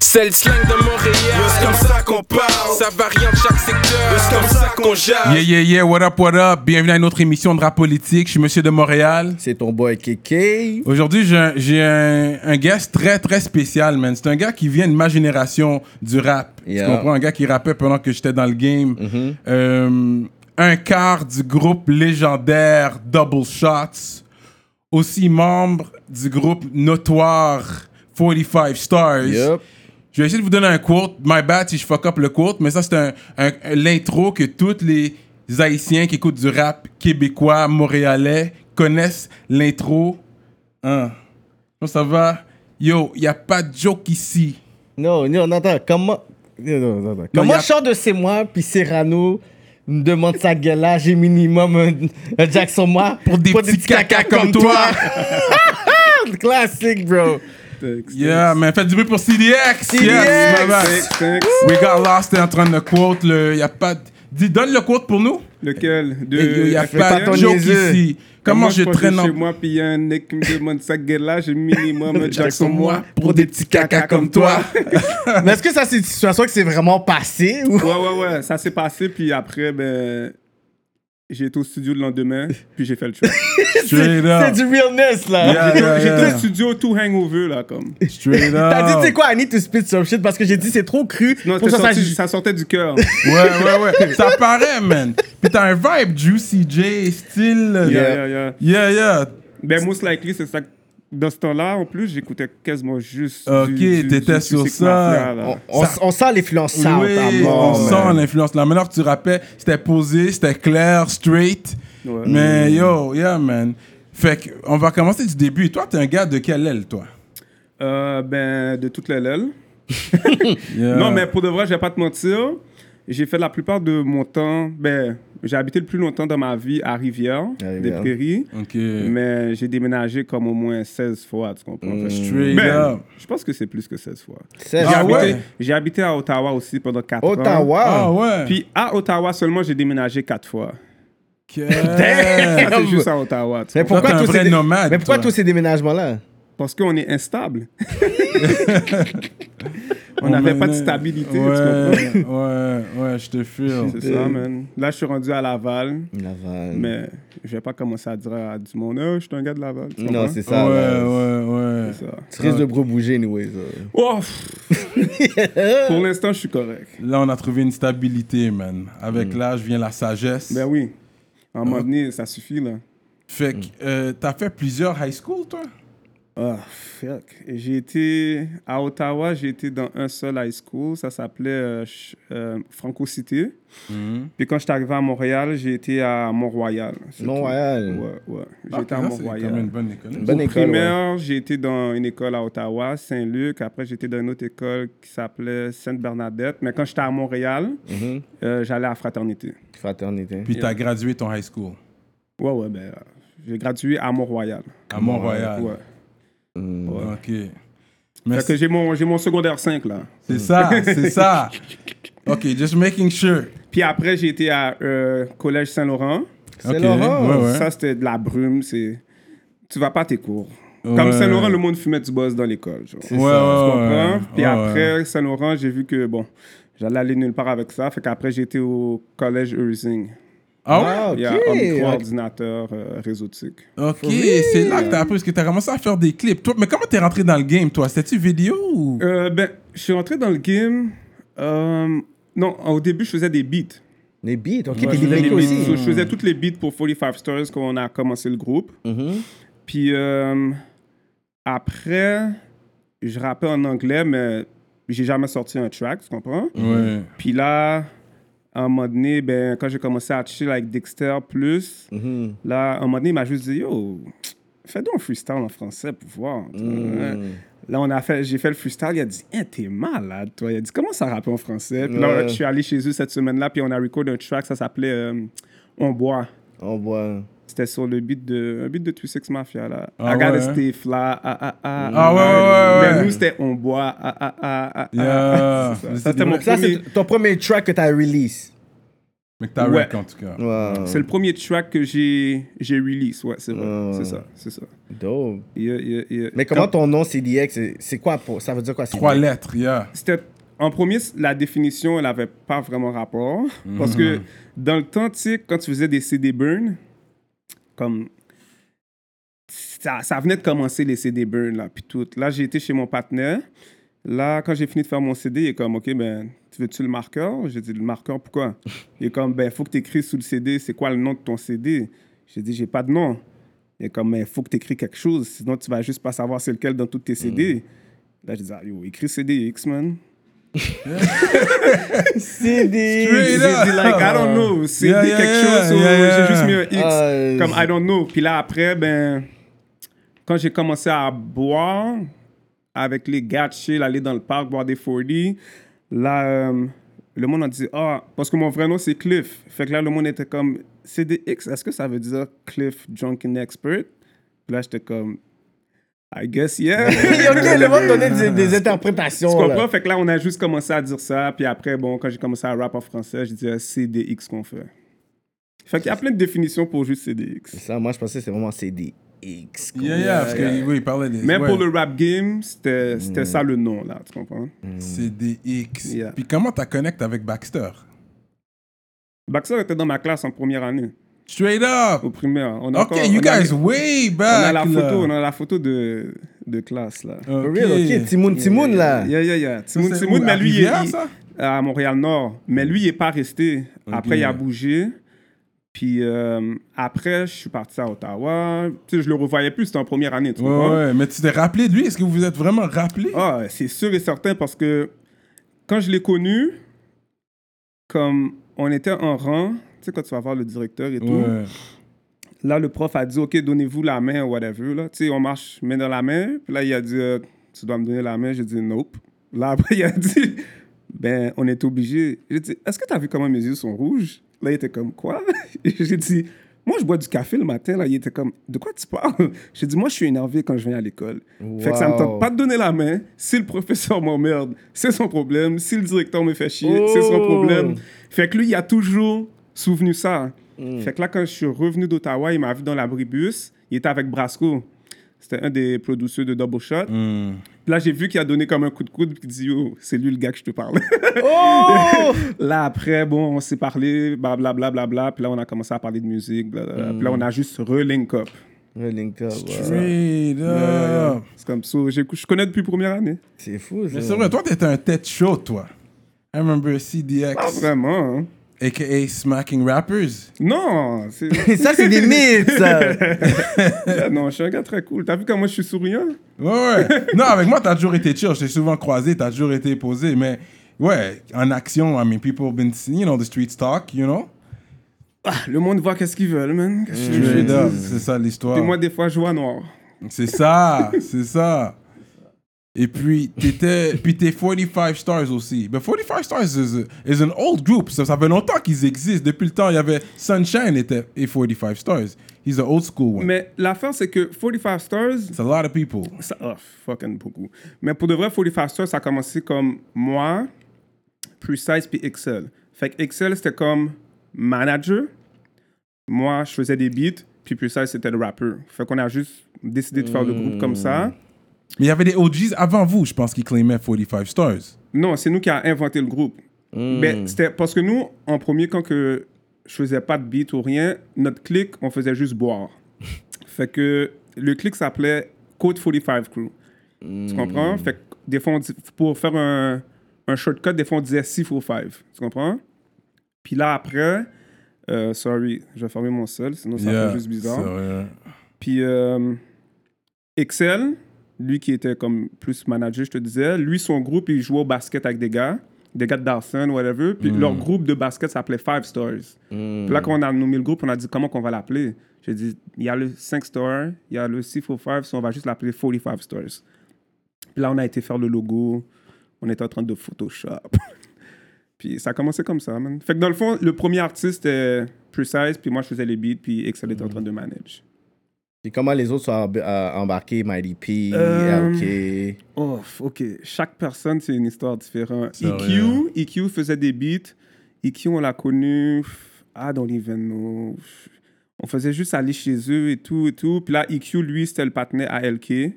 C'est le slang de Montréal. C'est comme ça qu'on parle. Ça varie en chaque secteur. C'est comme ça qu'on jase. Yeah, yeah, yeah, what up, what up? Bienvenue à une autre émission de rap politique. Je suis Monsieur de Montréal. C'est ton boy Kéké. Aujourd'hui, j'ai un- j'ai un, un guest très, très spécial, man. C'est un gars qui vient de ma génération du rap. Yeah. Tu comprends? Un gars qui rappait pendant que j'étais dans le game. Euh, un quart du groupe légendaire Double Shots. Aussi membre du groupe notoire 45 Stars. Yup. Je vais essayer de vous donner un quote. My bad si je fuck up le quote, mais ça, c'est un, un- un- l'intro que tous les Haïtiens qui écoutent du rap québécois, montréalais, connaissent l'intro. Hein. Comment ça va? Yo, y a pas de joke ici. Non, non, non, attends, comment. non, non, non, non. y Comment a- je sors de c'est moi, puis Serrano me demande sa gueule là, j'ai minimum un, un Jackson moi Pour des petits cacas comme toi. Classique, bro. Yeah, man, faites du bruit pour CDX. Yes, my bad. Thanks, thanks. We got lost, t'es en train de quote. Le, y a pas de- Dis, donne le quote pour nous. Lequel De Il y a FFL? pas de ton joke niaiseux. ici. Comment Moi, je passe de traîne en... chez moi, puis y a un mec qui me demande sa gueule là, j'ai minimum un Jack sur moi. pour des petits cacas comme toi. Mais est-ce que ça, c'est une situation que c'est vraiment passé ou. Ouais, ouais, ouais, ça s'est passé, puis après, ben. J'ai été au studio le lendemain, puis j'ai fait le show. Straight C'est up. du realness, là. Ah. Yeah, yeah, J'étais yeah. au studio tout hangover, là, comme. Straight up. T'as dit, tu sais quoi, I need to spit some shit parce que j'ai dit c'est trop cru. Non, pour ça, ça, ça, sorti- ju- ça sortait du cœur. Ouais, ouais, ouais. Ça paraît, man. Puis t'as un vibe Juicy J, style. Yeah, yeah, yeah. yeah. yeah. Ben, most likely, c'est ça. que- Dans ce temps-là, en plus, j'écoutais quasiment juste. Ok, t'étais sur ça. Oh. on, on- on sent l'influence sound Oui, à on mort, man. sent l'influence. La manière que tu rappais, c'était posé, c'était clair, straight. Ouais. Mais yo, yeah, man. Fait que, on va commencer du début. Toi, t'es un gars de quelle aile, toi? Euh, ben, de toutes les lèvres. Yeah. Euh. Non, mais pour de vrai, je vais pas te mentir. J'ai fait la plupart de mon temps. Ben, j'ai habité le plus longtemps dans ma vie à Rivière, À des Rivière. Mm. prairies. Ok. Mais j'ai déménagé comme au moins 16 fois, tu comprends? Fait que- Straight Mais up. je pense que c'est plus que 16 fois. C'est- Oh, J'ai Ah habité, ouais? j'ai habité à Ottawa aussi pendant 4 ans. Ah Ottawa. ouais. Puis à Ottawa seulement, j'ai déménagé 4 fois. Ok. Ça, c'est juste à Ottawa. tu Mais comprends? pourquoi t'es un tous vrai ces dé- nomade, Mais pourquoi toi. tous ces déménagements-là Parce qu'on est instable. on On n'avait pas de menait- stabilité, tu comprends? Ouais, ouais, ouais, je te feel. C'est ça, man. Là, je suis rendu à Laval. Mm. Laval. Mais je vais pas commencer à dire à du monde, Ah, je suis un gars de Laval. tu Non, comprends? c'est Ouais, ça. là. ouais, ouais. C'est ça. Tu risques de gros bouger, anyways. là. Oh, pff. Pour l'instant, je suis correct. Là, on a trouvé une stabilité, man. Avec l'âge vient la sagesse. Mm. Ben oui. À un moment donné, ça suffit, là. Fait que euh, t'as fait plusieurs high school, toi? Ah, fuck. J'ai été à Ottawa, j'ai été dans un seul high school. Ça s'appelait euh, ch- euh, Franco Cité. Mm-hmm. Puis quand je suis arrivé à Montréal, j'ai été à Mont-Royal. c'est tout. Mont-Royal. Ouais, ouais. J'ai Ah, été à là, c'est comme une Mont-Royal. bonne école. Bonne Au école, primaire, j'ai été dans une école à Ottawa, Saint-Luc. Après, j'étais dans une autre école qui s'appelait Sainte-Bernadette. Mais quand j'étais à Montréal, Mm-hmm. Mhm. euh, j'allais à Fraternité. Fraternité. Puis t'as gradué ton high school Ouais, ouais, ben, euh, j'ai gradué à Mont-Royal. à Mont-Royal. Ouais. ouais. Ok. Mais Fait que j'ai mon, j'ai mon secondaire 5, là. c'est ça, c'est ça. Ok, just making sure. Puis après, j'ai été à euh, Collège Saint-Laurent. C'est Ok, Laurent. ouais, ouais. Ça, c'était de la brume. C'est... Tu vas pas à tes cours. Ouais. Comme Saint-Laurent, le monde fumait du buzz dans l'école. Genre. Ouais, ouais, Tu ouais, comprends? Puis ouais, ouais. après Saint-Laurent, j'ai vu que, bon, j'allais aller nulle part avec ça. Fait qu'après, j'ai été au Collège Ursing. Ah ouais? Ah, Il y a homme ok. ordinateur, euh, réseautique. Ok, c'est là que t'as appris, parce que t'as commencé à faire des clips. Toi, mais comment t'es rentré dans le game, toi? C'était-tu vidéo ou... Euh, ben, je suis rentré dans le game. euh, non, au début, je faisais des beats. Les beats, ok, Ouais, t'es je, faisais des les beats beats. aussi. Je faisais toutes les beats pour 45 Stars quand on a commencé le groupe. Puis euh, après, je rappais en anglais, mais j'ai jamais sorti un track, tu comprends? Ouais. Puis là, à un moment donné, ben, quand j'ai commencé à chill avec Dexter plus, Mm-hmm. là, à un moment donné, il m'a juste dit Yo, fais donc un freestyle en français pour voir. Mm. hein. Là, on a fait, j'ai fait le freestyle. Il a dit, Hein, t'es malade, toi. Il a dit, comment ça rappe en français? Puis là, Ouais. je suis allé chez eux cette semaine-là, puis on a record un track, ça s'appelait euh, On boit. On boit. C'était sur le beat de, un beat de 2 Mafia, là. Ah I gotta ouais, hein? stay fly, ah, ah, ah. Ah ouais, ouais, ouais, ouais. Mais nous, c'était On boit, ah, ah, ah, ah, ah. Yeah. C'est ça. Mais c'est Ça, c'était des mon vrais- Ça, premier- c'est ton premier track que t'as release. Mais t'as Ouais. rec, en tout cas. Wow. C'est le premier track que j'ai j'ai release, ouais, c'est vrai. Ah. C'est ça, c'est ça. Dope. Yeah, yeah, yeah. Mais comment Quand- ton nom CDX, c'est- c'est quoi pour- Ça veut dire quoi CDX? Trois lettres, yeah. c'était en premier la définition elle n'avait pas vraiment rapport parce que dans le temps tu sais quand tu faisais des CD burn comme ça, ça venait de commencer les CD burn là puis tout là j'ai été chez mon partenaire là quand j'ai fini de faire mon CD il est comme ok ben tu veux-tu le marqueur j'ai dit le marqueur pourquoi il est comme ben faut que tu écris sous le CD c'est quoi le nom de ton CD j'ai dit j'ai pas de nom il est comme mais faut que tu écris quelque chose sinon tu vas juste pas savoir c'est lequel dans tous tes CD Là, je disais, ah, yo, écris CDX, man. CDX. Straight J'ai up. dit, like, I don't know, CD Yeah, yeah, quelque yeah, chose, so yeah, yeah. j'ai juste mis un X, Ah, comme je- I don't know. Puis là, après, ben, quand j'ai commencé à boire avec les gars de chill, aller dans le parc, boire des 40, là, euh, le monde a dit, ah, parce que mon vrai nom, c'est Cliff. Fait que là, le monde était comme, CDX, est-ce que ça veut dire Cliff Drunken Expert? Puis là, j'étais comme, I guess yeah. Ok, le monde donnait des, des interprétations. Tu là. comprends? Fait que là, on a juste commencé à dire ça. Puis après, bon, quand j'ai commencé à rap en français, euh, je disais CDX qu'on fait. Fait qu'il y a plein de définitions pour juste CDX. Ça, moi, je pensais que c'était vraiment CDX. quoi. Yeah, yeah, parce que oui, il parlait des. Même ouais, Mm. pour le rap game, c'était c'était ça le nom, là, tu comprends? CDX. Yeah. Puis comment t'as connecté avec Baxter Baxter était dans ma classe en première année, Straight up! au primaire. On a Ok, encore- you on a- guys way On back! a la là. Euh, photo, on a la photo de, de classe, là. For real, ok, Timoun Timoun, là. Yeah, yeah, yeah. Timoun, c'est Timoun, où, à mais lui, il, Rivière, il- ça euh, à Montréal-Nord. Mais lui, il n'est pas resté. Après, il a bougé. Puis euh, après, je suis parti à Ottawa. Tu sais, je le revoyais plus, c'était en première année, tu Ouais, comprends? ouais, mais tu t'es rappelé de lui? Est-ce que vous vous êtes vraiment rappelé? Ah, c'est sûr et certain parce que quand je l'ai connu, comme on était en rang, tu sais, quand tu vas voir le directeur et tout, Ouais. Là, le prof a dit, OK, donnez-vous la main, whatever. Là. Tu sais, on marche main dans la main. Puis là, il a dit, euh, tu dois me donner la main. J'ai dit, nope. Là, après, il a dit, ben, on est obligé. J'ai dit, est-ce que tu as vu comment mes yeux sont rouges? Là, il était comme, quoi? J'ai dit, moi, je bois du café le matin. Là, il était comme, de quoi tu parles? J'ai dit, moi, je suis énervé quand je viens à l'école. Fait que ça me Wow. tente pas de donner la main. Si le professeur m'emmerde, c'est son problème. Si le directeur me fait chier, c'est son Oh. problème. Fait que lui, il a toujours souvenu ça. Fait que là, quand je suis revenu d'Ottawa, il m'a vu dans l'abribus. Il était avec Brasco. C'était un des producteurs de Double Shot. Puis Là, j'ai vu qu'il a donné comme un coup de coude. Puis il dit Yo, c'est lui le gars que je te parle. Oh! là, après, bon, on s'est parlé, blablabla. Bla, bla, Puis là, on a commencé à parler de musique. bla, bla, bla. Puis là, on a juste relink up. Euh, Le link up, wow. Straight up! C'est comme ça. J'ai- Je connais depuis première année. C'est fou, ça. Mais c'est vrai, toi, t'étais un tête chaud, toi. I remember Pas CDX, vraiment. hein. a.k.a. Smacking Rappers. Non, c'est. ça, c'est des mythes, ça. Ah non, je suis un gars très cool. T'as vu comment je suis souriant? Ouais, ouais. non, avec moi, t'as toujours été chill. Je t'ai souvent croisé, t'as toujours été posé. Mais ouais, en action, I mean, people been, you know, the streets talk, you know? Le monde voit qu'est-ce qu'ils veulent, man. Qu'est-ce que je veux Straight dire? up, c'est ça l'histoire. Puis moi, des fois, je vois noir. C'est ça, c'est ça. Et puis, t'étais, puis t'es 45 Stars aussi. Mais 45 Stars is, a- is an old group. Ça, ça fait longtemps qu'ils existent. Depuis le temps, il y avait Sunshine était, et 45 Stars. He's an old school one. Mais l'affaire, c'est que 45 Stars, It's a lot of people. ça. Oh, fucking beaucoup. Mais pour de vrai, 45 Stars, ça a commencé comme moi, Precise, puis Excel. Fait que Excel, c'était comme manager. Moi, je faisais des beats, puis Precise, c'était le rappeur. Fait qu'on a juste décidé de faire le groupe comme ça. Mais il y avait des OGs avant vous, je pense, qui claimaient 45 Stars. Non, c'est nous qui a inventé le groupe. Ben, c'était parce que nous, en premier, quand que je faisais pas de beat ou rien, notre clique, on faisait juste boire. fait que le clique s'appelait Code 45 Crew. Tu comprends? Fait que des fois, on dit- pour faire un, un shortcut, des fois, on disait 645. Tu comprends? Puis là, après, euh, sorry, je vais fermer mon sol, sinon ça Yeah, fait juste c'est bizarre. vrai. Puis euh, Excel, lui qui était comme plus manager, je te disais, lui, son groupe, il jouait au basket avec des gars, des gars de Dawson, whatever. Puis leur groupe de basket s'appelait Five Stars. Puis là, quand on a nommé le groupe, on a dit comment qu'on va l'appeler. J'ai dit, il y a le 5 Stars, il y a le 645, si on va juste l'appeler 45 Stars. Puis là, on a été faire le logo. On était en train de Photoshop. puis ça a commencé comme ça, man. Fait que dans le fond, le premier artiste était Precise, puis moi, je faisais les beats, puis Excel était en train de manager. Et comment les autres sont emb- euh, embarqués, Mighty P, Euh, LK. Oh, ok. Chaque personne, c'est une histoire différente. E C'est EQ, vrai. EQ faisait des beats. EQ, on l'a connu. ah, I don't even know. On faisait juste aller chez eux et tout, et tout. Puis là, EQ, lui, c'était le partenaire à LK.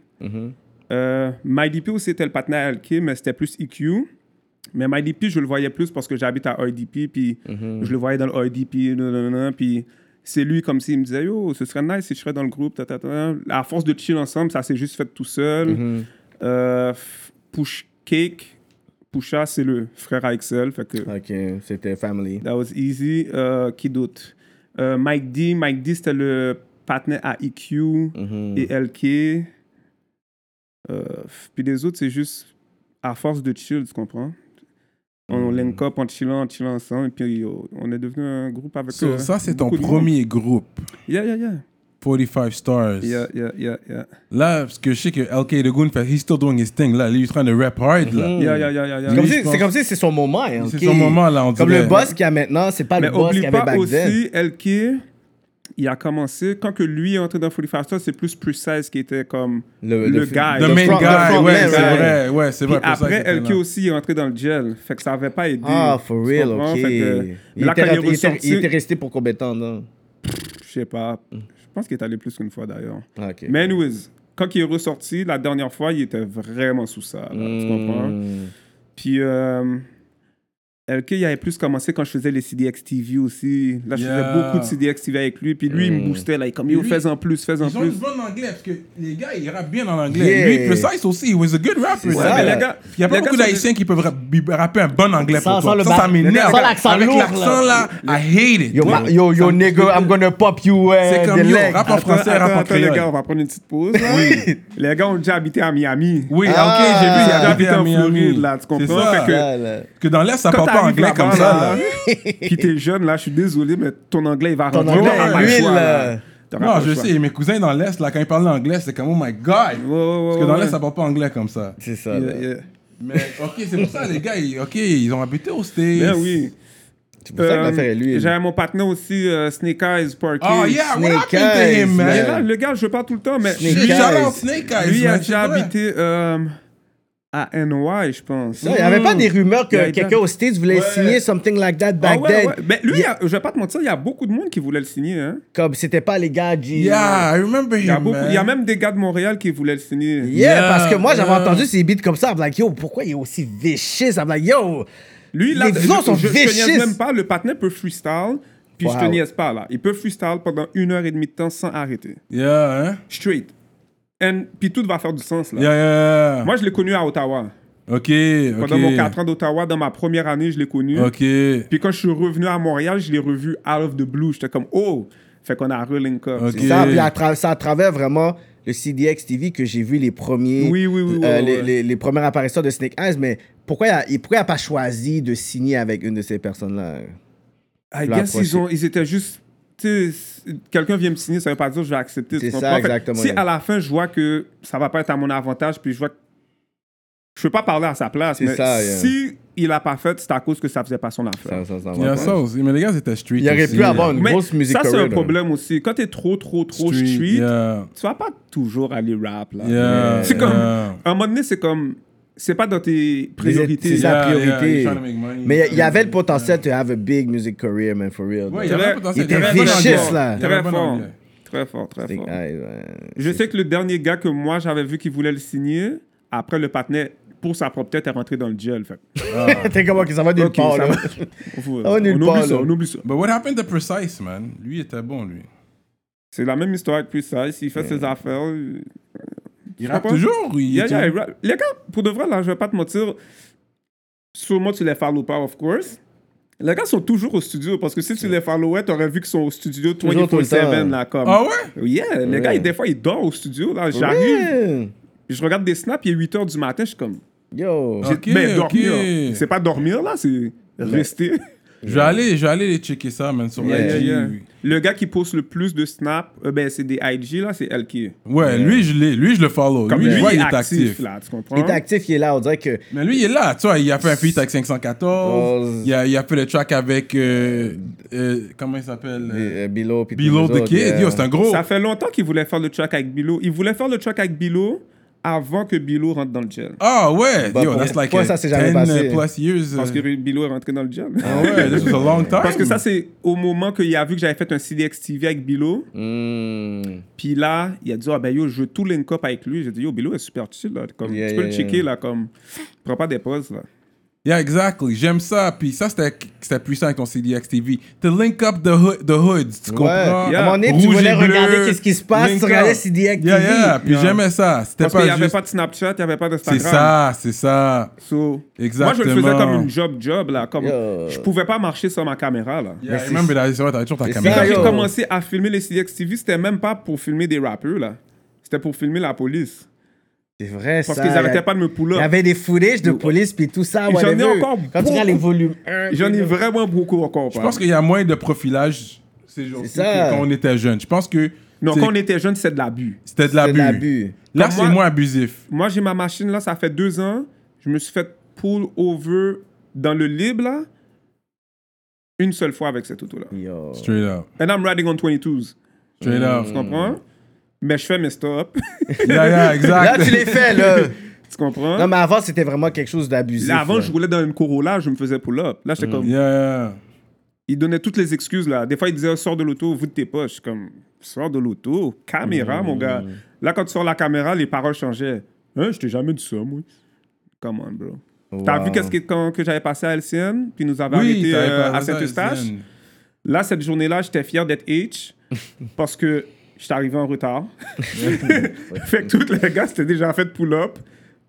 Euh, MyDP aussi était le partenaire à LK, mais c'était plus EQ. Mais MyDP, je le voyais plus parce que j'habite à RDP, puis je le voyais dans le E RDP, nanana, puis c'est lui comme s'il me disait, yo, ce serait nice si je serais dans le groupe, ta, ta, ta. À force de chill ensemble, ça s'est juste fait tout seul. Euh, f- push Cake, Pusha, c'est le frère à Excel, fait que Ok, c'était family. that was easy. Euh, qui d'autre? Euh, Mike D, Mike D, c'était le partenaire à EQ Mhm. et LK. Euh, f- puis les autres, c'est juste à force de chill, tu comprends? Mhm. On link up en chillant, en chillant ensemble, et puis yo, on est devenu un groupe avec So, eux, hein. ça, c'est ton beaucoup de monde. premier groupe, Yeah, yeah, yeah. 45 Stars. Yeah, yeah, yeah, yeah. Là, parce que je sais que LK de Goon, fait, he's still doing his thing. Là, lui, il est en train de rap hard. Là. Yeah, yeah, yeah, yeah, yeah. C'est Hmm. comme Lui, si- je pense- C'est comme si c'est son moment. hein, C'est ok. son moment, là, on Comme dirait. le boss qu'il y a maintenant, c'est pas Mais le boss qu'il y oublie avait pas back then. aussi, LK, il a commencé, quand que lui est entré dans 45 Stars, c'est plus Precise qui était comme le, gars. The Le main front- le guy, front ouais, man, c'est ouais. vrai. Ouais, c'est Puis vrai. pour ça qu'il après, était LK là. aussi est entré dans le gel. Fait que ça avait pas aidé. Ah, for Tu real, comprends? ok. Fait que, Il là, quand il était rat- est il était- ressorti, il était resté pour combien de temps, non? je sais pas. Je pense qu'il est allé plus qu'une fois d'ailleurs. Ah, ok. Mais anyways, quand il est ressorti, la dernière fois, il était vraiment sous ça. là, Tu comprends? Mm. Puis, euh, LK, il avait plus commencé quand je faisais les CDX TV aussi. Là, je Yeah. faisais beaucoup de CDX TV avec lui. Puis lui, il me Hmm. boostait. Là, il comme, yo, Lui- fais en plus, fais en Ils ont du plus. bon anglais parce que les gars ils rappent bien en anglais. Yeah. Lui, Precise aussi, he was a good rapper. ça, mais là. les gars- Il n'y a pas les gars beaucoup sont- d'Haïtiens qui peuvent rap- bi- rapper un bon anglais Sans- pour sans toi. le Ça, ça bac- m'énerve. sans l'accent Avec lourd, l'accent là, I hate it. Yo, Ouais. ma- yo, yo, Ça me- nigga, I'm gonna pop you. euh, C'est comme the yo, leg. rap en français, rap en attends, les gars, créole. on va prendre une petite pause. là. les gars ont déjà habité à Miami. Oui, ok, Ah, j'ai vu, il il a habité habite en en Floride, Floride. là, tu comprends? C'est ça. Fait que- Ah, là. Que dans l'Est, ça parle Quand pas t'arrives anglais là-bas, comme ça. là, là. Puis t'es jeune, là, je suis désolé, mais ton anglais, il va Ton rentrer. anglais, T'auras pas le l'huile, choix, euh, là. T'auras Non, pas le je choix. sais, mes cousins dans l'Est, là, quand ils parlent anglais, c'est comme oh my god. Ouais, ouais, Parce que ouais, dans ouais. l'Est, ça parle pas anglais comme ça. C'est ça. Yeah, là. yeah. Mais ok, c'est pour ça, les gars, ils- ok, ils ont habité au States. Ben oui. C'est pour ça que Euh, l'affaire est lui. J'avais mon partenaire aussi, euh, Snake Eyes Parker. Oh yeah, what Snake happened to him, Eyes, Et man? là, le gars, je parle tout le temps, mais Snake Lui, lui, Eyes. shout out Snake Eyes. lui a man, déjà c'est vrai. habité euh, à NY, je pense. Il n'y avait pas des rumeurs que Il y a- quelqu'un aux States voulait signer something like that Ah back ouais, then. ouais. Mais lui, Il- il y a- je vais pas te mentir, il y a beaucoup de monde qui voulait le signer. Hein. Comme c'était pas les gars G. Yeah, I remember him. euh, Il y, a beaucoup- man. il y a même des gars de Montréal qui voulaient le signer. Yeah, Yeah, parce que moi j'avais yeah. entendu ces beats comme ça. I'm like, yo, pourquoi il est aussi vicious? I'm like, yo. Lui, là, Les je- visions sont je, je te niaise vicious. même pas. Le partenaire peut freestyle, puis je te Wow. niaise pas, là. Il peut freestyle pendant une heure et demie de temps sans arrêter. Yeah, hein? Straight. And, puis tout va faire du sens, là. Yeah, yeah, yeah. Moi, je l'ai connu à Ottawa. Ok, ok. Pendant mon 4 ans d'Ottawa, dans ma première année, je l'ai connu. Ok. Puis quand je suis revenu à Montréal, je l'ai revu out of the blue. J'étais comme, oh! Fait qu'on a relink up. Ok. C'est- C'est Ça, puis à tra- c'est à travers vraiment le CDX TV que j'ai vu les premiers. Oui, oui, oui, euh, ouais, les, ouais. les- les premières apparitions de Snake Eyes, mais pourquoi il a, il- pourquoi il a pas choisi de signer avec une de ces personnes-là? I l'as guess ils, approché. ont, ils étaient juste. tu sais, si Quelqu'un vient me signer, ça veut pas dire que je vais accepter. tu C'est ça, comprends? Fait que exactement, Si yeah. à la fin, je vois que ça va pas être à mon avantage, puis je vois que. Je peux pas parler à sa place, C'est mais ça, yeah. si il a pas fait, c'est à cause que ça faisait pas son affaire. Ça- ça- ça- Il y a ça aussi. Mais les gars, c'était street. Il aurait aussi. pu avoir une Mais grosse musique ça, c'est career, un là. problème aussi. Quand t'es trop, trop, trop street, Yeah. tu vas pas toujours aller rap, là. Yeah. C'est comme. yeah. À un moment donné, c'est comme. C'est pas dans tes priorités. c'est ça. là. la priorité. he's trying to make money. Mais il y- il y avait le potentiel to have a big music career, man, for real. Ouais, il y là. avait Très- un potentiel. il était y avait un bon vicious, anglais. là. Il y avait un Très bon fort. anglais. Très fort, très Snake fort. Eyes, ouais. Je sais que le dernier gars que moi j'avais vu qui voulait le signer, après le partenaire, pour sa propre tête, est rentré dans le gel. Fait. T'es comment que ça va nulle Ok, part, ça là. va. On, nulle oublie part, ça, là. on oublie ça. But what happened to Precise, man? Lui il était bon, lui. C'est la même histoire que Precise. Il fait ses affaires. euh, Il Je rappe comprends. toujours? ou il yeah, est yeah, toujours- il rap. Les gars, pour de vrai, là, je vais pas te mentir. Sûrement, tu les follow pas, of course. Les gars sont toujours au studio parce que si tu les followais, t'aurais vu qu'ils sont au studio Toujours tout le temps. 24-7 là. Comme. Ah ouais? Yeah, les Ouais. gars, ils- des fois, ils dorment au studio. là. J'arrive, Yeah. je regarde des snaps, il est 8 h du matin, je suis comme. Yo. Ok, mais dormir, ok. c'est pas dormir là, c'est rester. Je vais aller, je vais aller les checker ça, man, sur Yeah, Yeah, IG. yeah. Le gars qui poste le plus de snaps, euh, ben, c'est des IG là, c'est LK. Ouais, lui, je l'ai. Lui, je le follow. Comme lui, lui, je vois, il il est est actif, actif. là, tu comprends? Il est actif, il est là. On dirait que. Mais lui, il est là, tu vois, il a fait un feat avec 514, Oh. il a, il a fait le track avec, euh, euh, comment il s'appelle euh, euh, Below, puis tous Below les the autres, Kid, yeah. yo, c'est un gros. Ça fait longtemps qu'il voulait faire le track avec Bilo. Il voulait faire le track avec Bilo avant que Bilo rentre dans le gel. Ah ouais, Bah, yo, pour- that's like pour a ça, c'est jamais 10 passé. plus years. Parce que euh, Bilo est rentré dans le gel. ah ouais, this was a long time. Parce que ça, c'est au moment qu'il a vu que j'avais fait un CDX TV avec Bilo. Mm. Puis là, il a dit, ah ben yo, je veux tout link up avec lui. J'ai dit, yo, Bilo est super chill, là. Comme, Yeah, tu peux yeah, le checker, yeah. là, comme, prends pas des pauses, là. Yeah, exactly. J'aime ça. Puis ça, c'était c'était puissant avec ton CDX TV. To link up the, hood, the hoods, tu Ouais. comprends? À un moment donné, Rouge tu et voulais bleu, regarder qu'est-ce qui se passe, link tu regardais up. CDX Yeah, TV. yeah. Puis Yeah. j'aimais ça. C'était Parce qu'il n'y pas avait juste... pas de Snapchat, il n'y avait pas C'est d'Instagram. ça, c'est ça. So, Moi, je le faisais Exactement. comme une job-job, là. Comme, Yo. je pouvais pas marcher sans ma caméra, là. Yeah, I remember that. C'est vrai, t'avais toujours ta Mais Puis caméra. quand j'ai yo. commencé à filmer les CDX TV, c'était même pas pour filmer des rappeurs, là. C'était pour filmer la police. C'est vrai, Parce ça. qu'ils il y a- arrêtaient pas de me pull Il y up. avait des footage de police puis tout ça. Et j'en ai whatever. encore Quand tu beaucoup. regardes les volumes 1. J'en ai vraiment beaucoup encore. Je pense qu'il y a moins de profilage ces jours-ci C'est ça. que quand on était jeune. Je pense que Non, c'est- quand on était jeune, c'est de l'abus. c'était de de l'abus. l'abus. Là, Comme c'est moi- moins abusif. Moi, j'ai ma machine là, ça fait deux ans. Je me suis fait pull over dans le libre là, une seule fois avec cette Mm. auto là. Yo. Straight up. And I'm riding on 22s. Straight up. Tu Mm. comprends? Mais je fais mes stops. Yeah, yeah, Là, Ah. exact. tu les fais, là. tu comprends? Non, mais avant, c'était vraiment quelque chose d'abusif. Là, avant, là. je roulais dans une Corolla, je me faisais pull up. Là, j'étais comme. Yeah, yeah. Il donnait toutes les excuses là. Des fois, il disait sors de l'auto, vous de tes poches. Je suis Comme sors de l'auto, caméra, mon gars. Là, quand tu sors la caméra, les paroles changeaient. Hein, je t'ai jamais dit ça, moi. Come on, bro. T'as Wow. vu qu'est-ce que, quand- que j'avais passé à LCN, puis ils nous avait Oui, arrêté t'avais euh, pas à ça, Saint-Eustache. Étienne. Là, cette journée-là, j'étais fier d'être H parce que j'étais arrivé en retard. fait que tous les gars, c'était déjà fait pull-up.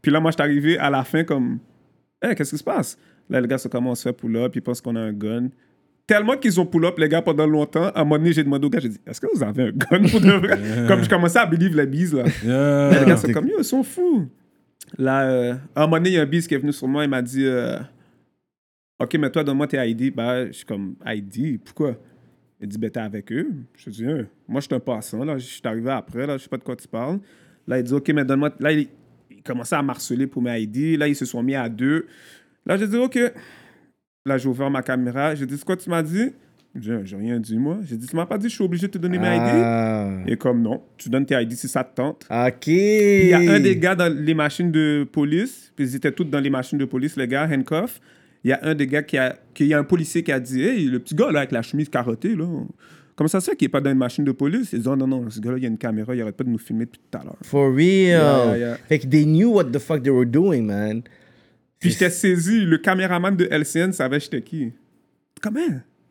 Puis là, moi, j'étais arrivé à la fin comme Hey, qu'est-ce qui se passe? Là, les gars, c'est comment on se fait pull-up, ils pensent qu'on a un gun. Tellement qu'ils ont pull-up, les gars, pendant longtemps. À un moment donné, j'ai demandé aux gars, j'ai dit, est-ce que vous avez un gun pour de vrai? comme je commençais à believe les bises, là. Les gars, Yeah. c'est comme, yo, ils sont fous. Là, euh, à un moment donné, il y a un bis qui est venu sur moi, il m'a dit, euh, OK, mais toi, donne-moi tes ID. Bah, je suis comme, ID, pourquoi? Il dit, ben, t'es avec eux. Je dis, Hein, moi, je suis un passant, là, je suis arrivé après, là, je sais pas de quoi tu parles. Là, il dit, OK, mais donne-moi. Là, il, il commençait à marceler pour mes ID. Là, ils se sont mis à deux. Là, j'ai dit, OK. Là, j'ai ouvert ma caméra. J'ai dit, c'est quoi tu m'as dit? J'ai dit, j'ai rien dit, moi. J'ai dit, tu m'as pas dit, je suis obligé de te donner mes ID? Et comme, non, tu donnes tes ID si ça te tente. Ah. OK. Puis Il y a un des gars dans les machines de police, puis ils étaient tous dans les machines de police, les gars, handcuff. Il y a un des gars qui a, qui- il y a un policier qui a dit, hey, le petit gars là avec la chemise carottée là, comment ça se fait qu'il est pas dans une machine de police Ils disent, oh, non non, ce gars là il y a une caméra, il arrête pas de nous filmer depuis tout à l'heure. For real. Yeah, yeah. Fait que they knew what the fuck they were doing, man. Puis j'étais saisi, le caméraman de LCN savait j'étais qui. Comment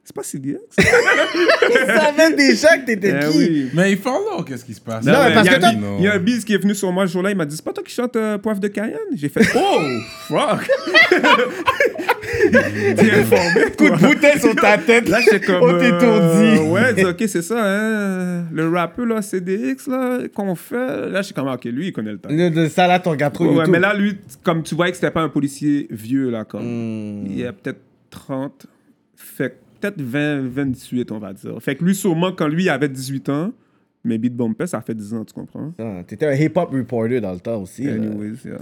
C'est pas si bien. Ils savaient déjà que t'étais Eh qui. Mais il follow qu'est-ce qui se passe. Non, mais parce il y a que un toi- bi- Il y a un biz qui est venu sur moi ce jour-là, il m'a dit, c'est pas toi qui chante euh, Poivre de Cayenne J'ai fait, oh, fuck T'es informé, Coup de toi. bouteille sur ta tête. Là, j'étais comme. On t'étourdit. euh, ouais, dis, ok, c'est ça, hein. Le rappeur, là, CDX, là, qu'on fait. Là, je suis comme, ah, ok, lui, il connaît le temps. Le- de ça, là, ton gars trop Ouais, ouais, YouTube. mais là, lui, t- comme tu vois que c'était pas un policier vieux, là, Hmm. comme. Il y a peut-être 30, fait que peut-être 20, 28, on va dire. Fait que lui, sûrement, quand lui il avait 18 ans, mais Beat Bumpet, ça fait 10 ans, tu comprends? Ah, T'étais un hip-hop reporter dans le temps aussi. là. Anyways, yeah.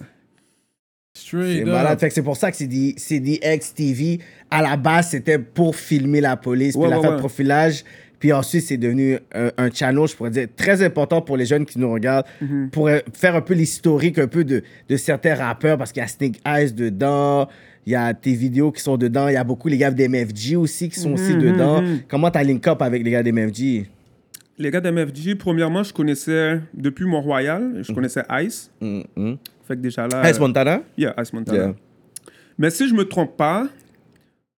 C'est Straight malade. up. Fait que c'est pour ça que CD, CDX TV, à la base, c'était pour filmer la police, puis Ouais, la ouais, faire de ouais. profilage. Puis ensuite, c'est devenu un, un channel, je pourrais dire, très important pour les jeunes qui nous regardent, Mhm. pour euh, faire un peu l'historique un peu de, de certains rappeurs, parce qu'il y a Snake Eyes dedans, il y a tes vidéos qui sont dedans, il y a beaucoup les gars d'MFG aussi Mhm, qui sont aussi dedans. Comment t'as link up avec les gars d'MFG? Les gars d'MFG, premièrement, je connaissais, depuis Mont-Royal, je connaissais Ice. Mm, Fait que déjà là. Mm-hmm. Ice Montana? Yeah, Ice Montana. Yeah. Mais si je me trompe pas,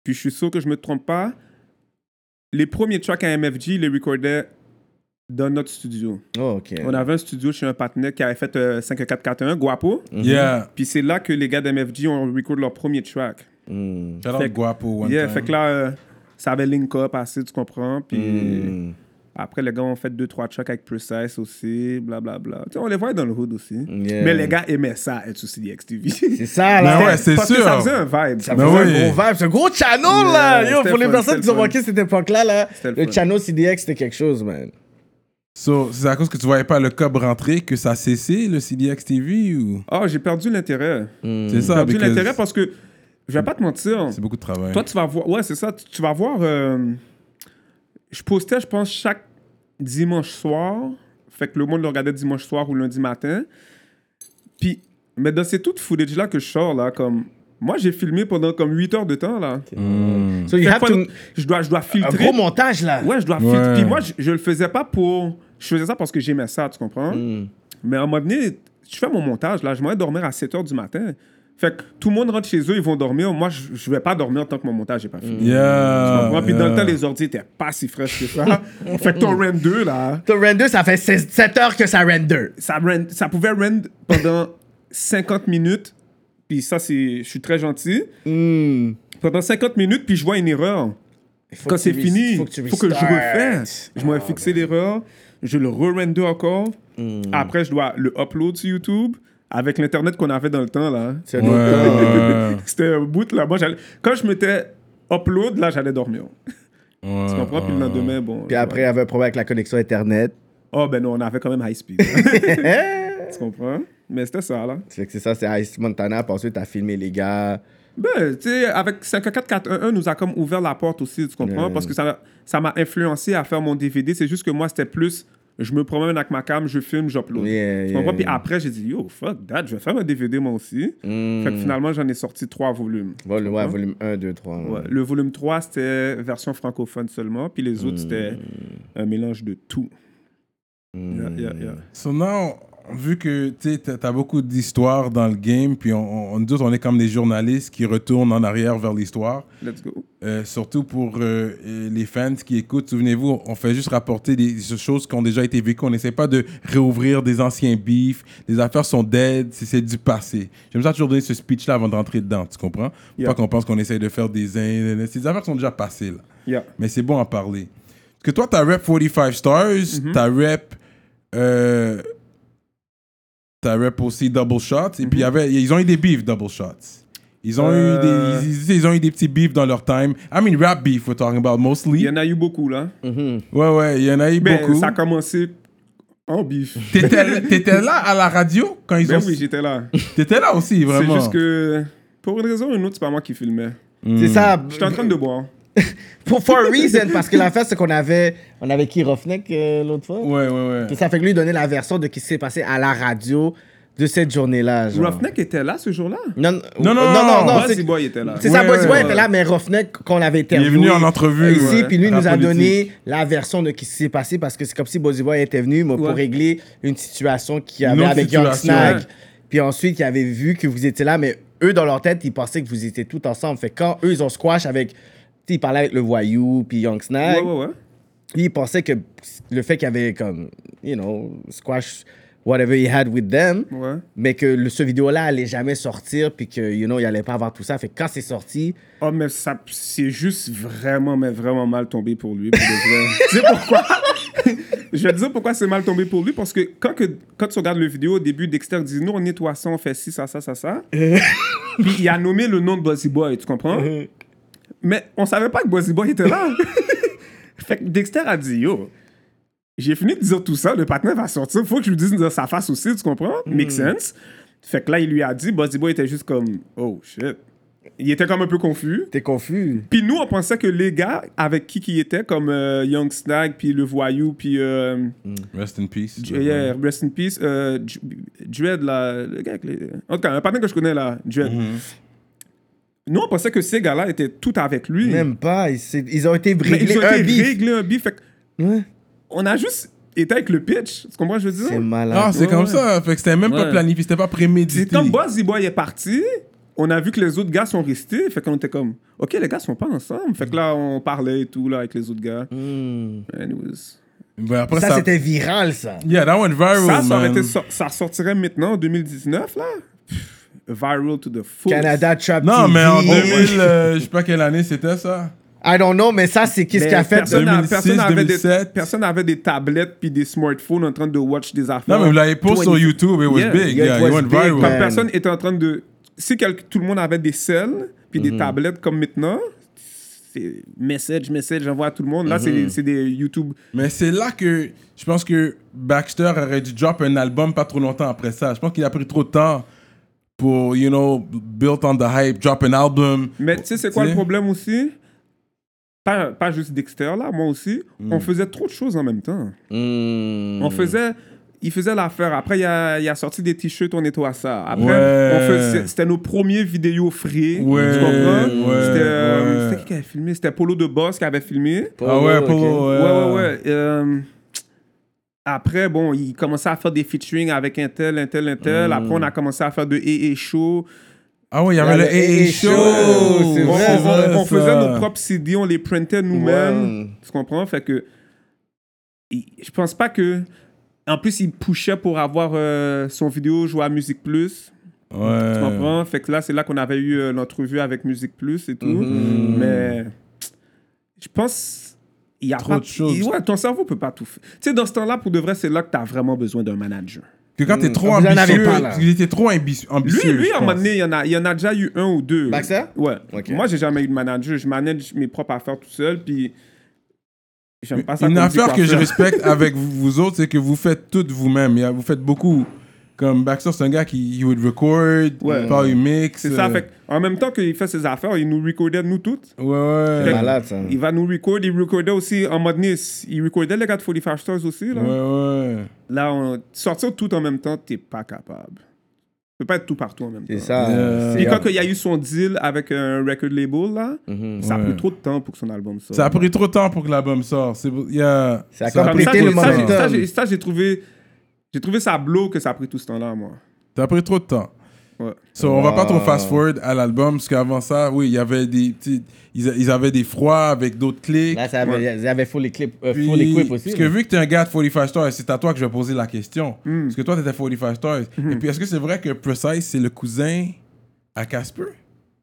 puis je suis sûr que je me trompe pas, les premiers tracks à MFG, ils les recordaient dans notre studio. Oh, OK. On avait un studio chez un partenaire qui avait fait euh, 5441, Guapo. Mm. Yeah. Puis c'est là que les gars d'MFG ont record leur premier track. Mm. Shout out Fait que- Guapo one yeah, time. fait que là, euh, ça avait link up assez, tu comprends. Puis Mm. après, les gars ont fait deux, trois tracks avec Precise aussi, blablabla. Tu sais, on les voyait dans le hood aussi. Yeah. Mais les gars aimaient ça, être sur CDXTV. C'est Ben ça, là. Mais ouais, c'est Parce que sûr. ça faisait un vibe. Ça Ben faisait oui. un gros vibe, c'est un gros channel là! Yeah, Yo, c'était pour le les fun, personnes c'était qui ont le fun. manqué cette époque-là, là, C'était le, le fun. channel CDX c'était quelque chose, man. So, c'est à cause que tu voyais pas le cob rentrer que ça a cessé, le CDX TV ou... Oh, j'ai perdu l'intérêt. C'est J'ai ça, Mm. perdu because Ah, l'intérêt parce que, je vais pas te mentir, c'est beaucoup de travail. toi, tu vas voir, ouais, c'est ça, tu, tu vas voir, euh, je postais, je pense, chaque dimanche soir, fait que le monde le regardait dimanche soir ou lundi matin, Puis, mais dans ces toutes footage-là que je sors, là, comme. Moi, j'ai filmé pendant comme 8 heures de temps, là. So you Fait have quoi, to... Je dois, je dois Un filtrer. gros montage, là. Ouais, je dois Ouais. filtrer. Puis moi, je, je le faisais pas pour. Je faisais ça parce que j'aimais ça, tu comprends? Mm. Mais à un moment donné, je fais mon montage, là, je m'en vais dormir à 7 h du matin. Fait que tout le monde rentre chez eux, ils vont dormir. Moi, je, je vais pas dormir tant que mon montage n'est pas fini. Tu Yeah. comprends? Puis dans le temps, Mm. yeah. les ordi étaient pas si fraîches que ça. fait que ton rend 2, là, Ton render, ça fait 16 7 heures que ça render. ça, rend- ça pouvait rend pendant 50 minutes. Puis ça, c'est, je suis très gentil. Mm. Pendant 50 minutes, puis je vois une erreur. Faut Quand que c'est tu fini, res- faut, tu Ah, que je restarts. refasse. Je m'en vais fixer l'erreur, je le re-render encore. Hmm. Après, je dois le upload sur YouTube avec l'internet qu'on avait dans le temps là. C'est un Ouais, autre temps. ouais, C'était un bout là. Moi, j'allais- quand je mettais upload, là, j'allais dormir. ouais. Tu comprends? Puis le lendemain, bon. Puis après, il y avait un problème avec la connexion Internet. Oh, ben non, on avait quand même high speed. tu comprends? Mais c'était ça là. C'est que c'est ça, c'est Ice Montana. Puis ensuite, t'as filmé les gars. Ben, tu sais, avec 54411 nous a comme ouvert la porte aussi, tu comprends? Parce que ça ça m'a influencé à faire mon DVD. C'est juste que moi, c'était plus, je me promène avec ma cam, je filme, j'upload. Yeah, tu yeah, comprends? Puis yeah. après, j'ai dit, yo, fuck that, je vais faire un DVD moi aussi. Mm. Fait que finalement, j'en ai sorti trois volumes. Vol- ouais, comprends? volume 1, 2, 3. Ouais. Le volume 3, c'était version francophone seulement. Puis les autres, c'était un mélange de tout. Yeah, yeah, yeah. So now, vu que tu as beaucoup d'histoires dans le game, puis on, on, nous autres, on est comme des journalistes qui retournent en arrière vers l'histoire, Let's go. euh, surtout pour euh, euh, les fans qui écoutent, souvenez-vous, on fait juste rapporter des choses qui ont déjà été vécues, on n'essaie pas de réouvrir des anciens beefs, les affaires sont dead, c'est- c'est du passé. J'aime ça toujours donner ce speech-là avant de rentrer dedans, tu comprends? Faut Yeah. Pas qu'on pense qu'on essaie de faire des... in- Ces affaires sont déjà passées, là Yeah. mais c'est bon à parler. Parce que toi, t'as rep 45 Stars, Mhm. t'as rep. euh, t'as rep aussi Double Shots, Mhm. et puis il y avait, ils ont eu des beefs Double Shots. Ils ont, Euh. eu des, ils, ils ont eu des petits beefs dans leur time. I mean, rap beef, we're talking about mostly. Il y en a eu beaucoup, là. Ouais, ouais, il y en a eu Ben, beaucoup. ça a commencé en bif. T'étais t'étais là à la radio quand ils Ben ont. oui, j'étais là. T'étais là aussi, vraiment. C'est juste que, pour une raison ou une autre, c'est pas moi qui filmais. C'est Mm. ça. J'étais en train de boire. Pour for a reason, parce que l'affaire, c'est qu'on avait. On avait qui, Roughneck, euh, l'autre fois Ouais, ouais, Puis ouais. ça fait que lui donner la version de ce qui s'est passé à la radio de cette journée-là. genre. Roughneck était là ce jour-là. Non, non, non, non, non, non, non, Buzzy c'est- Boy était là. C'est ça, Ouais, Boys ouais, Boy ouais. était là, mais Roughneck, qu'on l'avait Il interviewé. est venu en entrevue. Ici, ouais, puis lui à la nous a politique. donné la version de ce qui s'est passé parce que c'est comme si Bozy Boy était venu mais Ouais. pour régler une situation qu'il y avait Une autre avec Young situation, Snag. ouais. Puis ensuite, il avait vu que vous étiez là, mais eux, dans leur tête, ils pensaient que vous étiez tout ensemble. Fait que quand eux, ils ont squash avec. tu sais, Ils parlaient avec le voyou, puis Young Snag. Ouais, ouais, ouais. Lui, il pensait que le fait qu'il avait comme, you know, squash whatever he had with them, Ouais. mais que le, ce vidéo-là allait jamais sortir, puis que, you know, il allait pas avoir tout ça. Fait que quand c'est sorti, Oh, mais ça, c'est juste vraiment, mais vraiment mal tombé pour lui. pour de vrai. Tu sais pourquoi? Je vais te dire pourquoi c'est mal tombé pour lui, parce que quand, que quand tu regardes le vidéo au début, Dexter dit Nous, on nettoie ça, on fait ci, ça, ça, ça, ça. Puis il a nommé le nom de Buzzy Boy, tu comprends Mais on savait pas que Buzzy Boy était là. fait que Dexter a dit Yo, j'ai fini de dire tout ça, le partenaire va sortir, faut que je lui dise dans sa face aussi, tu comprends Make sense. Fait que là, il lui a dit Buzzy Boy était juste comme Oh shit. Il était comme un peu confus. t'es confus. Puis nous, on pensait que les gars avec qui qui était, comme euh, Young Snag, puis Le Voyou, puis euh, Rest in peace. J- yeah, Rest in Peace, euh, J- Dread, là, le gars avec les... En tout cas, un partenaire que je connais, là, Dread. Mm-hmm. Nous, on pensait que ces gars-là étaient tout avec lui. Même pas, ils, s'est- ils ont été mais réglés ils ont un été beef. réglés un beef. Fait que Ouais. on a juste été avec le pitch. Tu comprends ce que je veux C'est dire? malade. Ah, c'est Ouais, comme ouais. ça. Fait que c'était même pas Ouais. planifié, c'était pas prémédité. C'est quand Buzzy Boy est parti, on a vu que les autres gars sont restés. Fait qu'on était comme, OK, les gars sont pas ensemble. Fait que là, on parlait et tout, là, avec les autres gars. Mm. Anyways. Ben, après, ça, ça- c'était viral, ça. Yeah, that went viral, Ça, ça, aurait Oh, man. été sor- ça sortirait maintenant en 2019, là. Pff, viral to the full. Canada Trap Non, TV. mais en Oh, 2000, euh, je sais pas quelle année c'était ça. I don't know, mais ça, c'est qu'est-ce Mais qu'il a fait. personne, de- a- 2006, personne avait des, 2007. personne avait des tablettes puis des smartphones en train de watch des affaires. Non, mais vous l'avez posté sur 20. YouTube, it was Yeah, big. yeah, it Yeah, was it went big, viral. Quand man. personne était en train de... Si quel- tout le monde avait des selles puis Mhm. des tablettes comme maintenant, c'est message, message, j'envoie à tout le monde. Là, Mhm. c'est des- c'est des YouTube... Mais c'est là que je pense que Baxter aurait dû drop un album pas trop longtemps après ça. Je pense qu'il a pris trop de temps pour, you know, build on the hype, drop an album. Mais tu sais, c'est quoi Tu sais? le problème aussi pas, Hmm. pas juste Dexter, là, moi aussi. On faisait trop de choses en même temps. On faisait il faisait l'affaire. Après, il a, il a sorti des t-shirts, on nettoie ça. Après, Ouais. on fait- c'est- c'était nos premiers vidéos free. Ouais, Tu comprends? ouais, c'était euh, ouais. c'était qui qui avait filmé? C'était Polo de Boss qui avait filmé. Ah ouais, ok. Polo, Ouais, ouais. ouais, ouais. Euh, après, bon, il commençait à faire des featuring avec un tel, un tel, un tel. Hmm. Après, on a commencé à faire de et et show. Ah ouais, il y avait le le Hey Hey Hey Show. Show, c'est on, vrai, on- on- on ça. faisait nos propres CD, on les printait nous-mêmes. Ouais. Tu comprends? Fait que. il- Je pense pas que. En plus, il pushait pour avoir euh, son vidéo jouer à Musique Plus. Ouais. Tu comprends? Fait que là, c'est là qu'on avait eu euh, notre revue avec Musique Plus et tout. Mm-hmm. Mais je pense. Il y a Trop pas- de choses. il- Ouais, ton cerveau peut pas tout faire. Tu sais, dans ce temps-là, pour de vrai, c'est là que tu as vraiment besoin d'un manager. Que quand Mm. t'es trop Vous en avez ambitieux, pas, là. il était trop ambi- Lui, ambitieux. lui je à un pense. moment donné, il y, en a, il y en a déjà eu un ou deux. Baxter Ouais. Ok. Moi, j'ai jamais eu de manager. Je manage mes propres affaires tout seul, puis j'aime pas ça. Une qu'on me dit affaire quoi que je faire. respecte avec vous, vous autres, c'est que vous faites tout vous-même. Il y a- Vous faites beaucoup. Comme Baxter, c'est un gars qui il would record, Ouais. il parle, il mixe. C'est ça. euh, Fait, que, en même temps qu'il fait ses affaires, il nous recordait, nous toutes. Ouais, ouais. Fait que malade, ça. Il va nous record. Il recordait aussi, en mode donné, il recordait les gars de 45 Stars aussi. Là, Ouais, ouais. là on, sortir tout en même temps, t'es pas capable. Tu peux pas être tout partout en même temps. C'est ça. Euh, Puis c'est- quand il y a eu son deal avec un record label, là, Mhm. ça a Ouais. pris trop de temps pour que son album sorte. Ça a pris trop de temps pour que l'album sorte. C'est- il y a- Ça a Comme ça, Compléter j'ai- le ça, j'ai- momentum. ça, j'ai- ça, j'ai trouvé... J'ai trouvé ça blow que ça a pris tout ce temps-là, moi. Ça a pris trop de temps. Ouais. So, On va pas trop Wow. fast-forward à l'album, parce qu'avant ça, oui, il y avait des petits... Ils, a- ils avaient des froids avec d'autres clics. Là, ça avait, ils avaient full équipe, euh, Puis, full equip aussi. Parce que là. vu que tu es un gars de 45 Stars, c'est à toi que je vais poser la question. Hmm. Parce que toi, tu étais 45 Stars. Et puis, est-ce que c'est vrai que Precise, c'est le cousin à Casper?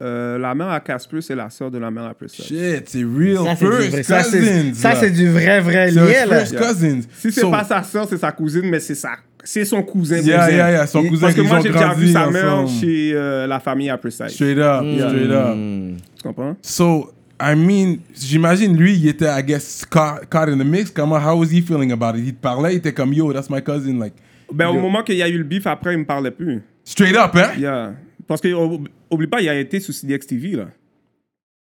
Euh, la mère à Casper, c'est la sœur de la mère à Priscilla. Shit, c'est real Ça, c'est du first vrai- ça, cousins. c'est- ça, là. c'est du vrai, vrai C'est un lien, là. first cousins. Si c'est So- pas sa sœur, c'est sa cousine, mais c'est sa... C'est son cousin. Yeah, cousin. yeah, yeah, son Il- cousin Parce que qu'ils moi, ont j'ai déjà vu grandi sa mère ensemble. chez euh, la famille à Priscilla. Tu Straight up, straight Hmm. up. comprends? So, I mean, j'imagine lui, il était, I guess, caught, caught in the mix. Comment, how was he feeling about it? Il te parlait, il était comme, yo, that's my cousin. Like, Ben, au moment qu'il y a eu le bif, après, il me parlait plus. straight up, hein? Yeah. Parce que, oh, oublie pas, il a été sur CDX TV, là.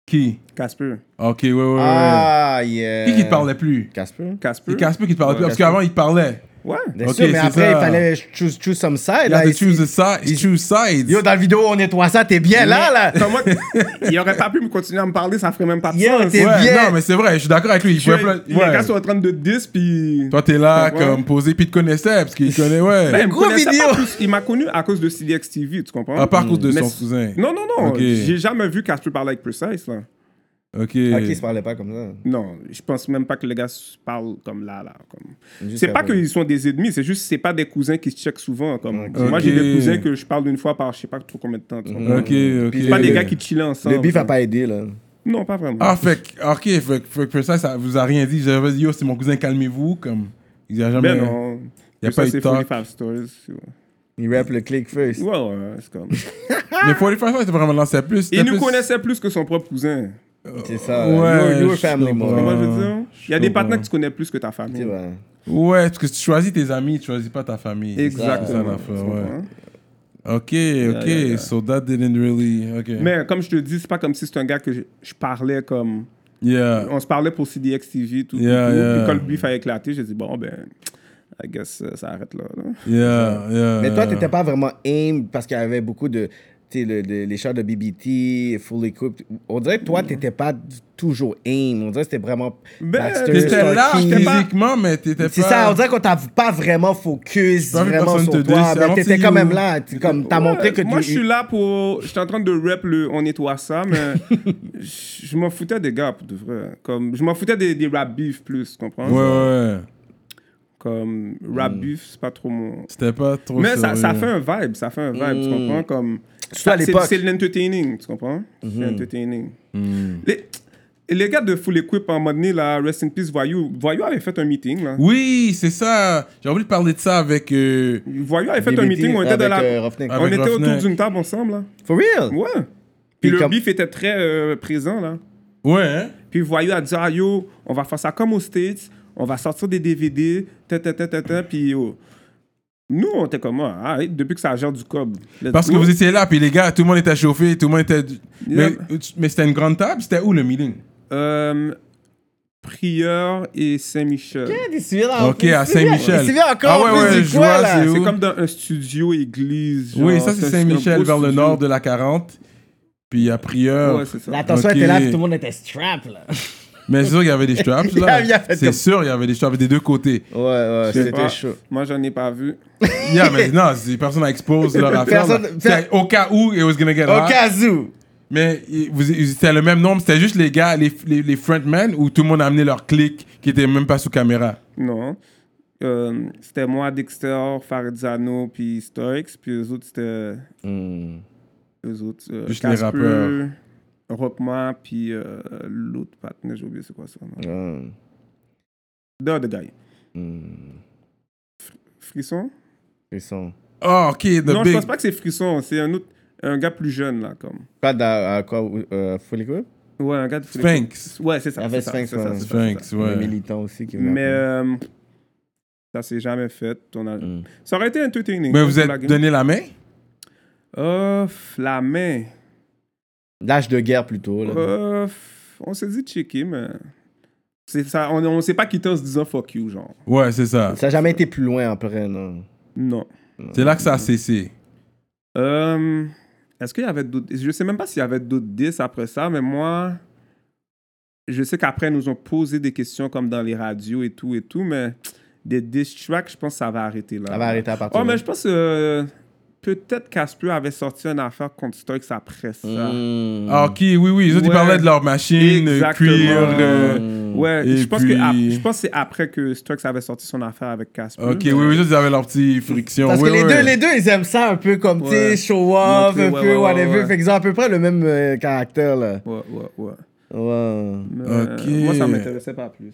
Qui? Casper. Ok, ouais, ouais, ouais. Ah, yeah. Qui qui te parlait plus? Casper. Casper. C'est Casper qui te parlait plus. Parce qu'avant, il te parlait. Ouais. Bien Ok, sûr, mais c'est après, ça. il fallait choose, choose some side. You have Là, to ici. choose the side. Choose sides. Yo, dans la vidéo, on nettoie ça, t'es bien là, là. Comment il aurait pas pu me continuer à me parler, ça ferait même pas de Yeah, sens. t'es ouais, bien. non, mais c'est vrai, je suis d'accord avec lui. Il Tu pouvait vois, pas- Les ouais. gars sont en train de 10 puis Toi, t'es là, Ouais. comme posé, puis il te connaissait, parce qu'il connaît, ouais. Ben, il me gros connaissait vidéo. pas plus. Il m'a connu à cause de CDX TV, tu comprends Ah, pas à cause de Mais son c'est- cousin. Non non non, Ok. j'ai jamais vu Casper parler avec Precise là. Ok. Ok, ils se parlaient pas comme ça. Non, je pense même pas que les gars se parlent comme là là comme. Juste C'est pas après. qu'ils sont des ennemis, c'est juste que c'est pas des cousins qui se checkent souvent comme. Ok. Moi Ok. j'ai des cousins que je parle une fois par je sais pas trop combien de temps. tu comprends? Ok, ok. Puis c'est pas des gars qui chillent ensemble. Le bif a pas aidé, là. Non, pas vraiment. Ah, fait que- ok, fait, que- fait que ça, ça vous a rien dit. J'avais dit, yo, c'est mon cousin, calmez-vous. Comme, il a jamais. ben non. y a Puis pas ça, eu de c'est talk. 45 stories. ouais. Il rappe le click first. Ouais, ouais, c'est comme. Mais 45 Cent, c'était vraiment lancé plus. Il nous plus- connaissait plus que son propre cousin. C'est ça. Ouais, Ouais, you, were je family, comprends. moi. Comment Oh, je veux Ah, dire Il y je a des comprends. partenaires que tu connais plus que ta Tu famille. vois. Ouais, parce que tu choisis tes amis, tu choisis pas ta famille. C'est ça, Exactement. l'affaire, Tu ouais. Ok, comprends? ok, yeah, yeah. so that didn't really. Ok. Mais comme je te dis, c'est pas comme si c'était un gars que je, je parlais comme. Yeah. On se parlait pour CDX TV, tout. tout, Yeah, tout. yeah. Puis quand le beef a éclaté, j'ai dit, bon, ben, I guess euh, ça arrête là. là. Yeah, yeah. Mais toi, t'étais pas vraiment aim parce qu'il y avait beaucoup de. Tu sais, le- le- les chars de BBT, Full Equip. On dirait que toi, t'étais pas toujours aim. On dirait que c'était vraiment. Ben, Baxter, T'étais là Starkey. physiquement, mais t'étais pas. C'est ça, on dirait qu'on t'a pas vraiment focus pas vu vraiment personne sur te toi, dire, c'est mais t'étais gentil quand même ou- là. Tu, comme, t'as Ouais, montré que Moi, tu. je suis là pour. J'étais en train de rep le On nettoie ça, mais je je m'en foutais des gars, pour de vrai. Comme, je m'en foutais des, des rap beef plus, tu comprends Ouais, ouais. Comme, rap Mm. beef, c'est pas trop mon. C'était pas trop. Mais ça, ça sérieux. fait un vibe, ça fait un vibe, tu comprends? Comme, Surtout à c'est- l'époque. C'est l'entertaining, tu comprends? C'est l'entertaining. Les, les gars de Full Equip, à un moment donné, là, Rest in Peace, Voyou, Voyou avait fait un meeting, là. Oui, c'est ça. J'ai envie de parler de ça avec. euh, Voyou avait fait un meeting, on était, avec, dans la, euh, Roughneck. on Avec était autour Roughneck. d'une table ensemble, là. For real? Ouais. Puis Puis le comme- beef était très euh, présent, là. Ouais, hein? Puis Voyou a dit, ah, yo, on va faire ça comme aux States, on va sortir des DVD, ta, ta, ta, ta, ta, puis yo. Nous, on était comme, ah, right, depuis que ça gère du cob. let's Parce que go. vous étiez là, puis les gars, tout le monde était chauffé, tout le monde était. Yeah. Mais, mais c'était une grande table, c'était où le meeting Euh, Prieur et Saint-Michel. Ok, à Saint-Michel. C'est bien Ah encore. ouais, plus ouais, du je quoi, vois, là? c'est où? C'est comme dans un studio église. Oui, genre, ça c'est un- un Saint-Michel beau vers le studio. nord de la 40. Puis à Prieur. Ouais, c'est ça. La tension Ok. était là, puis tout le monde était strap, là. Mais c'est sûr qu'il y avait des straps Il y là. avait- il y avait C'est comme- sûr il y avait des straps des deux côtés. Ouais, ouais, Je sais pas. c'était chaud. Moi, j'en ai pas vu. Yeah, mais non, si personne n'expose leur affaire. là. Personne- C'est Au cas où, it was gonna get Au hot. cas où. Mais il- vous- il- c'était le même nombre, c'était juste les gars, les, les, les frontmen, où tout le monde a amené leur clique qui était même pas sous caméra. Non. Euh, c'était moi, Dexter, Faridzano, puis Stoics. Puis eux autres, c'était. Hmm. Eux autres. euh, Juste les Casper, rappeurs. Rockman, puis euh, l'autre partenaire, j'ai oublié c'est quoi ça. non. Hmm. The other guy. Hmm. Frisson Ils sont Oh, ok, the Non, je big. pense pas que c'est Frisson. C'est un autre. Un gars plus jeune, là, comme. Pas dans quoi euh, Full Equip Ouais, un gars de Sphinx. Ouais, c'est ça. Il y avait c'est ça, Sphinx, c'est ça, ouais. c'est ça, c'est ça. Sphinx, Les ouais. militants aussi qui venaient Mais après. euh, ça s'est jamais fait. On a- Mm. Ça aurait été entertaining. hein, Mais vous Pour la êtes game. donné la main? Ouf, la main. L'âge de guerre plutôt. Là. Ouf, on s'est dit checker, mais. C'est ça, on on s'est pas quitté en se disant fuck you, genre. Ouais, c'est ça. Ça n'a jamais été plus loin après, non. Non. C'est là que ça a cessé. Euh, Est-ce qu'il y avait d'autres. Je sais même pas s'il y avait d'autres 10 après ça, mais moi. Je sais qu'après, ils nous ont posé des questions comme dans les radios et tout et tout, mais des 10 tracks, je pense que ça va arrêter là. Ça va arrêter à partir Oh, de mais je pense euh, peut-être Casper avait sorti une affaire contre Stokes après ça. Mm. Ah, ok, oui, oui. Ils autres, ils Ouais. parlaient de leur machine, euh, Exactement. cuir. euh, Ouais, Et je pense, puis- que, ap- je pense que c'est après que Stokes avait sorti son affaire avec Casper. Ok, oui, oui, eux autres, ils avaient leur petite friction. Parce Oui, que les, oui. Deux, les deux, ils aiment ça un peu comme, tu sais, Ouais. show off, Montrer, un ouais, peu, ouais, ouais, whatever. ouais. Fait qu'ils ont à peu près le même euh, caractère, là. Ouais, ouais, ouais. Ouais. Mais, Ok. euh, Moi, ça m'intéressait pas plus.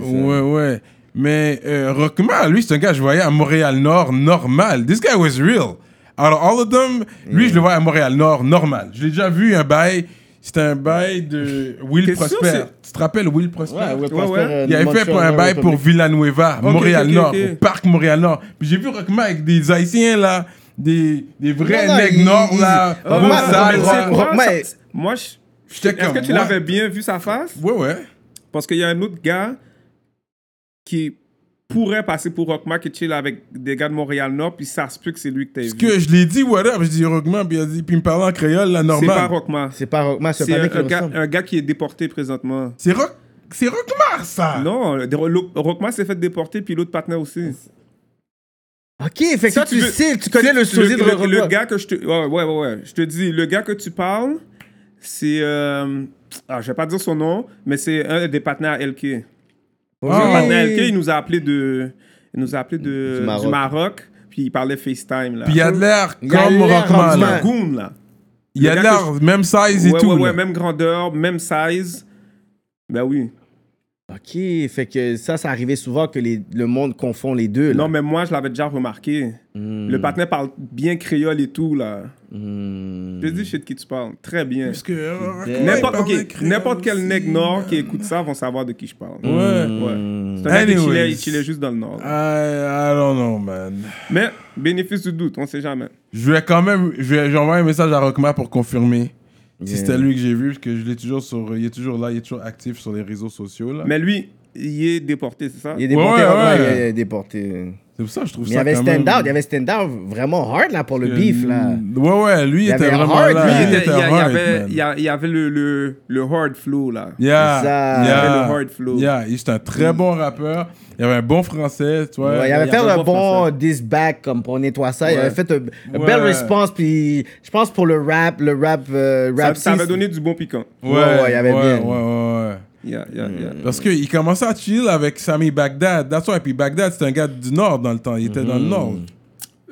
Ouais, ouais. Mais euh, Rockman, lui, c'est un gars que je voyais à Montréal-Nord, normal. This guy was real. Alors, all of them, lui, je le vois à Montréal-Nord, normal. Je l'ai déjà vu un bail. C'était un bail de Will Question, Prosper. c'est- Tu te rappelles Will Prosper Ouais, ouais, ouais. Il avait fait pour un bail pour Villanueva, ok, Montréal-Nord, ok, ok. au parc Montréal-Nord. Puis j'ai vu Rockman avec des Haïtiens, là, des, des vrais Non, non, nègres il- nord, il- là, Oh, beaux ouais, sales, mais là. c'est- Rockman ça- est- moi, je- J'étais est-ce que comme, tu what? l'avais bien vu sa face? Ouais, ouais. Parce qu'il y a un autre gars qui pourrait passer pour Rockman qui chill avec des gars de Montréal-Nord, puis ça se peut que c'est lui que t'as vu. Parce que je l'ai dit, what up? Je dis Rockman, puis il a dit- puis il me parlait en créole, là, C'est pas normal. Rockman. C'est pas Rockman, c'est C'est euh, pas un mec qui un, un gars, ressemble. un gars qui est déporté présentement. C'est Rock, c'est Rockmar, ça. Non, des- Ro- Rockman s'est fait déporter, puis l'autre partenaire aussi. Ok, fait que Si toi, tu veux- sais, tu connais si- le sosie de le, Rockman. le gars que je te. Ouais, ouais, ouais, ouais. Je te dis, le gars que tu parles, c'est. euh, Ah, je vais pas dire son nom, mais c'est un des partenaires à LK. Le Ah, partenaire à LK, il nous a appelé de. Il nous a appelé de, Du Maroc. du Maroc, puis il parlait FaceTime, là. Puis il a de l'air Il a comme l'air Rockman. rendu là. mal. Goon, là. Il a de Le gars l'air même size et ouais, tout. ouais, ouais, là. même grandeur, même size. Ben oui. Ok, fait que ça, ça arrivait souvent que les- le monde confond les deux. là. Hmm. Non, mais moi, je l'avais déjà remarqué. Le partenaire parle bien créole et tout, là. Mm. Je te dis, je sais de qui tu parles. Très bien. Parce que euh, Rockman, il N'importe parlait ok, créole n'importe quel aussi. euh. nègre nord qui écoute ça vont savoir de qui je parle. Ouais. Hmm. Ouais. C'est un nègre qui Anyways. chillait- il chillait juste dans le nord. I, I don't know, man. Mais bénéfice du doute, on sait jamais. Je vais quand même. je vais- J'envoie un message à Rockman pour confirmer si c'était lui que j'ai vu, parce que je l'ai toujours sur. Il est toujours là, il est toujours actif sur les réseaux sociaux, là. Mais lui, il est déporté, c'est ça Il est déporté, Ouais, ouais, Rockman, ouais. il est déporté. C'est pour ça que je trouve Mais il y ça. avait quand même- stand-out, il y avait stand-out vraiment hard là pour le Euh, beef là. Ouais, ouais, lui, il Il était avait vraiment hard, là. lui, Il Ah, il était- était il y a- il y hard, avait- man. il y a- il y avait le, le, le hard flow, là. Yeah, Ça, il y yeah, avait le hard flow. Yeah, il- c'est un très bon rappeur. Il y avait un bon français, tu vois. Ouais, il avait il fait avait un pas bon français. diss back comme pour nettoyer ça. Il Ouais. avait fait une une Ouais. belle response puis je pense pour le rap, le rap, euh, Ça, rap. ça six- avait donné du bon piquant. Ouais, Ouais, ouais, il y avait ouais, bien. ouais, ouais, ouais. Yeah, yeah, yeah. Parce qu'il commençait à chill avec Sami Bagdad. That's why. Puis Bagdad, c'était un gars du Nord dans le temps. Il était dans le Mm-hmm. Nord.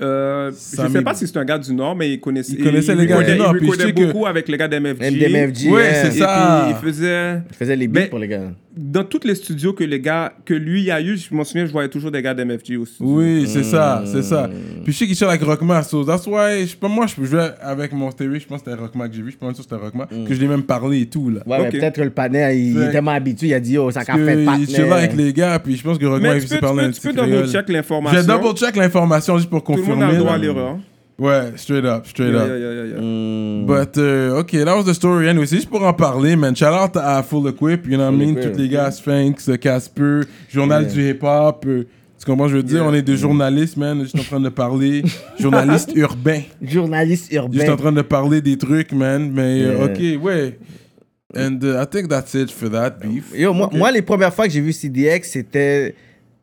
Euh, Ça je sais m'est- pas si c'est un gars du Nord, mais il connaissait, Il connaissait les gars du recordait- Nord, Il puis je sais recordait que- beaucoup avec les gars d'MFG. MDMFG. Ouais, yeah. c'est Et ça. puis, il faisait... Il faisait les beats Mais- pour les gars. dans tous les studios que les gars que lui a eu, je m'en souviens, je voyais toujours des gars d'MFG aussi. Oui, c'est ça, c'est ça. Mm. Puis je sais qu'il chill avec Rockman. So that's why. Je sais pas, moi, je jouais avec mon théorie. Je pense que c'était Rockman que j'ai vu. Je pense que c'était Rockman. Que je l'ai même parlé et tout. Là. Mm. Ouais, mais Ok. peut-être que le panel il Ouais. est tellement habitué, il a dit oh ça qu'a Parce fait que il chillait partenaire. avec les gars. Puis je pense que Rockman, Mais il tu peux, s'est tu parlé un peux, tu petit peux créole. double check Je l'information. double check l'information juste pour Tout le confirmer. monde a le droit à là. l'erreur. hein. Ouais, straight up, straight Yeah, up. yeah, yeah, yeah, yeah. Hmm. But, uh, OK, that was the story. Anyway, c'est juste pour en parler, man. Shout out à Full Equip, you know what I mean? Equip, Tous les gars, Sphinx, euh, Casper, Journal du hip-hop. euh, tu comprends, ce que je veux dire? On est des journalistes, man. Juste en train de parler. journalistes urbains. Journaliste Juste Ben. urbain. en train de parler des trucs, man. Mais, euh, Yeah. OK, ouais. And uh, I think that's it for that beef. Yo, moi, moi, les premières fois que j'ai vu CDX, c'était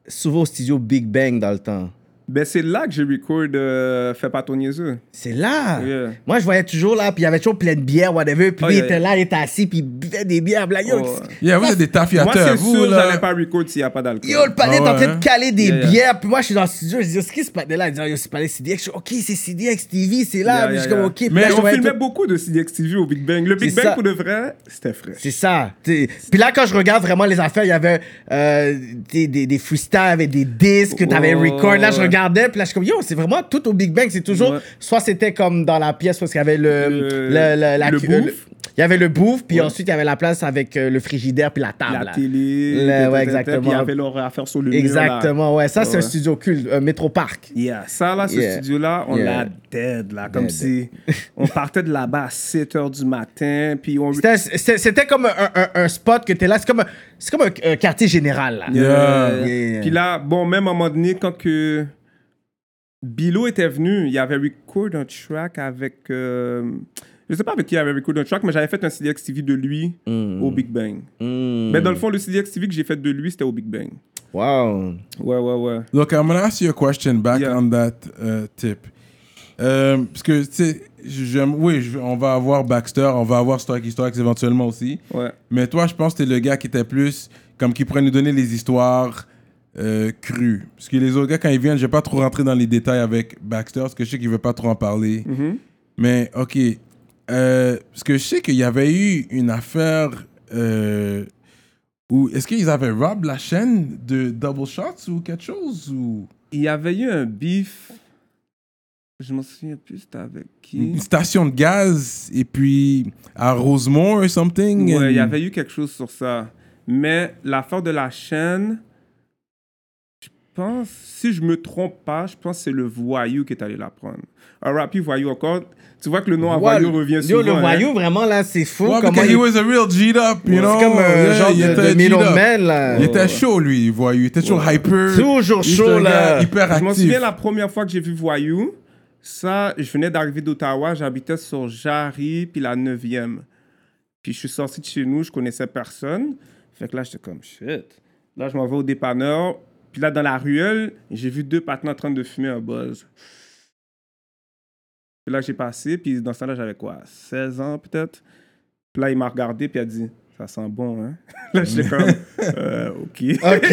souvent au studio Big Bang dans le temps. Ben, c'est là que j'ai record euh, Fais pas ton niaiseux. C'est là. Yeah. Moi, je voyais toujours là, puis il y avait toujours plein de bières, whatever. Puis Oh, lui, il yeah, était yeah. là, il était assis, puis il buvait des bières. blague, yo, Oh. Yeah, vous êtes des Moi, c'est tafiateurs. Vous, sûr, j'allais là. pas record s'il n'y a pas d'alcool. Yo, le palais Ah est en ouais, train hein? de caler des Yeah, yeah. bières. Puis moi, je suis dans le studio, je dis, Yo, c'est qui ce palais-là Il dit, Oh, yo, c'est le palais CDX. Je suis, ok, c'est CDX TV, c'est là. Yeah, Puis je yeah, suis comme, yeah. ok. Puis Mais là, je On voyais filmait tout- beaucoup de CDXTV au Big Bang. Le Big C'est Bang, ça. pour de vrai, c'était frais. C'est ça. t'sais. Puis là, quand je regarde vraiment les affaires, il y avait euh, des, des, des freestyles avec des disques que t'avais Ouais, record. Là, je ouais. regardais, puis là, je suis comme, yo, c'est vraiment tout au Big Bang. C'est toujours, Ouais. soit c'était comme dans la pièce parce qu'il y avait le... Le- la- le euh, bouffe. Il y avait le bouffe, puis ensuite, il y avait la place avec euh, le frigidaire puis la table. La là. télé. Le- tata, ouais, tata, exactement. Puis il y avait leur affaire sur le mur, là. Exactement, ouais. Ça, c'est un Ouais. studio culte, euh, un métroparc. Yeah, ça là, ce Yeah. studio-là, on Yeah. l'a dead, là. Comme Dead. si on partait de là-bas à 7 h du matin, puis on. C'était- C'était c'était comme un, un- un spot que t'es là. C'est comme, un- c'est comme un un quartier général, là. Euh, Yeah, yeah. Puis là, bon, même à un moment donné, quand que Bilo était venu, il avait record un track avec. euh, je sais pas avec qui il avait record un track, mais j'avais fait un CDX TV de lui au Big Bang. Mais dans le fond, le CDX TV que j'ai fait de lui, c'était au Big Bang. Wow. Ouais, ouais, ouais. Look, I'm gonna ask you a question back Yeah. on that uh, tip. Um, parce que, tu sais, j'aime- oui, je- on va avoir Baxter, on va avoir Stark Historics éventuellement aussi. Ouais. Mais toi, je pense que t'es le gars qui était plus, comme qui pourrait nous donner les histoires euh, crues. Parce que les autres gars, quand ils viennent, je vais pas trop rentrer dans les détails avec Baxter, parce que je sais qu'il veut pas trop en parler. Mais, OK. Euh, parce que je sais qu'il y avait eu une affaire euh, où... Est-ce qu'ils avaient rob la chaîne de Double Shots ou quelque chose ou... Il y avait eu un beef. Je m'en souviens plus, c'était avec qui. une station de gaz et puis à Rosemont or something. Ouais, il y and- avait eu quelque chose sur ça. Mais l'affaire de la chaîne, je pense, si je me trompe pas, je pense que c'est le voyou qui est allé la prendre. Un rapide voyou encore. Tu vois que le nom à voyou Wow, revient yo, souvent. le hein. voyou, vraiment, là, c'est fou. Ouais, comment because he il- was a real G'd up, you know. C'est comme un Yeah, genre il de- était de G'd up. middleman, là. Il était chaud, lui, il voyou. Il était toujours hyper. Toujours Il était chaud, un gars là. Hyper Je m'en actif. souviens la première fois que j'ai vu voyou. Ça, je venais d'arriver d'Ottawa, j'habitais sur Jarry, puis la 9e. Puis je suis sorti de chez nous, je connaissais personne. Fait que là, j'étais comme shit. Là, je m'en vais au dépanneur. Puis là, dans la ruelle, j'ai vu deux patins en train de fumer un buzz. Puis là, j'ai passé, puis dans ce temps-là, j'avais quoi, 16 ans peut-être? Puis là, il m'a regardé, puis il a dit, ça sent bon, hein? Là, j'étais comme, Euh, ok. Ok,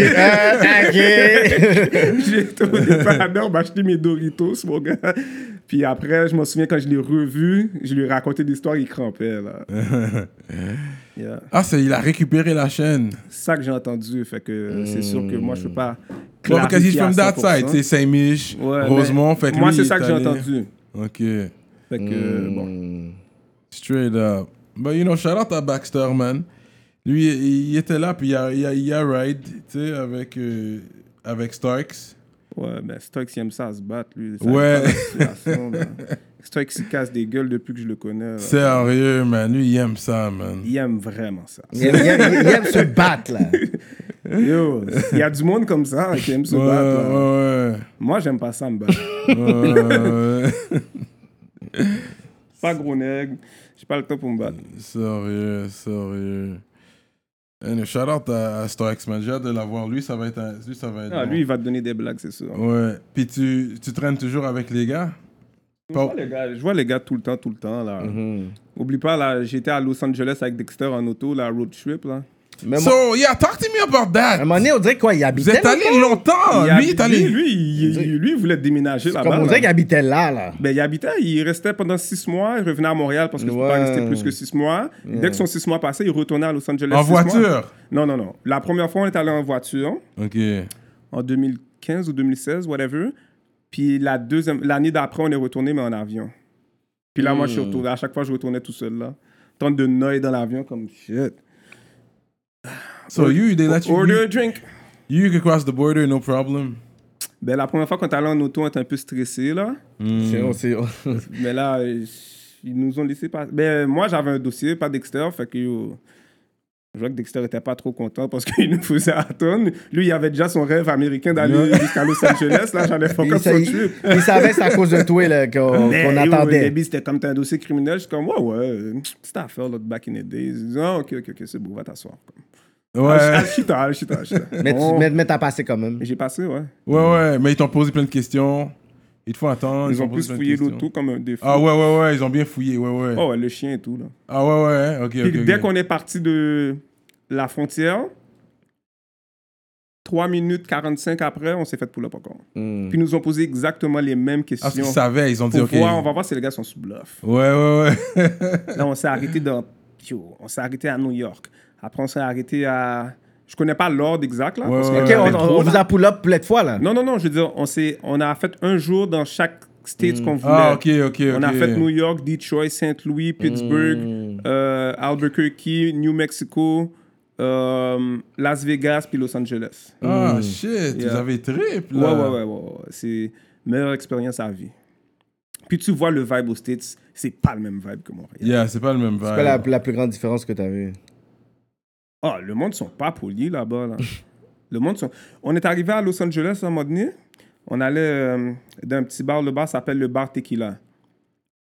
euh, ok. J'ai été au dépanneur m'acheter mes Doritos, mon gars. Puis après, je m'en souviens quand je l'ai revu, je lui ai raconté l'histoire, il crampait, là. Yeah. Ah, c'est, il a récupéré la chaîne. C'est ça que j'ai entendu, fait que euh, c'est sûr que moi, je Hmm. peux pas. Ouais, because he's from that side. C'est c'est Saint-Mich, Rosemont. Fait que ben, Moi, lui, c'est il ça est que j'ai allé- Hmm. entendu. Ok. Fait que, euh, bon. Straight up. But you know, shout out à Baxter, man. Lui, il il était là, puis il a, il a, il a ride, tu sais, avec, euh, avec Starks. Ouais, mais Stokes, il aime ça à se battre, lui. Ça Ouais. aime pas la situation, là. Stokes, il casse des gueules depuis que je le connais. là. Sérieux, man. Lui, il aime ça, man. Il aime vraiment ça. Il aime- il aime il aime se battre, là. Yo, il y a du monde comme ça hein, qui aime se Ouais, battre. là. ouais, Moi, j'aime pas ça me battre. ouais, ouais. pas gros nègre. J'ai pas le temps pour me battre. Mm. Sérieux, sérieux. Anyway, shout out à, à Starks, man. J'ai hâte de l'avoir. Lui, ça va être. un- Lui, ça va être Ah, bon. lui, il va te donner des blagues, c'est sûr. Ouais. Puis tu, tu traînes toujours avec les gars. Je, vois les gars, je vois les gars tout le temps, tout le temps. Là. Mhm. Oublie pas, là, j'étais à Los Angeles avec Dexter en auto, la road trip. Là. Mais moi- So, yeah, talk to me about à that. un moment donné, on dirait quoi, il Vous habitait êtes allé là-bas? longtemps. Il Ah, Lui, hab- est allé. Lui, il, il- lui, il voulait déménager là-bas. Comme on là. dirait qu'il habitait là, là. Ben, il habitait, il restait pendant six mois, il revenait à Montréal parce que je ne peux pas Ouais. rester plus que six mois. Dès que son six mois passait, il retournait à Los Angeles. En six mois. voiture. Non, non, non. La première fois, on est allé en voiture. Ok. en 2015 ou 2016, whatever. Puis la deuxième, l'année d'après, on est retourné, mais en avion. Puis là, moi, je suis retourné. À chaque fois, je retournais tout seul, là. Tente de noyer dans l'avion, comme shit. So, you, they let you. Order a You, drink. you can cross the border, no problem. Ben, la première fois, quand t'allais en auto, on était un peu stressé, là. C'est- on- c'est- mais là, euh, ils nous ont laissé passer. Ben, moi, j'avais un dossier, pas Dexter, fait que yo, je vois que Dexter était pas trop content parce qu'il nous faisait attendre. Lui, il avait déjà son rêve américain d'aller jusqu'à Los Angeles. Là, j'en ai fuck Il, up sa- son il- tube. il savait que c'est à cause de toi là, qu'on Mais qu'on yo, Au attendait. début, c'était comme t'as un dossier criminel. Je suis comme, ouais, ouais, euh, petite affaire, là, de back in the days. Ils disent, ah, ok, ok, ok, c'est beau, va t'asseoir. Comme. Ah, Ouais, je suis tard, je suis tard, je suis tard. Mais, tu- Bon. mais, mais t'as passé quand même. Mais j'ai passé, ouais. ouais, ouais. Mais ils t'ont posé plein de questions. Il te faut attendre. Ils t'ont ont posé plus plein de fouillé questions. l'auto comme un défaut. Ah ouais, ouais, ouais. Ils ont bien fouillé. Ouais, ouais. Oh, ouais, le chien et tout, là. Ah ouais, ouais. Ok, Puis ok. dès ok. qu'on est parti de la frontière, 3 minutes 45 après, on s'est fait pull up encore. Puis ils nous ont posé exactement les mêmes Hmm. Ah, parce qu'ils questions. savaient. Ils ont dit, pour ok. voir, on va voir si les gars sont sous bluff. Ouais, ouais, ouais. Là, on s'est arrêté dans. Yo, on s'est arrêté à New York. Après, on s'est arrêté à. Je connais pas l'ordre exact là. Ouais, parce que ouais, Ok, il y ouais. on, avait on- trop, on vous là. a pull up plein de fois là. Non, non, non, je veux dire, on, s'est- on a fait un jour dans chaque state qu'on voulait. Ah, ok, ok, On a ok. Hmm. fait New York, Detroit, Saint-Louis, Pittsburgh, euh, Albuquerque, New Mexico, euh, Las Vegas, puis Los Angeles. Ah, shit. Hmm. Yeah. Vous avez triple. Ouais, ouais, là. ouais, ouais, ouais. C'est meilleure expérience à vie. Puis tu vois le vibe aux States, c'est pas le même vibe que Montréal. Yeah, c'est pas le même vibe. C'est quoi la, la plus grande différence que t'as Euh, vue? Ah, le monde sont pas polis là-bas. Là. le monde sont. On est arrivé à Los Angeles à un moment donné. On allait euh, dans un petit bar. Le bar s'appelle le bar Tequila.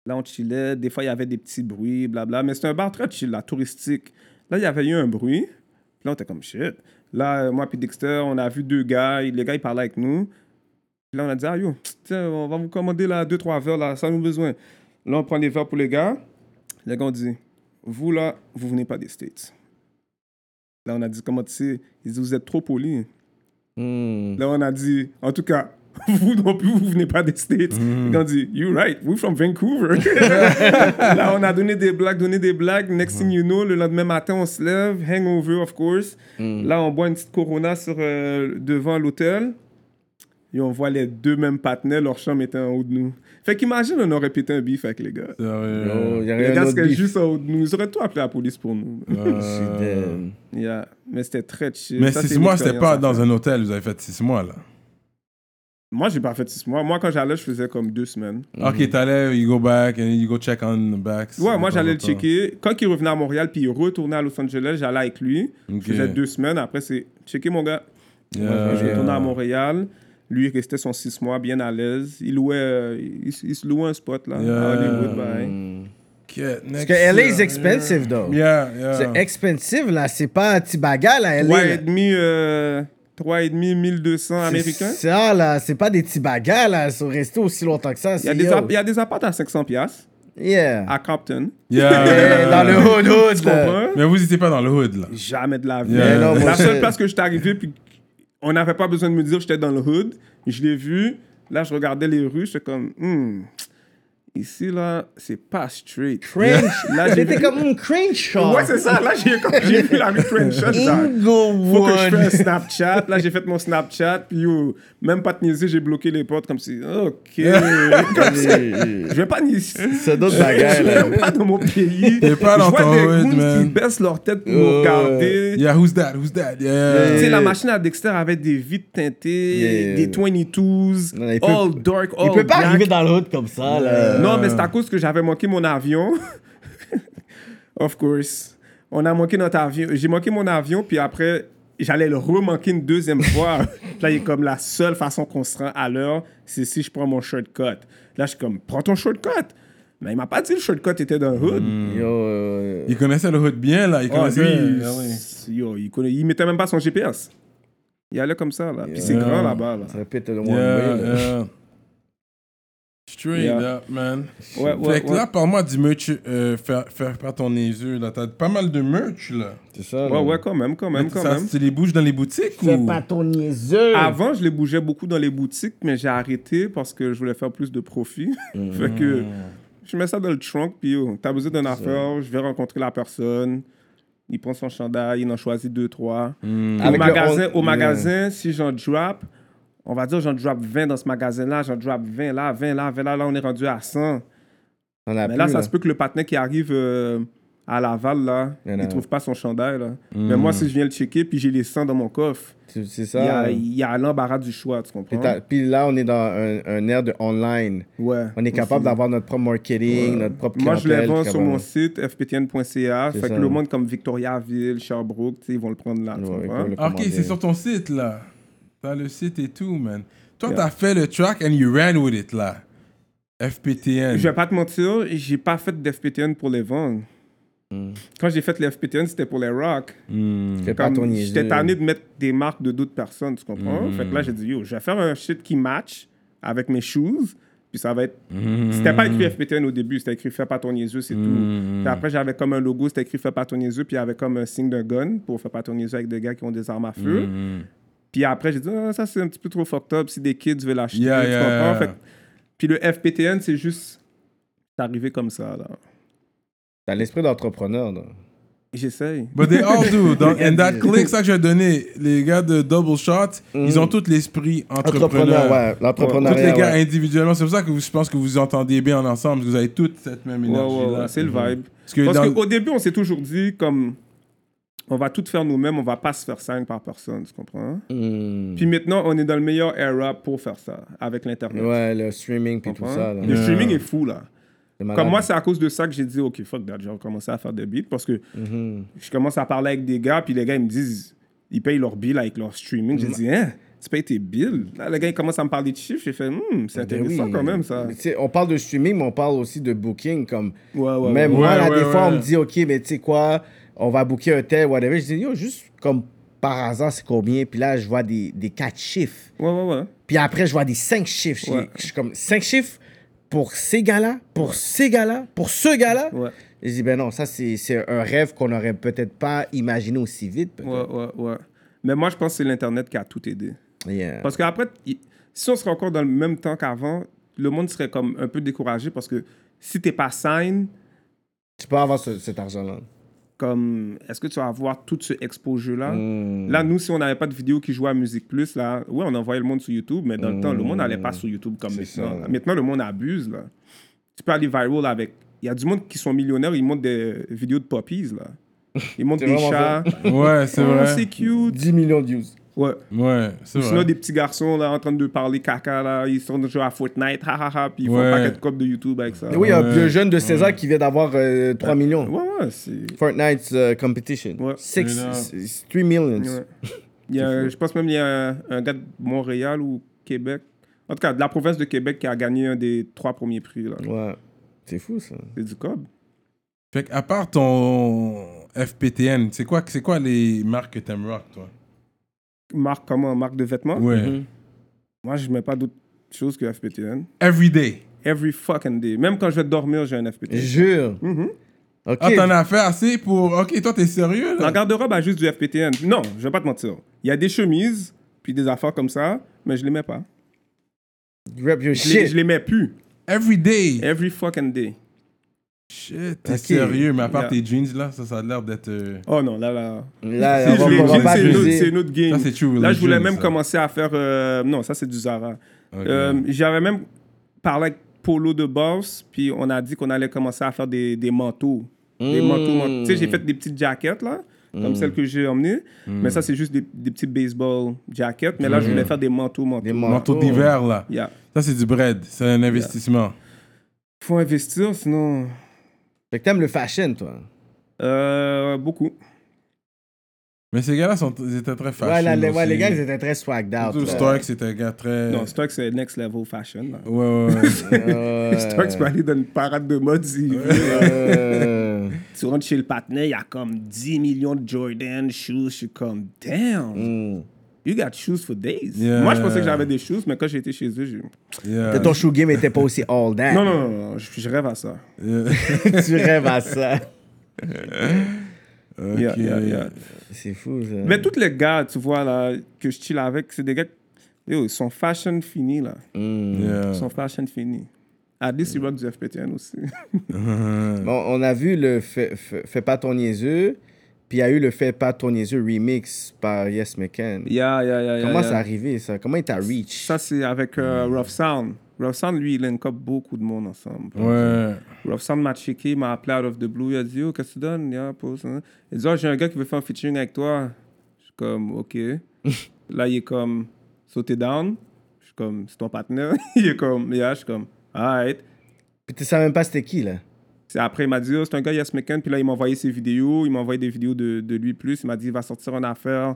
Là, on chillait. Des fois, il y avait des petits bruits, blabla. Mais c'était un bar très chill, là, touristique. Là, il y avait eu un bruit. Là, on était comme shit. Là, euh, moi puis Dexter, on a vu deux gars. Les gars, ils parlaient avec nous. Puis là, on a dit, ah yo, tiens, on va vous commander là deux, trois verres, là, ça nous besoin. Là, on prend des verres pour les gars. Les gars, on dit, vous là, vous venez pas des States. Là, on a dit, comment tu sais? Ils disent, vous êtes trop poli. Hmm. Là, on a dit, en tout cas, vous non plus, vous venez pas des States. Hmm. Ils ont dit, you're right, we're from Vancouver. Là, on a donné des blagues, donné des blagues. Next Hmm. thing you know, le lendemain matin, on se lève, hangover, of course. Hmm. Là, on boit une petite Corona sur, euh, devant l'hôtel. Et on voit les deux mêmes partenaires, leur chambre était en haut de nous. Fait qu'imagine, on aurait pété un bif avec les gars. Sérieux. Oh, il y Les aurait un gars autre seraient beef. juste en haut de nous. Ils auraient tout appelé la police pour nous. Euh, Damn. Yeah. Mais c'était très chill. Mais Ça, six c'est une mois, c'était pas expérience à dans faire. un hôtel. Vous avez fait six mois, là. Moi, j'ai pas fait six mois. Moi, quand j'allais, je faisais comme deux semaines. Ok, t'allais, you go back, and you go check on the backs. Hmm. Ouais, moi, de j'allais le temps en temps. checker. Quand il revenait à Montréal, puis il retournait à Los Angeles, j'allais avec lui. Ok. Je faisais deux semaines. Après, c'est checker mon gars. Yeah. Je retournais à Montréal. Lui, il restait son six mois, bien à l'aise. Il louait, euh, il, s- il se louait un spot là. Yeah. à Hollywood, bye. Okay, Parce next que LA is year. expensive, though. Yeah, yeah. C'est expensive, là. C'est pas un petit bagarre, là. LA. Trois là. et demi, euh, trois et demi, 1200 C'est américains. Ça, là. C'est pas des petits bagarres, là. Ils sont restés aussi longtemps que ça. Il y, a des app- il y a des apparts à 500 piastres Yeah. à Compton. Yeah. Eh, dans le hood, hood, Ah, Tu là. comprends? Mais vous étiez pas dans le hood, là. Jamais de la vie. Yeah. Mais non, moi, la je- seule place que je suis arrivé, puis on n'avait pas besoin de me dire j'étais dans le hood. Je l'ai vu. Là, je regardais les rues. J'étais comme, Hmm, ici, là, c'est pas straight. Cringe. Là, j'ai J'étais vu... comme un cringe, Ouais, c'est ça. Là, j'ai comme- j'ai vu la rue Crenshaw. j'ai dit, Ah, Faut que je fasse un Snapchat. Là, j'ai fait mon Snapchat. Puis, yo, même pas de niaiser, j'ai bloqué les portes comme si, OK. comme ça. Je vais pas niaiser. C'est d'autres bagarres, Je là. suis pas dans mon pays. T'es pas dans je vois ton des hood, goons qui man. baissent leur tête pour nous regarder. Yeah, who's that? Who's that? Tu Yeah. sais, la machine à Dexter avait des vides teintées, Euh, Yeah. des 22s, Non, il peut- all dark, all Il peut pas black. arriver dans le hood comme ça, là. Non, mais c'est à cause que j'avais manqué mon avion. of course. On a manqué notre avion. J'ai manqué mon avion, puis après, j'allais le remanquer une deuxième fois. là, il est comme la seule façon qu'on se rend à l'heure, c'est si je prends mon shortcut. Là, je suis comme, prends ton shortcut. Mais il m'a pas dit le shortcut était dans le hood. Yo, euh, Il connaissait le hood bien, là. Il Ah, connaissait. lui, Ah oui. s- yo, il, connaît, il mettait même pas son GPS. Il allait comme ça, là. Puis c'est grand là-bas, là. ça répète le one Yeah, way, là. yeah. Straight Yeah. up, man. Ouais, ouais, fait que ouais. là, parle-moi du merch, euh, faire, faire par ton yeux, là. T'as pas mal de merch, là. C'est ça, Ouais, là. ouais, quand même, quand même, quand Ça, même. Tu les bouges dans les boutiques Fais ou. pas ton niaiseux. Avant, je les bougeais beaucoup dans les boutiques, mais j'ai arrêté parce que je voulais faire plus de profit. fait que je mets ça dans le trunk, puis yo, t'as besoin d'un affaire, je vais rencontrer la personne. Il prend son chandail, il en choisit deux, trois. Au Mm. Hmm. Avec le magasin, on- au magasin si j'en drop, on va dire j'en drop 20 dans ce magasin-là, j'en drop 20 là, 20 là, 20 là, là, on est rendu à 100. Hmm. On a Mais plus, là, ça se peut que le partenaire qui arrive euh, à Laval, là, Il y en a il un. trouve pas son chandail, là. Hmm. Mais moi, si je viens le checker, puis j'ai les 100 dans mon coffre, C'est c'est il y a- ça. il y a, l'embarras du choix, tu Puis comprends? t'as- Puis là, on est dans un, un air de online. Ouais. On est capable d'avoir notre propre marketing, notre propre Moi, je les clientèle, vends puis sur capable- mon site, fptn.ca. Fait ça. que le monde comme Victoriaville, Sherbrooke, tu sais, ils vont le prendre là. tu Ouais, comprends? cool, le Ah, Ok, commander. c'est sur ton site, là. T'as le site et tout, man. Toi, t'as fait le track and you ran with it, là. FPTN. Je vais pas te mentir, j'ai pas fait d'FPTN pour les vendre. Hmm. Quand j'ai fait les FPTN, c'était pour les rock. Hmm, Fais pas Comme, ton niaiseux. J'étais tanné de mettre des marques de d'autres personnes, tu comprends? Mm. Fait que là, j'ai dit, yo, je vais faire un shit qui match avec mes shoes. Puis ça va être. hmm, Mm. C'était pas écrit FPTN au début, c'était écrit Fais pas ton niaiseux, c'est tout. hmm, Puis après, j'avais comme un logo, c'était écrit Fais pas ton niaiseux, puis il y avait comme un signe d'un gun pour Fais pas ton niaiseux avec des gars qui ont des armes à feu. Mm. hmm. Puis après, j'ai dit, Ah, ça c'est un petit peu trop fucked up si des kids veulent l'acheter. Yeah, tu yeah, comprends? yeah. Fait que- Puis le FPTN, c'est juste. C'est arrivé comme ça, là. T'as l'esprit d'entrepreneur, là. J'essaye. But they all do. Dans, and that click, ça que j'ai donné, les gars de Double Shot, Hmm. ils ont tous l'esprit entrepreneur. Entrepreneur, ouais. Tous les L'entrepreneuriat, gars ouais. individuellement, c'est pour ça que vous- je pense que vous vous entendez bien en ensemble, parce que vous avez toute cette même Ouais, énergie. Mm-hmm. ouais, ouais, c'est le vibe. Parce que Parce dans- qu'au début, on s'est toujours dit, comme, on va tout faire nous-mêmes, on va pas se faire sign par personne, tu comprends? Hmm. Puis maintenant, on est dans le meilleur era pour faire ça, avec l'Internet. Ouais, le streaming puis tu tout comprends? ça. Là. Le streaming est fou, là. C'est malade. Comme moi, c'est à cause de ça que j'ai dit, OK, fuck that, j'ai recommencé à faire des beats parce que Mm-hmm. je commence à parler avec des gars, puis les gars, ils me disent, ils payent leur bill avec leur streaming. J'ai dit, hein, tu payes tes bills? Là, les gars, ils commencent à me parler de chiffres. J'ai fait, hmm, c'est Ben intéressant oui. quand même, ça. Mais tu sais, on parle de streaming, mais on parle aussi de booking. Comme... Ouais, ouais, même ouais. moi, Ouais, là, ouais, des fois, ouais. on me dit, OK, mais tu sais quoi, on va booker un tel, whatever. Je dis, yo, juste comme par hasard, c'est combien? Puis là, je vois des, des quatre chiffres. Ouais, ouais, ouais. Puis après, je vois des cinq chiffres. Je- Ouais. Je, suis comme, cinq chiffres pour ces gars-là, pour ces gars-là, pour ce gars-là? Ouais. Je dis, ben non, ça, c'est c'est un rêve qu'on n'aurait peut-être pas imaginé aussi vite. peut-être. Ouais, ouais, ouais. Mais moi, je pense que c'est l'Internet qui a tout aidé. Yeah. Parce qu'après, il- si on serait encore dans le même temps qu'avant, le monde serait comme un peu découragé parce que si t'es pas sign, Tu peux avoir ce- cet argent-là. comme est-ce que tu vas avoir tout ce expo-jeu-là Hmm. Là, nous, si on n'avait pas de vidéo qui jouait à Musique Plus, là, ouais, on envoyait le monde sur YouTube, mais dans le temps, le monde n'allait pas sur YouTube comme maintenant. Hmm. ça, là. Maintenant, le monde abuse, là. Tu peux aller viral avec. Il y a du monde qui sont millionnaires, ils montent des vidéos de poppies, là. Ils montent C'est des vraiment chats. Ouais, c'est Oh, vrai. c'est cute. 10 millions de views. Ouais. Ouais, c'est Sinon, vrai. des petits garçons là en train de parler caca là, ils sont déjà à Fortnite, ha ha ha, puis ils font Ouais. un paquet de copes de YouTube avec ça. Oui, il y a un Ouais. vieux jeune de 16 ans qui vient d'avoir euh, 3 millions. ouais, ouais, c'est. Fortnite euh, Competition. Ouais. Mais non. 6, 3 millions. ouais. Il y a un- je pense même qu'il y a un, un gars de Montréal ou Québec, en tout cas de la province de Québec qui a gagné un des trois premiers prix là. Ouais. C'est fou, ça. C'est du cob. Fait qu'à part ton FPTN, c'est quoi, c'est quoi les marques que t'aimes rock, toi Marque comment Marque de vêtements Ouais. Moi, je mets pas d'autre chose que FPTN. Everyday. Every fucking day. Même quand je vais dormir, j'ai un FPTN. Jure. Mhm. OK. Ah, t'en as fait assez pour. Ok, toi, t'es sérieux, La là garde-robe a juste du FPTN. Non, je vais pas te mentir. Il y a des chemises, puis des affaires comme ça, mais je les mets pas. Rep your Je les, shit. je les mets plus. Everyday. Every fucking day. Shit, t'es Ok. sérieux, mais à part Yeah. tes jeans là, ça, ça a l'air d'être. euh, Oh non, là, là. Là, Si Ah, on je va, les on va jeans, pas c'est une autre- abuser. c'est une autre game. Ça, c'est true, là, les je voulais jeans, même ça. commencer à faire. euh, Non, ça, c'est du Zara. ok. Euh, J'avais même parlé avec Polo de Boss, puis on a dit qu'on allait commencer à faire des, des manteaux. Des Hmm. manteaux, manteaux. Tu sais, j'ai fait des petites jackets, là, comme celle que j'ai emmenée. Hmm. Mais ça, c'est juste des, des petits baseball jackets. Mais là, je voulais faire des manteaux, manteaux. Des Manteau manteaux. Ah, d'hiver là. Yeah. Ça, c'est du bread. C'est un investissement. Faut investir, sinon. Fait que t'aimes le fashion, toi. euh, beaucoup. Mais ces gars-là sont, ils étaient très fashion. ouais, là, les, ouais, aussi. les gars, ils étaient très swagged out. Surtout là. Stark, c'était un gars très. Euh. Non, Stark, c'est next level fashion. là. Ouais, ouais, ouais. Ouais. Stark, tu peux aller dans une parade de mode si Euh, Tu rentres chez le partenaire, il y a comme 10 millions de Jordan shoes. Je suis comme, damn, hmm. you got shoes for days. Yeah. Moi, je pensais que j'avais des shoes, mais quand j'étais chez eux, j'ai. Yeah. Peut-être Ton shoe game était pas aussi all that. Non, non, non, non, je, je rêve à ça. Yeah. tu rêves à ça. Ok. Yeah, yeah, yeah. C'est fou, ça. Mais tous les gars, tu vois, là, que je chill avec, c'est des gars. Yo, ils sont fashion finis, là. Yeah. Ils sont fashion finis. Adis, il rock du FPTN aussi. Bon, on a vu le Fais Fais- Fais pas ton niaiseux, puis il y a eu le Fais pas ton niaiseux remix par Yes McCann. Yeah, yeah, yeah. yeah, Comment yeah. ça arrivé, ça? Comment il t'a reach? Ça, c'est avec euh, Rough Sound. Rough Sound, lui, il link up beaucoup de monde ensemble. Ouais. Rough Sound m'a checké, il m'a appelé out of the blue. Il a dit Yo, qu'est-ce que tu donnes Il a posé. Il dit Oh, j'ai un gars qui veut faire un featuring avec toi. Je suis comme Ok. Là, il est comme sauté down. Je suis comme C'est ton partenaire. il est comme Yeah, je suis comme Alright. Puis tu savais même pas c'était qui, là. C'est Après, il m'a dit, oh, c'est un gars, Yes McCann. Puis là, il m'a envoyé ses vidéos. Il m'a envoyé des vidéos de, de lui plus. Il m'a dit, il va sortir une affaire,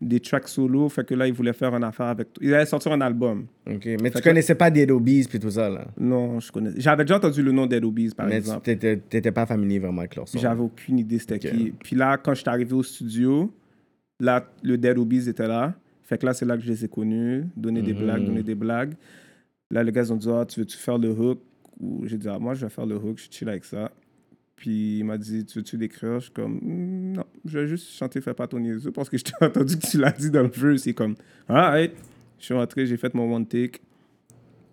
des tracks solo. Fait que là, il voulait faire une affaire avec toi. Il allait sortir un album. OK. Mais tu que- connaissais pas des Dobies puis tout ça, là. Non, je connais. J'avais déjà entendu le nom d'Ed Obies, par Mais tu exemple. t'étais- t'étais pas familier vraiment avec leur son. J'avais aucune idée c'était Ok. qui. Puis là, quand je suis arrivé au studio, là, le Dead Obies était là. Fait que là, c'est là que je les ai connus. Donner Mm-hmm. des blagues, donner des blagues. Là, les gars, ils ont dit Ah, tu veux-tu faire le hook Ou j'ai dit Ah, moi, je vais faire le hook, je suis chill avec ça. Puis il m'a dit Tu veux-tu l'écrire Je suis comme Hmm, Non, je vais juste chanter Fais pas ton niaiseux parce que je t'ai entendu que tu l'as dit dans le jeu. C'est comme Alright. Je suis rentré, j'ai fait mon one take.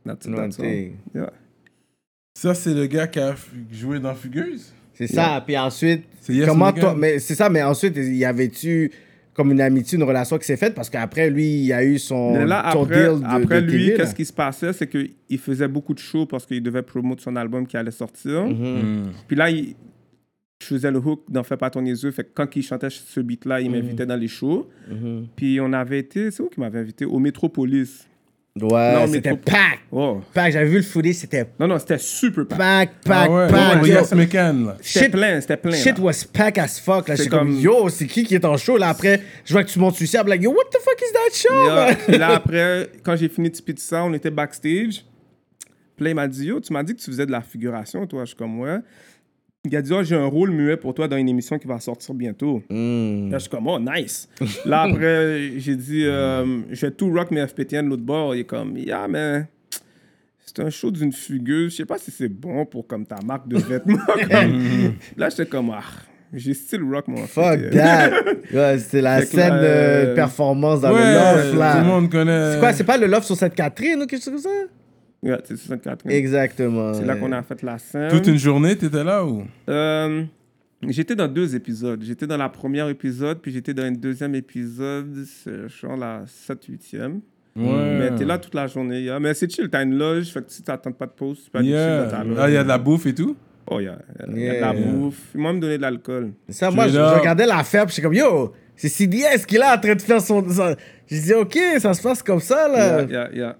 That's it, One that's all. take. Yeah. Ça, c'est le gars qui a f- joué dans Fugueuse? C'est ça. Puis ensuite, C'est Yes comment Miguel. toi. Mais c'est ça, mais ensuite, il y avait-tu comme une amitié, une relation qui s'est faite parce qu'après, lui, il a eu son, Mais là, son après, deal de, après de lui, TV, là. qu'est-ce qui se passait, c'est qu'il faisait beaucoup de shows parce qu'il devait promouvoir son album qui allait sortir. Mm. Puis là, il, je faisais le hook dans Fais pas ton yeux. Fait que quand il chantait ce beat-là, il m'invitait dans les shows. Puis on avait été, c'est où qu'il m'avait invité Au Métropolis. Ouais, Non, mais c'était trop- pack. Oh. Pack, j'avais vu le footage, c'était Non, non, c'était super plein. pack, Ah pack, ouais, pack. ouais, yo. Yes McCann, là. C'était Bah, Shit. plein, c'était plein. Shit là. was pack as fuck. Là, C'est j'étais comme, comme- yo, c'est qui qui est en show là après? Je vois que tu montes sur scène, like, yo, what the fuck is that show? Yeah. man? Puis là, après, quand j'ai fini Tipeee de ça, on était backstage. Puis là, il m'a dit Yo, tu m'as dit que tu faisais de la figuration, toi. Je suis comme, ouais. Il a dit Oh, j'ai un rôle muet pour toi dans une émission qui va sortir bientôt. Hmm. Là, je suis comme, oh, nice. Là, après, j'ai dit euh, Je vais tout rock mes FPTN de l'autre bord. Il est comme, yeah, mais. C'est un show d'une fugueuse. Je sais pas si c'est bon pour comme ta marque de vêtements. comme. Là, j'étais comme, ah, j'ai style rock, mon Fuck FPTN. that. Ouais, c'était la Fait que scène là, euh, de euh, performance dans Ouais, le loft tout le là. monde connaît. C'est quoi, c'est pas le loft sur cette Catherine ou quelque chose comme ça? Ouais, c'est 64. Exactement. C'est là qu'on a fait la scène. Toute une journée, t'étais là ou? Euh, j'étais dans deux épisodes. J'étais dans la première épisode, puis j'étais dans un deuxième épisode, c'est, je suis en la 7-8e. Ouais. Mm, Mais t'es là toute la journée. yeah. Mais c'est chill, t'as une loge, fait que si t'attends pas de pause, tu peux aller chill dans Yeah. ta loge. Là, il y a de la bouffe et tout. Oh, yeah. Il y a Yeah. de la bouffe. Ils m'ont même donné de l'alcool. Ça, moi, Tu je, es là. je regardais l'affaire, puis j'étais comme, yo, c'est CDS qui est là en train de faire son. son- Je disais, ok, ça se passe comme ça là. Yeah, yeah, yeah.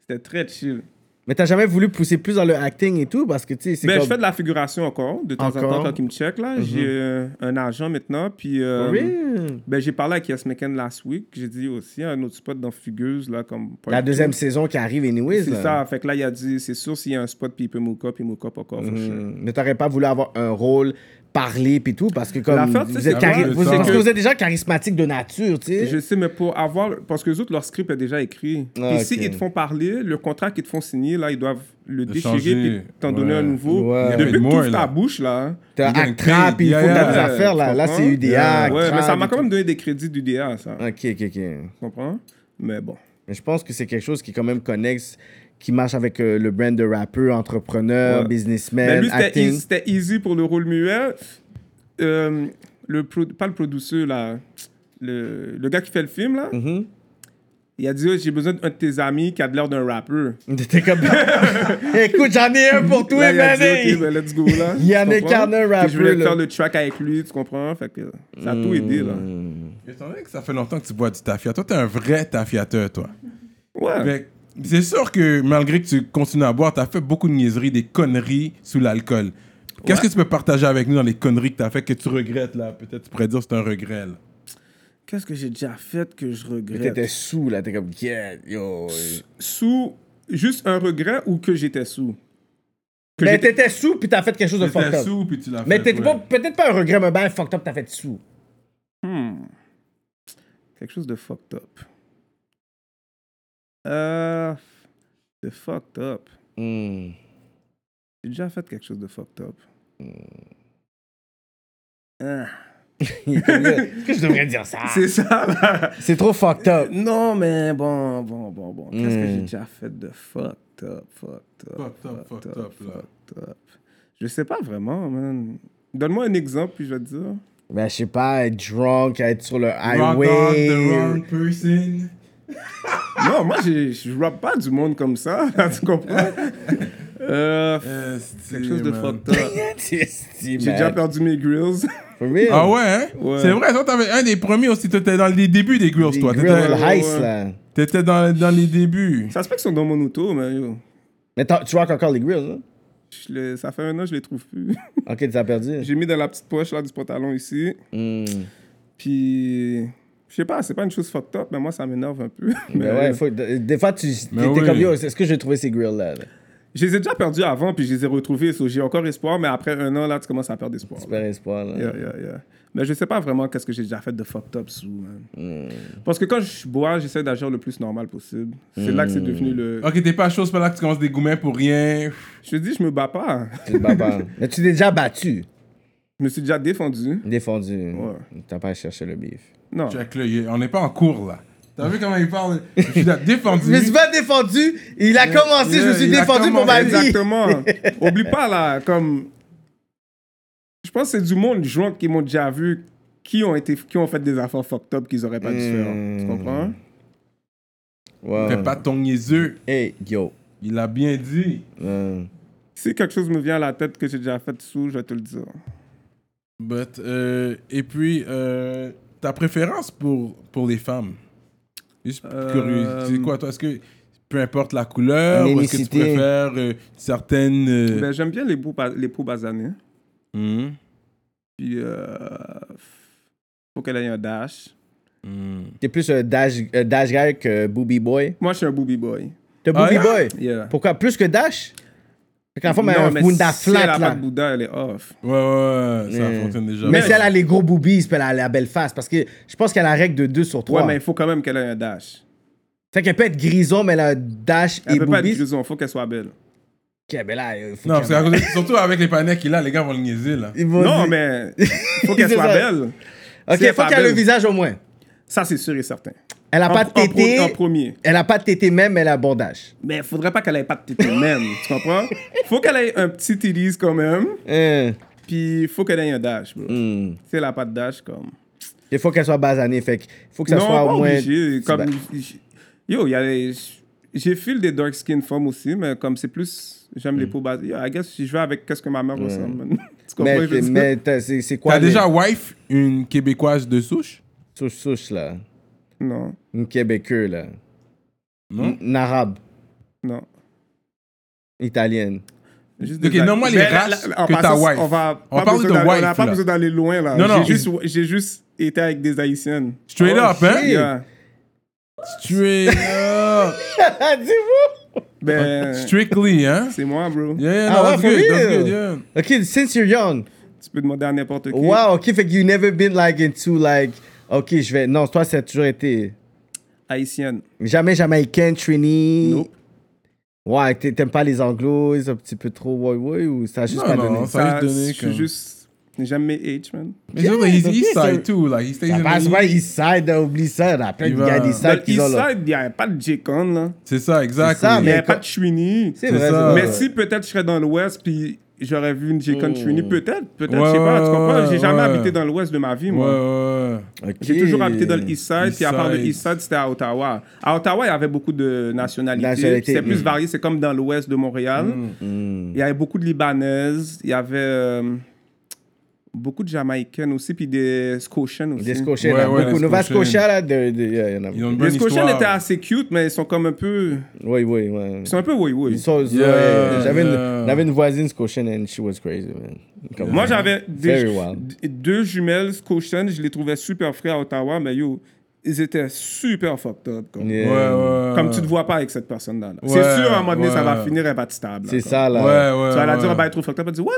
C'était très chill. Mais t'as jamais voulu pousser plus dans le acting et tout parce que tu sais, c'est Mais comme. Ben, je fais de la figuration encore, de temps en Encore? temps, quand ils me checkent. Là. J'ai euh, un agent maintenant, puis... Oh, euh, Oui. ben, j'ai parlé avec Yes McCann last week. J'ai dit aussi un autre spot dans Fugueuse, là, comme... La deuxième saison qui arrive, anyways. C'est là. ça. Fait que là, il a dit, c'est sûr, s'il y a un spot, puis il peut move up, il move up encore. for sure. Mm. Mais t'aurais pas voulu avoir un rôle, parler, puis tout, parce que comme. L'affaire, tu sais, vous êtes c'est chari- quoi, vous- ça? parce que vous êtes déjà charismatique de nature, tu sais. Je sais, mais pour avoir. Parce que les autres, leur script est déjà écrit. Ah, Ici, ok. ils te font parler, le contrat qu'ils te font signer, là, ils doivent le Le déchirer, changer. puis t'en Ouais. donner un nouveau. Ouais. Depuis que More, tu là. ta bouche, là. euh, T'as Il y a un Actra, crime. puis il faut Yeah, t'as des yeah. affaires, là. tu Là, comprends? c'est UDA. Ouais, mais Actra, ça m'a puis quand même donné des crédits d'UDA, ça. tout. Ah, Ok, ok, ok. Tu comprends? Mais bon. Mais je pense que c'est quelque chose qui, est quand même, connexe, qui marche avec euh, le brand de rappeur, entrepreneur, Ouais. Mais businessman, lui, c'était acting. easy, c'était easy pour le rôle muet. Euh, le pro- pas le producteur, là. Le, le gars qui fait le film, là. Mhm. Il a dit, Oh, j'ai besoin d'un de tes amis qui a de l'air d'un rappeur. T'étais comme. Écoute, j'en ai un pour toi, Là, il a man. dit, hey. OK, ben, let's go, là. Il y en Tu a comprends? qu'un, un Puis Je voulais rappeur, là. faire le track avec lui, tu comprends? Fait que ça a tout aidé, là. Hmm. Étant donné que ça fait longtemps que tu bois du tafia, toi, t'es un vrai tafiateur, toi. Ouais. Fait que C'est sûr que malgré que tu continues à boire, t'as fait beaucoup de niaiseries, des conneries sous l'alcool. Qu'est-ce que tu peux partager avec nous dans les conneries que t'as fait que tu regrettes, là Peut-être tu pourrais dire que c'est un regret, là. Qu'est-ce que j'ai déjà fait que je Mais regrette? T'étais sous, là. T'es comme, yeah, yo. Sous juste un regret ou que j'étais sous? Que Mais j'étais- t'étais sous, puis t'as fait quelque chose de fucked T'étais up. sous, puis tu l'as Mais fait, t'étais ouais. pas, peut-être pas un regret, mais ben, fucked up, t'as fait sous. Hmm. Quelque chose de fucked up. Euh... De fucked up. Hmm. J'ai déjà fait quelque chose de fucked up. Ah. Est-ce que je devrais dire ça? C'est ça, là. C'est trop fucked up. Non, mais bon, bon, bon, bon. Qu'est-ce que Hmm. j'ai déjà fait de fucked up, fucked up, Fucked up, fucked up, là. fucked up? Je sais pas vraiment, man. Donne-moi un exemple, puis je vais te dire. Ben, je sais pas, être drunk, être sur le Rock on the highway. wrong person. non, moi, j'ai- je rappe pas du monde comme ça, là, tu comprends? Euh, Eh, quelque chose de fucked up. J'ai J'ai déjà perdu mes grills. Ah ouais, hein? Ouais. C'est vrai, toi, t'avais un des premiers aussi. T'étais dans les débuts des Grills, Des toi. grill T'étais- hein. heist, là. T'étais dans, dans les débuts. Ça se fait qu'ils sont dans mon auto, mais yo, Mais t'as- tu rock encore les grills, hein? je les- ça fait un an, je les trouve plus. Ok, tu as perdu. J'ai mis dans la petite poche là, du pantalon ici. Hmm. Puis, je sais pas, c'est pas une chose fucked up, mais moi, ça m'énerve un peu. Mais Ben ouais, faut- des des fois, tu t'es Mais oui. comme, yo, est-ce que j'ai trouvé ces grills-là? là? Je les ai déjà perdus avant, puis je les ai retrouvés. so j'ai encore espoir, mais après un an, là, tu commences à perdre espoir. là. Super espoir, là. Yeah, yeah, yeah. Mais je sais pas vraiment qu'est-ce que j'ai déjà fait de fucked up sous, man. Parce que quand je bois, j'essaie d'agir le plus normal possible. C'est là que c'est devenu le... Ok, t'es pas chaud, c'est pas là que tu commences des gourmets pour rien. Je te dis, je me bats pas. Tu te bats pas. Mais tu t'es déjà battu, Je me suis déjà défendu. défendu. Ouais. T'as pas cherché le beef. Non. Check, là, il est- on n'est pas en cours, là. T'as vu comment il parle? Je suis là, défendu. Je me suis pas défendu, il a commencé, je me suis il a défendu pour ma commencé, vie. Exactement. Oublie pas, là, comme... Je pense que c'est du monde jouant qui m'ont déjà vu, qui ont, été, qui ont fait des affaires fucked up qu'ils auraient pas dû faire. Tu comprends? Wow. Fais pas ton niaiseux. Hey, yo. Il a bien dit. Euh, Si quelque chose me vient à la tête que j'ai déjà fait sous, je vais te le dire. But, euh, et puis, euh, ta préférence pour, pour les femmes? Juste Euh, curieux. C'est quoi, toi? Est-ce que peu importe la couleur En ou est-ce que tu unicité. préfères euh, certaines. euh, Ben, J'aime bien les peaux, ba- les peaux basanées. hmm, Puis, euh, faut qu'elle ait un dash. hmm. T'es plus un dash, un dash guy que Booby Boy. Moi, je suis un booby boy. T'es Ah, Booby non? Boy? Yeah. Pourquoi? Plus que dash? Fait qu'en forme, elle a Non, un mais bunda si elle a flat, pas là. de Bouddha, elle est off. Ouais, ouais, ouais, ça Hmm. fonctionne déjà. Mais si elle a les gros boobies, puis elle a la belle face, parce que je pense qu'elle a la règle de 2 sur Ouais, 3. mais il faut quand même qu'elle ait un dash. Fait qu'elle peut être grison, mais elle a un dash Elle et peut pas être boobies. prison, faut qu'elle soit belle. Ok, mais là, il faut Non, parce qu'elle- qu'à cause- surtout avec les panneaux qu'il a, les gars vont le niaiser, là. Ils vont Non, dire- mais faut qu'elle C'est soit ça. belle. si elle Ok, est faut pas qu'elle ait le belle. visage au moins. Ça, c'est sûr et certain. Elle a En- pas en de pro- tété. en premier. Elle a pas de tété même, mais elle a bon dash. Mais il faudrait pas qu'elle ait pas de tété même, tu comprends? Faut qu'elle ait un petit titties quand même, Hein. puis faut qu'elle ait un dash, bro. Hmm. Si elle a pas de dash, comme... Il faut qu'elle soit basanée, fait qu'il faut que ça non, soit pas au moins. ben. obligé. C'est Comme, ba- j- yo, il y a les- J'ai feel des dark skin femmes aussi, mais comme c'est plus... J'aime Mm. les peaux basées. Yo, I guess je vais avec qu'est-ce que ma mère ressemble. man. tu comprends? Mais, je veux t'es- dire? mais t'as- c'est c'est quoi T'as les- déjà wife, une québécoise de souche? souche souche là Non, Une québécoise là, Non? une arabe, non. italienne. Juste Ok, des- nomme-moi les Mais là, races là, en que ta passant, wife. On, va On pas parle besoin de d'aller- On n'a wife, pas là. besoin d'aller loin, là. Non, non. J'ai juste, j'ai juste été avec des haïtiennes. Straight Oh, up, hein? shit. Yeah. Straight up. Ah, dis-vous Ben, Strictly, hein? c'est moi, bro. Yeah, yeah, Ah no, ouais, that's for good, that's real? good, yeah. Ok, since you're young. Tu peux demander à n'importe qui. Wow, ok, fait que you never been like into like. Ok, je vais. Non, toi, ça a toujours été. Haïtienne. Jamais jamaïcaine, trini. Nope. Ouais, t'a- t'aimes pas les anglos, un petit peu trop, ouais, ouais, ou ça a juste Non, pas non, donné. Ça va Ça, juste donner je suis comme- juste... J'aime mes age, man. Mais yeah, Yeah, Ah, he's but east this side are- too, like he stays Ça in the passe east. pas Eastside, hein, oublie ça. là. Plein Il de va- gars Dans d'Eastside le qui ont là. Eastside, il n'y avait pas de J-Con, là. C'est ça, exact. ça, Il n'y mais- avait pas de Chouini. C'est C'est vrai, c'est ça. vrai. Mais si peut-être je serais dans l'Ouest, puis j'aurais vu une Hmm. J-Con Chouini, peut-être, peut-être, Ouais, je sais pas. ouais, Tu comprends? ouais, J'ai jamais ouais. habité dans l'Ouest de ma vie, Ouais, moi. ouais, ouais. J'ai Ok. toujours habité dans l'East Side, puis à part le East East Side, c'était à Ottawa. À Ottawa, il y avait beaucoup de nationalités. Nationalités, Hmm, C'était plus mm. varié, c'est comme dans l'ouest de Montréal. Il y avait beaucoup de Libanaises, il y avait euh, beaucoup de Jamaïcaines aussi, puis des Scotians aussi. Des Scotiens, Ouais, là, ouais, beaucoup. les Nova Scotiens. Scotia, là, de, de, il y en a Ils ont beaucoup. une Les bonne Scotians histoire. étaient assez cute, mais ils sont comme un peu... Oui, oui, oui. Ils sont un peu oui-oui. Ils sont- Yeah, ouais, J'avais une, yeah. on avait une voisine Scotienne and she was crazy, man. Comme- Moi, j'avais Very des- wild. d- deux jumelles Scotiennes, je les trouvais super frais à Ottawa, mais yo, ils étaient super fucked up. Comme, Yeah. Ouais, ouais. comme tu te vois pas avec cette personne-là. là. Ouais, c'est sûr, à un moment donné, ça va ouais. finir stable. C'est ça, là. Ouais, ouais. Tu vas la dire, ouais. bah, il est trop fucked up. Elle dit, what?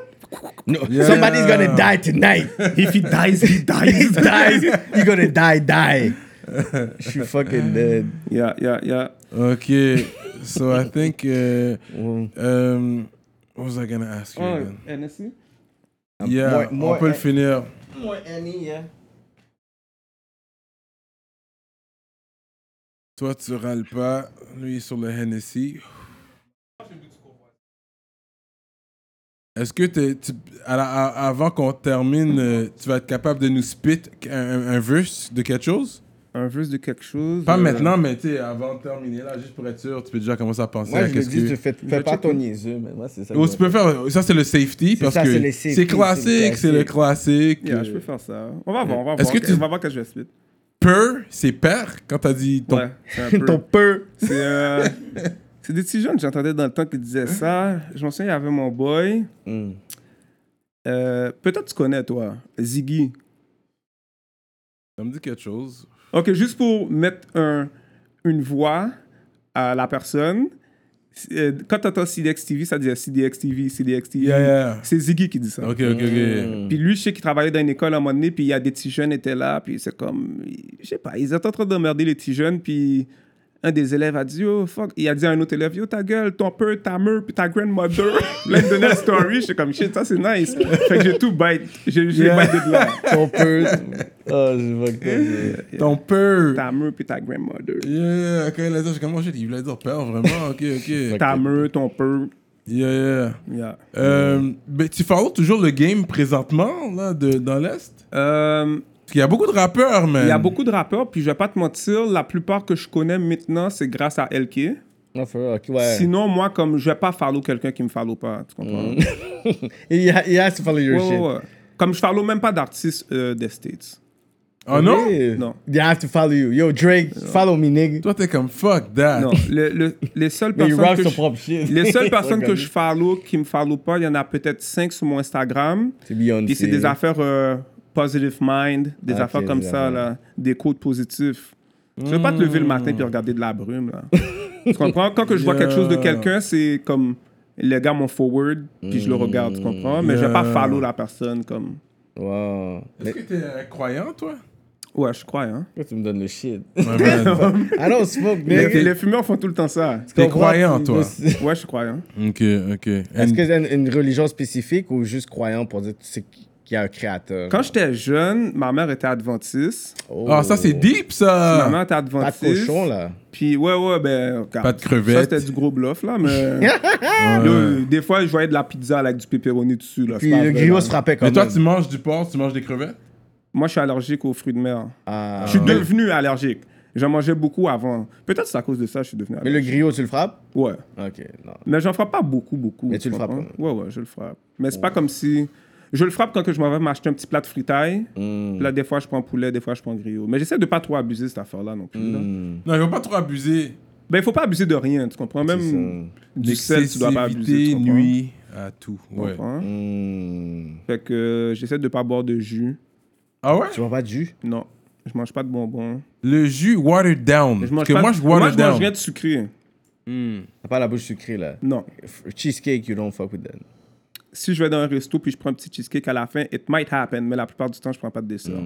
No, Yeah. Somebody's gonna die tonight. If he dies, he dies. If he dies, you're gonna die, die. Je suis fucking dead. Yeah, yeah, yeah. Okay, so I think. Uh, um, what was I gonna ask you? Mm. again? NSC? yeah, moi- moi, on peut le eh. finir. Toi, tu râles pas. Lui, il est sur le Hennessy. Est-ce que t'es- tu- à la- à- avant qu'on termine, euh, tu vas être capable de nous spit un, un- un verse de quelque chose? un verse de quelque chose. Pas euh, maintenant, mais tu sais, avant de terminer là, juste pour être sûr, tu peux déjà commencer à penser Moi, à je le qu'est-ce dis, que. tu fais, fais pas ton niaiseux, mais moi, c'est ça. Ou que- tu peux faire. Ça, c'est le safety parce ça, c'est le que safety, c'est classique, c'est le classique. Yeah, je peux faire ça. On va voir, on va Est-ce voir. que tu- On va voir que je vais spit. Peur, c'est peur quand t'as dit ton. Ouais, c'est un peu- ton peu. C'est euh, c'est des petits jeunes, que j'entendais dans le temps qui disaient ça. Je me souviens, il y avait mon boy. Hmm. Mm. Euh, Peut-être tu connais, toi, Ziggy. Ça me dit quelque chose. Ok, juste pour mettre un, une voix à la personne. c'est- euh, Quand t'entends CDX TV, ça disait CDX TV, CDX TV. Yeah, yeah. C'est Ziggy qui dit ça. Ok, ok, ok. Puis lui, je sais qu'il travaillait dans une école à un moment donné, puis il y a des petits jeunes étaient là, puis c'est comme, je sais pas, ils étaient en train d'emmerder les petits jeunes, puis un des élèves a dit, oh fuck, il a dit à un autre élève, yo ta gueule, ton père, ta mère, puis ta grandmother. là, il me donnait la story, j'étais comme, shit, ça c'est nice. fait que j'ai tout bite, j'ai j'ai Yeah. bité de là. Ton peu. Oh, je vois que t'as- Ton peur. Ta mère, puis ta grandmother. Yeah, quand il a dit, j'ai comment shit, il voulait dire peur, vraiment. Ok, ok. Ta mère, ton père. Yeah, yeah. Yeah. Euh, ben, tu follow toujours le game présentement, là, de, dans l'Est Euh, Parce qu'il y a beaucoup de rappeurs, man. Il y a beaucoup de rappeurs, puis je vais pas te mentir, la plupart que je connais maintenant, c'est grâce à LK. Non, for real, ok, ouais. Sinon, moi, comme je vais pas follow quelqu'un qui me follow pas, tu comprends? Il y a- il has to follow your Ouais, shit. ouais, ouais. Comme je parle même pas d'artistes euh, des States. Oh non Yeah. Ah, Non. They have to follow you. Yo, Drake, follow me, nigga. Toi, t'es comme fuck that. Non, le- le- les seules Ah. Mais il personnes, rock que son je, propre shit. les seules personnes que je follow qui me follow pas, il y en a peut-être cinq sur mon Instagram. C'est Beyoncé. Puis c'est des affaires euh, positive mind, des Ah, affaires ok, comme des ça, affaires. là, des codes positifs. Je veux pas te lever le matin Hmm. puis regarder de la brume, là. tu comprends? Quand que je vois quelque chose de Yeah. quelqu'un, c'est comme les gars m'ont forward, puis je le regarde, tu comprends? Mais je vais pas Hmm. Yeah. follow la personne, comme. Wow. Est-ce que t'es un croyant, toi Ouais, je crois, hein. Pourquoi tu me donnes le shit? Ouais, man. I don't smoke, Les, nigga. les fumeurs font tout le temps ça. T'es Comprends, croyant, tu- toi. Ouais, je crois, hein. Ok, ok. Est-ce And- que c'est une, une religion spécifique ou juste croyant pour dire tu sais qu'il y a un créateur? Quand j'étais jeune, ma mère était adventiste. Oh, Ah, ça, c'est deep, ça. Ma mère était Pas de adventiste. cochon, là. Puis ouais, ouais, ben. regarde, Pas de crevettes. Ça, c'était du gros bluff, là, mais. Ouais. Là, des fois, je voyais de la pizza avec du pepperoni dessus, là. Puis c'est pas le vrai, griot là. se frappait quand Mais toi, même. tu manges du porc, tu manges des crevettes Moi, je suis allergique aux fruits de mer. Ah. je suis devenu allergique. J'en mangeais beaucoup avant. Peut-être c'est à cause de ça que je suis devenu Mais le allergique. griot, tu le frappes? Ouais. Ok, non. Mais j'en frappe pas beaucoup, beaucoup. Mais tu le frappes comprends? Ouais, ouais, je le frappe. Mais c'est pas comme si. Je le frappe quand que je m'en vais m'acheter un petit plat de fritaille. Mm. Hmm. Là, des fois, je prends poulet, des fois, je prends griot. Mais j'essaie de pas trop abuser cette affaire-là non plus. là. Mm. Hmm, Non, il faut pas trop abuser. Ben, il faut pas abuser de rien, tu comprends? Même du sel, tu dois pas abuser. Tu L'excessivité comprends? nuit à tout. Tu Ouais. comprends? Hmm. Fait que euh, j'essaie de pas boire de jus. Ah ouais Tu vois pas de jus? Non, je mange pas de bonbons. Le jus watered down. Je Parce mange que pas moi, de... je water je mange rien down. de sucré. T'as pas la bouche sucrée, là. Non. F- Cheesecake, you don't fuck with that. Si je vais dans un resto puis je prends un petit cheesecake à la fin, it might happen, mais la plupart du temps, je prends pas de dessert.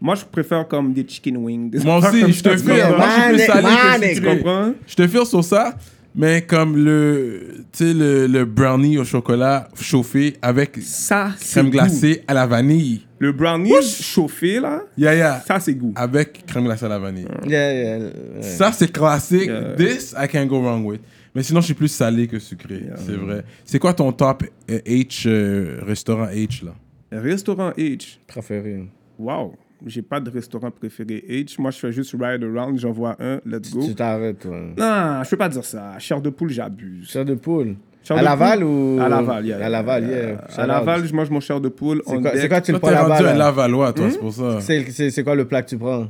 Moi, je préfère comme des chicken wings. des Moi aussi, affaires je te comme ça, tu fais. comprends? Moi, je suis plus salé que Manic, Tu sucré. comprends? Je te file sur ça, mais comme le, tu sais, le, le brownie au chocolat chauffé avec Ça, c'est crème goût. glacée à la vanille. Le brownie Ouch. chauffé, là, Yeah, yeah. ça, c'est goût. Avec crème glacée à la vanille. Yeah, yeah, yeah. Ça, c'est classique. Yeah. This, I can go wrong with. Mais sinon, je suis plus salé que sucré. C'est vrai. C'est quoi ton top euh, H, euh, restaurant H, là Restaurant H. Préféré. Wow. J'ai pas de restaurant préféré H. Moi, je fais juste ride around, j'en vois un, let's go. Tu t'arrêtes, toi. Non, je peux pas dire ça. Chair de poule, j'abuse. Chair de poule. Chair à de Laval poule? ou. À Laval, yeah. Euh, À Laval, yeah. À Shout Laval, out. je mange mon chair de poule. c'est on quoi, c'est deck. quoi Toi, tu t'es le prends rendu un là-bas? là? Lavalois, toi, c'est pour ça. hein. C'est c'est- c'est quoi le plat que tu prends?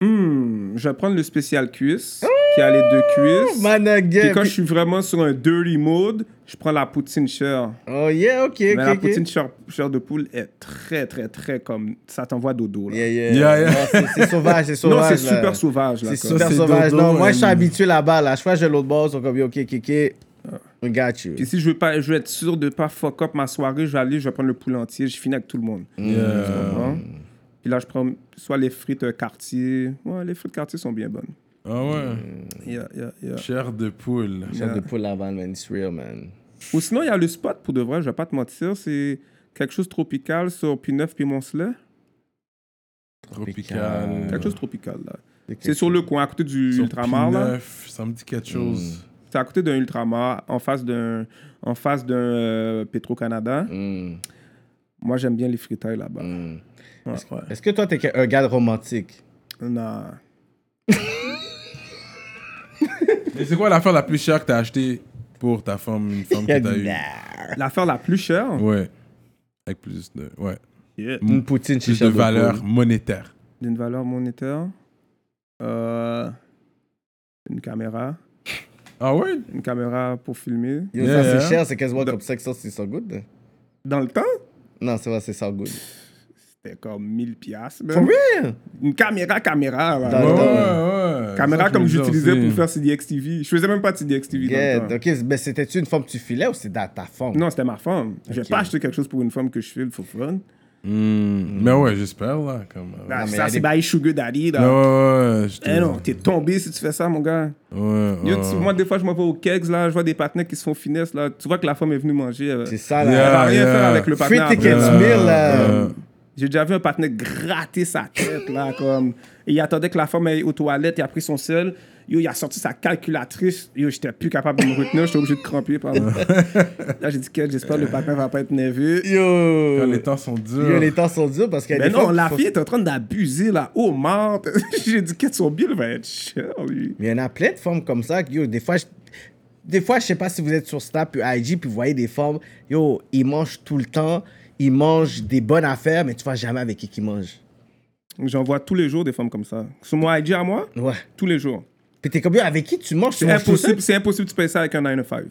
Hmm, je vais prendre le spécial Oh, cuisse, qui a les deux cuisses. Puis Managuet. quand je suis vraiment sur un dirty mode, je prends la poutine chair. Oh yeah, ok, ok. Mais la ok. poutine chair, chair de poule est très, très, très comme... Ça t'envoie dodo, là. Yeah, yeah. Yeah, yeah. Non, c'est- C'est sauvage, c'est Non, sauvage. c'est là. super sauvage, là. C'est comme. super c'est sauvage. dodo, non, moi, je suis euh, habitué là-bas. Là. Je crois que j'ai l'autre bord. Ils sont comme, yo, ok, ok, ok. We got you. Puis si je veux, pas, je veux être sûr de pas fuck up ma soirée, je vais aller, je vais prendre le poulet entier, je finis avec tout le monde. Mm. Yeah. Euh. Tu comprends? Puis là, je prends soit les frites euh, quartier. Ouais, les frites quartier sont bien bonnes. Ah ouais. Yeah, yeah, yeah. Chair de poule. Chair Mm. de Yeah. poule Laval, man. It's real, man. Ou sinon, il y a le spot, pour de vrai, je vais pas te mentir, c'est quelque chose de tropical sur P9 puis Moncelet. Tropical. Quelque chose de tropical, là. Ok. C'est sur le coin, à côté du Sur Ultramar, là. Hmm. P9, Ça me dit quelque chose. C'est à côté d'un Ultramar, en face d'un, en face d'un euh, Petro-Canada. Mm, Moi, j'aime bien les fritailles là-bas. mm. Ouais, ouais. Est-ce que toi, t'es un gars de romantique? Non. Mais c'est quoi l'affaire la plus chère que t'as achetée pour ta femme, une femme que t'as eue? Nah. L'affaire la plus chère, Ouais. Avec plus de. Ouais. Une poutine chez Plus de Shadow valeur Pool. monétaire. d'une valeur monétaire, euh, une caméra, Ah ouais? une caméra pour filmer. Yo, Yeah, ça, yeah. c'est cher, c'est quasiment comme ça que ça, c'est so good. hein. Dans le temps, Non, c'est vrai, c'est so good. c'était comme 1000 piastres. man. For real? Une caméra, caméra. là. Ouais, Dans ouais, le temps. ouais. Caméra Ça, je comme me disais j'utilisais aussi. pour faire CDXTV. Je faisais même pas de CDXTV dans Yeah, le temps. ok, mais c'était-tu une femme que tu filais ou c'est dans ta forme? Non, c'était ma femme. Je vais pas acheter quelque chose pour une femme que je filme, for fun. Hmm, Mais ouais, j'espère, là. Comme... Là, mais y a ça, c'est des- by Sugar Daddy. Ouais, Là. ouais, ouais. je te- Eh non, t'es tombé si tu fais ça, mon gars. Ouais, Yo, ouais. tu- moi, des fois, je m'en vais au kegs, là, je vois des partenaires qui se font finesse, là. Tu vois que la femme est venue manger. euh, C'est ça, Elle Yeah. là. va rien faire avec le Free partenaire. après, tickets, là. Ouais, meal, là. ouais. J'ai déjà vu un partenaire gratter sa tête, là, comme... Et il attendait que la femme aille aux toilettes, il a pris son sel, yo, il a sorti sa calculatrice, yo, j'étais plus capable de me retenir, j'étais obligé de cramper, pardon. là, j'ai dit, que j'espère que le partenaire va pas être nerveux. euh, Quand Yo! les temps sont durs. Yo, les temps sont durs parce qu'il y a Mais des non, femmes la qui fille font- est en train d'abuser, là, oh, morte. j'ai dit, que son bill va être cher, lui. Mais il y en a plein de formes comme ça. que, Yo, des fois, je... des fois, je sais pas si vous êtes sur Snap puis IG puis vous voyez des formes. Yo, ils mangent tout le temps, ils mangent des bonnes affaires, mais tu vois jamais avec qui qu'ils mangent. J'en vois tous les jours des femmes comme ça. Sur mon IG à moi, Ouais. tous les jours. Puis t'es comme yo, avec qui tu manges, tu C'est manges tout seul? impossible, c'est impossible de payer ça avec un 9 to 5.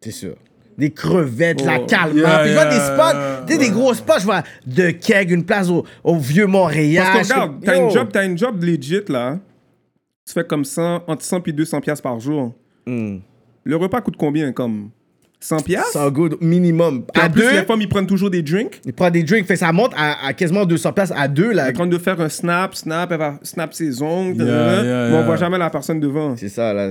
T'es sûr. Des crevettes, la Oh, calma. yeah, puis je vois yeah, des spots, yeah. tu sais, des gros spots. Je vois de keg, une place au, au vieux Montréal. Parce que Ah, Je regarde, fais, t'as yo. une job, t'as une job legit là. Tu fais comme 100, entre 100 et 200 pièces par jour. Hmm. Le repas coûte combien comme 100 pièces Ça good minimum. En À plus, les deux, femmes ils prennent toujours des drinks. il prend des drinks, fait ça monte à, à quasiment 200 places à deux là. Elles train de faire un snap, snap, elle va snap ses ongles. Yeah, blablabla. yeah, mais on yeah. voit jamais la personne devant. C'est ça là.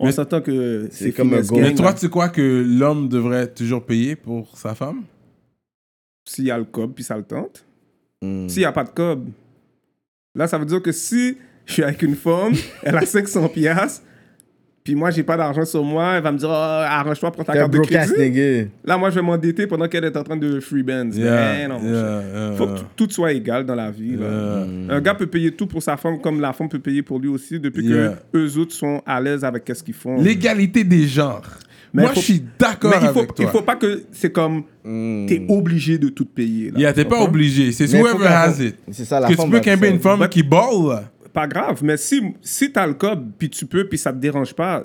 On s'attend que c'est comme un finesse goal. gang, Mais toi, là. tu sais quoi que l'homme devrait toujours payer pour sa femme? s'il y a le cob puis ça le tente. Hmm. S'il n'y a pas de cob, là ça veut dire que si je suis avec une femme, elle a 500 pièces. Puis moi, j'ai pas d'argent sur moi. Elle va me dire, oh, arrange-toi, prends ta T'es un carte de broke ass crédit. nigga. Là, moi, je vais m'endetter pendant qu'elle est en train de freebends. Yeah, Ben non, mon cher. yeah, euh, yeah. Faut que t- tout soit égal dans la vie. là. Yeah. Un gars peut payer tout pour sa femme comme la femme peut payer pour lui aussi depuis Yeah. que eux autres sont à l'aise avec qu'est-ce qu'ils font. L'égalité des genres. Mais Moi, faut- je suis d'accord Mais il avec faut, toi. Hmm. il faut pas que c'est comme t'es obligé de tout payer. Là, Yeah, t'es pas Comprends? obligé. C'est Mais faut whoever qu'elle has faut- it. C'est ça, la Parce que femme tu peux va qu'aimer faire. une femme qui ball. là. Pas grave, mais si si t'as le cob puis tu peux puis ça te dérange pas.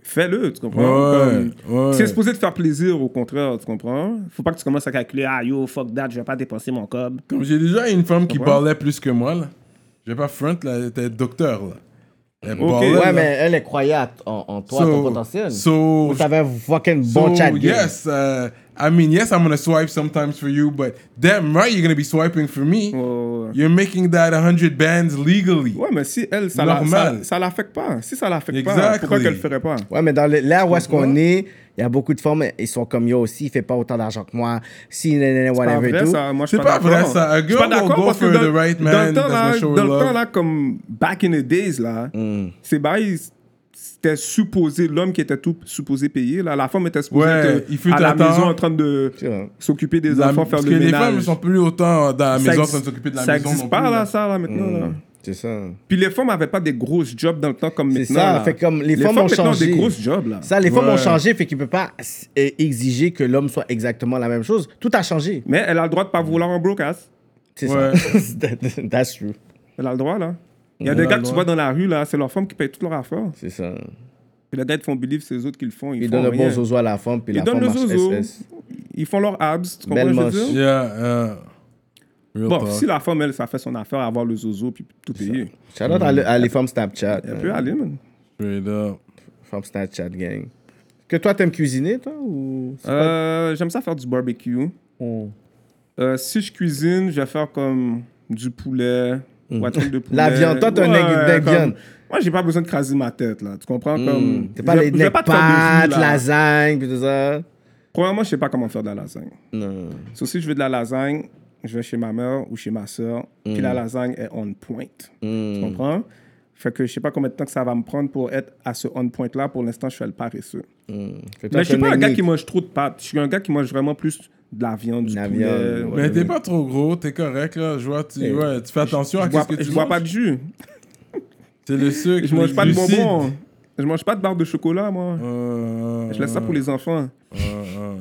Fais-le, tu comprends? Ouais, ouais. C'est supposé te faire plaisir, au contraire, tu comprends? Faut pas que tu commences à calculer, ah yo, fuck that, je vais pas dépenser mon cob. Comme j'ai déjà une femme qui Comprends? ballait plus que moi, là. Je vais pas front, là. Elle était docteur, là. Elle Ok. ballait, Ouais, là. Ouais, mais elle est croyante en, en toi, So- ton potentiel. So, Ou t'avais un fucking so bon chat game. yes, uh, I mean, yes, I'm gonna swipe sometimes for you, but damn right you're gonna be swiping for me. Ouais, ouais, ouais. You're making that 100 bands legally. Oh, Ouais, mais si elle, ça la, Normal. ça, ça l'affecte pas. Si ça l'affecte Exactly. pas, pourquoi qu'elle le ferait pas Ouais, mais dans le- l'air où est-ce qu'on est, il y a beaucoup de femmes, ils sont comme yo aussi, il fait pas autant d'argent que moi. Si, nanana, C'est pas whatever et vrai, tout. ça. Moi, je suis C'est pas vrai, d'accord. ça. A Je suis girl pas will d'accord go parce for que dans, the right dans le man temps, that's là, gonna show dans le love. Mm. temps, là, comme back in the days, là, c'est bail, c'était supposé, l'homme qui était tout supposé payer, là. La femme était supposée Ouais, être il fut à la un temps- maison en train de vrai. s'occuper des La- enfants, faire parce le que les ménage. femmes sont plus autant dans la Ça maison en ex- train de s'occuper de la ça maison. existe non pas, plus, Mm. là, ça, là, maintenant, là. Mm, C'est ça. Puis les femmes n'avaient pas des grosses jobs dans le temps comme C'est maintenant. ça, là. fait comme les femmes ont maintenant changé. des grosses jobs, là. Ça, les femmes Ouais. ont changé, fait qu'il peut pas s- euh, exiger que l'homme soit exactement la même chose. Tout a changé. Mais elle a le droit de pas vouloir un brocasse. C'est Ouais. ça. That- That's true. Elle a le droit, là. Il y a Elle a des le gars que tu droit. vois dans la rue, là, c'est leurs femmes qui payent toute leur affaire. C'est ça. Puis les gars, ils te font believe, c'est les autres qui le font. Il Ils, font donne le bon rien. zozo à la femme, puis Ils la donnent femme le marche zozo. SS. Ils font leur abs, tu comprends Belle ce que je veux manche. dire? Yeah, yeah. Real Bon, talk. si la femme, elle, ça fait son affaire, avoir le zozo, puis tout payer. Shout out Mm. à, le- à les femmes Snapchat. Elle hein. peut aller, man. Straight up. Femmes Snapchat, gang. Que toi, t'aimes cuisiner, toi, ou... c'est pas- Euh, J'aime ça faire du barbecue. Euh, si je cuisine, je vais faire comme du poulet. ou un truc de poulet. Mm. La viande, toi, t'es un nègre- nègre comme- viande. Moi, j'ai pas besoin de craser ma tête, là. Tu comprends? Comme... Mm. T'es pas je- les je vais neck te faire des pâtes, riz, là. lasagne, puis tout ça. Premièrement, je sais pas comment faire de la lasagne. Non. So, si je veux de la lasagne, je vais chez ma mère ou chez ma soeur, puis la lasagne est on point. Tu comprends? Fait que je sais pas combien de temps que ça va me prendre pour être à ce on point là. Pour l'instant, je suis le paresseux. Fait que toi, Mais je suis t'es pas un gars nègre. qui mange trop de pâtes. Je suis un gars qui mange vraiment plus de la viande, du La poulet. viande, ouais. Mais t'es pas trop gros, t'es correct, là. Je vois, tu, ouais, tu fais attention Eh, Je à bois, ce Ah, que je tu bois manges. pas de jus. C'est le sucre. Je mange pas de le glucide. bonbons. Je mange pas de barre de chocolat, moi. Euh, Je laisse ça pour les enfants. euh, euh,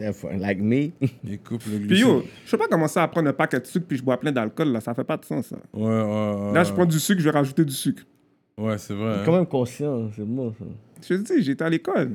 Therefore, Like me. Hein? Les coupes, le Puis glucide. yo, je sais pas comment ça à prendre un paquet de sucre puis je bois plein d'alcool là, ça fait pas de sens. ça. Ouais, ouais, ouais. Là, je prends du sucre, je vais rajouter du sucre. Ouais, c'est vrai. hein. Quand même conscient, c'est bon ça. Je te dis, j'étais à l'école.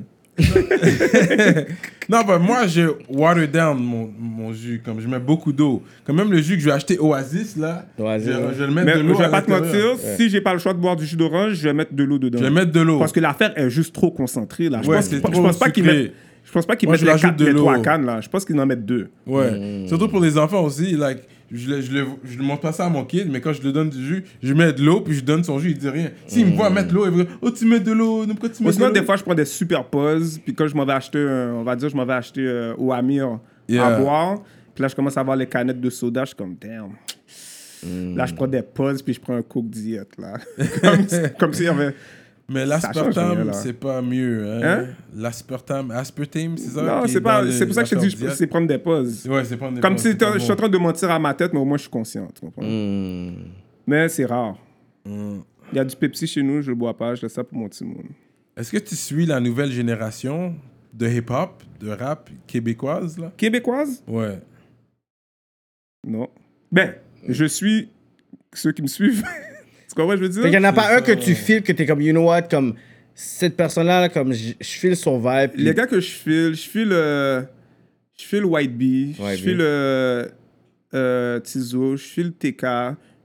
Non, bah, moi, je water down mon, mon jus. Comme je mets beaucoup d'eau. Quand même, le jus que je vais acheter Oasis, là, Oasis, je, ouais. je vais le mets Mais de je l'eau. à vais pas te l'intérieur. mentir, si j'ai pas le choix de boire du jus d'orange, je vais mettre de l'eau dedans. Je vais mettre de l'eau. Parce que l'affaire est juste trop concentrée là. Je Ouais, pense, c'est je pense trop pas qu'ils sucré. mettent, je pense pas qu'ils Moi, mettent je les rajoute quatre, de les l'eau. trois cannes là. Je pense qu'ils en mettent deux. Ouais. Hmm. Surtout pour les enfants aussi. Like, je le, je, le, je le montre pas ça à mon kid, mais quand je lui donne du jus, je mets de l'eau, puis je donne son jus, il dit rien. S'il me Hmm. voit mettre l'eau, il va dire Oh, tu mets de l'eau, pourquoi tu Ou mets de sinon, l'eau des fois, je prends des super pauses. Puis quand je m'en vais acheter, un- on va dire, je m'en vais acheter euh, au Amir Yeah. à boire. Puis là, je commence à avoir les canettes de soda. Je suis comme, damn. Hmm. Là, je prends des pauses, puis je prends un Coke diète, là. comme, comme s'il y avait... Mais Ça change rien, l'aspartame, là. c'est pas mieux. Hein? Hein? L'aspartame, aspartame, c'est ça Non, qui c'est dans pas... le- C'est pour ça que je te dis, je- l'affaire c'est prendre des pauses. diète? Ouais, c'est pas Comme si c'est pas t'as- je suis en train de mentir à ma tête, mais au moins, je suis conscient, tu comprends? Hmm. Mais c'est rare. Il y a du Pepsi chez nous, je le bois pas, je laisse ça pour mon petit monde. Est-ce que tu suis la nouvelle génération de hip-hop, de rap québécoise, là Québécoise? Ouais. Non. Ben, je suis ceux qui me suivent. tu comprends ce que je veux dire? Fait qu'il y en a pas C'est un que ça. tu files, que t'es comme, you know what, comme cette personne-là, là, comme je je file son vibe. puis- les gars que je file, je file, euh, je file White Bee, je White Bee. file euh, euh, Tizo, je file TK,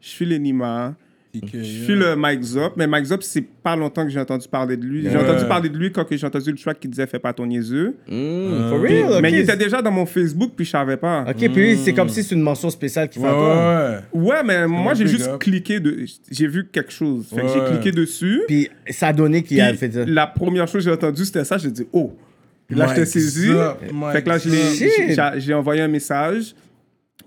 je file Enima, je file euh, Mike Zop. Mais Mike Zop, c'est pas longtemps que j'ai entendu parler de lui. J'ai Ouais. entendu parler de lui quand que j'ai entendu le track qui disait Fais pas ton niaiseux. Mm, for real, ok. Ah. Mais il était déjà dans mon Facebook, puis je savais pas. Ok, puis lui, c'est comme si c'est une mention spéciale qu'il fait Ouais, à toi. ouais, ouais. Ouais, mais moi, mon j'ai big juste up. cliqué, de... j'ai vu quelque chose. Fait que j'ai Ouais. cliqué dessus. Puis ça a donné qu'il a Puis, fait ça. La première chose que j'ai entendue, c'était ça. J'ai dit, oh. Puis là, Mike j'étais saisi. Zop, Fait Mike que là, je l'ai- Zop. j'ai- j'ai- j'ai envoyé un message.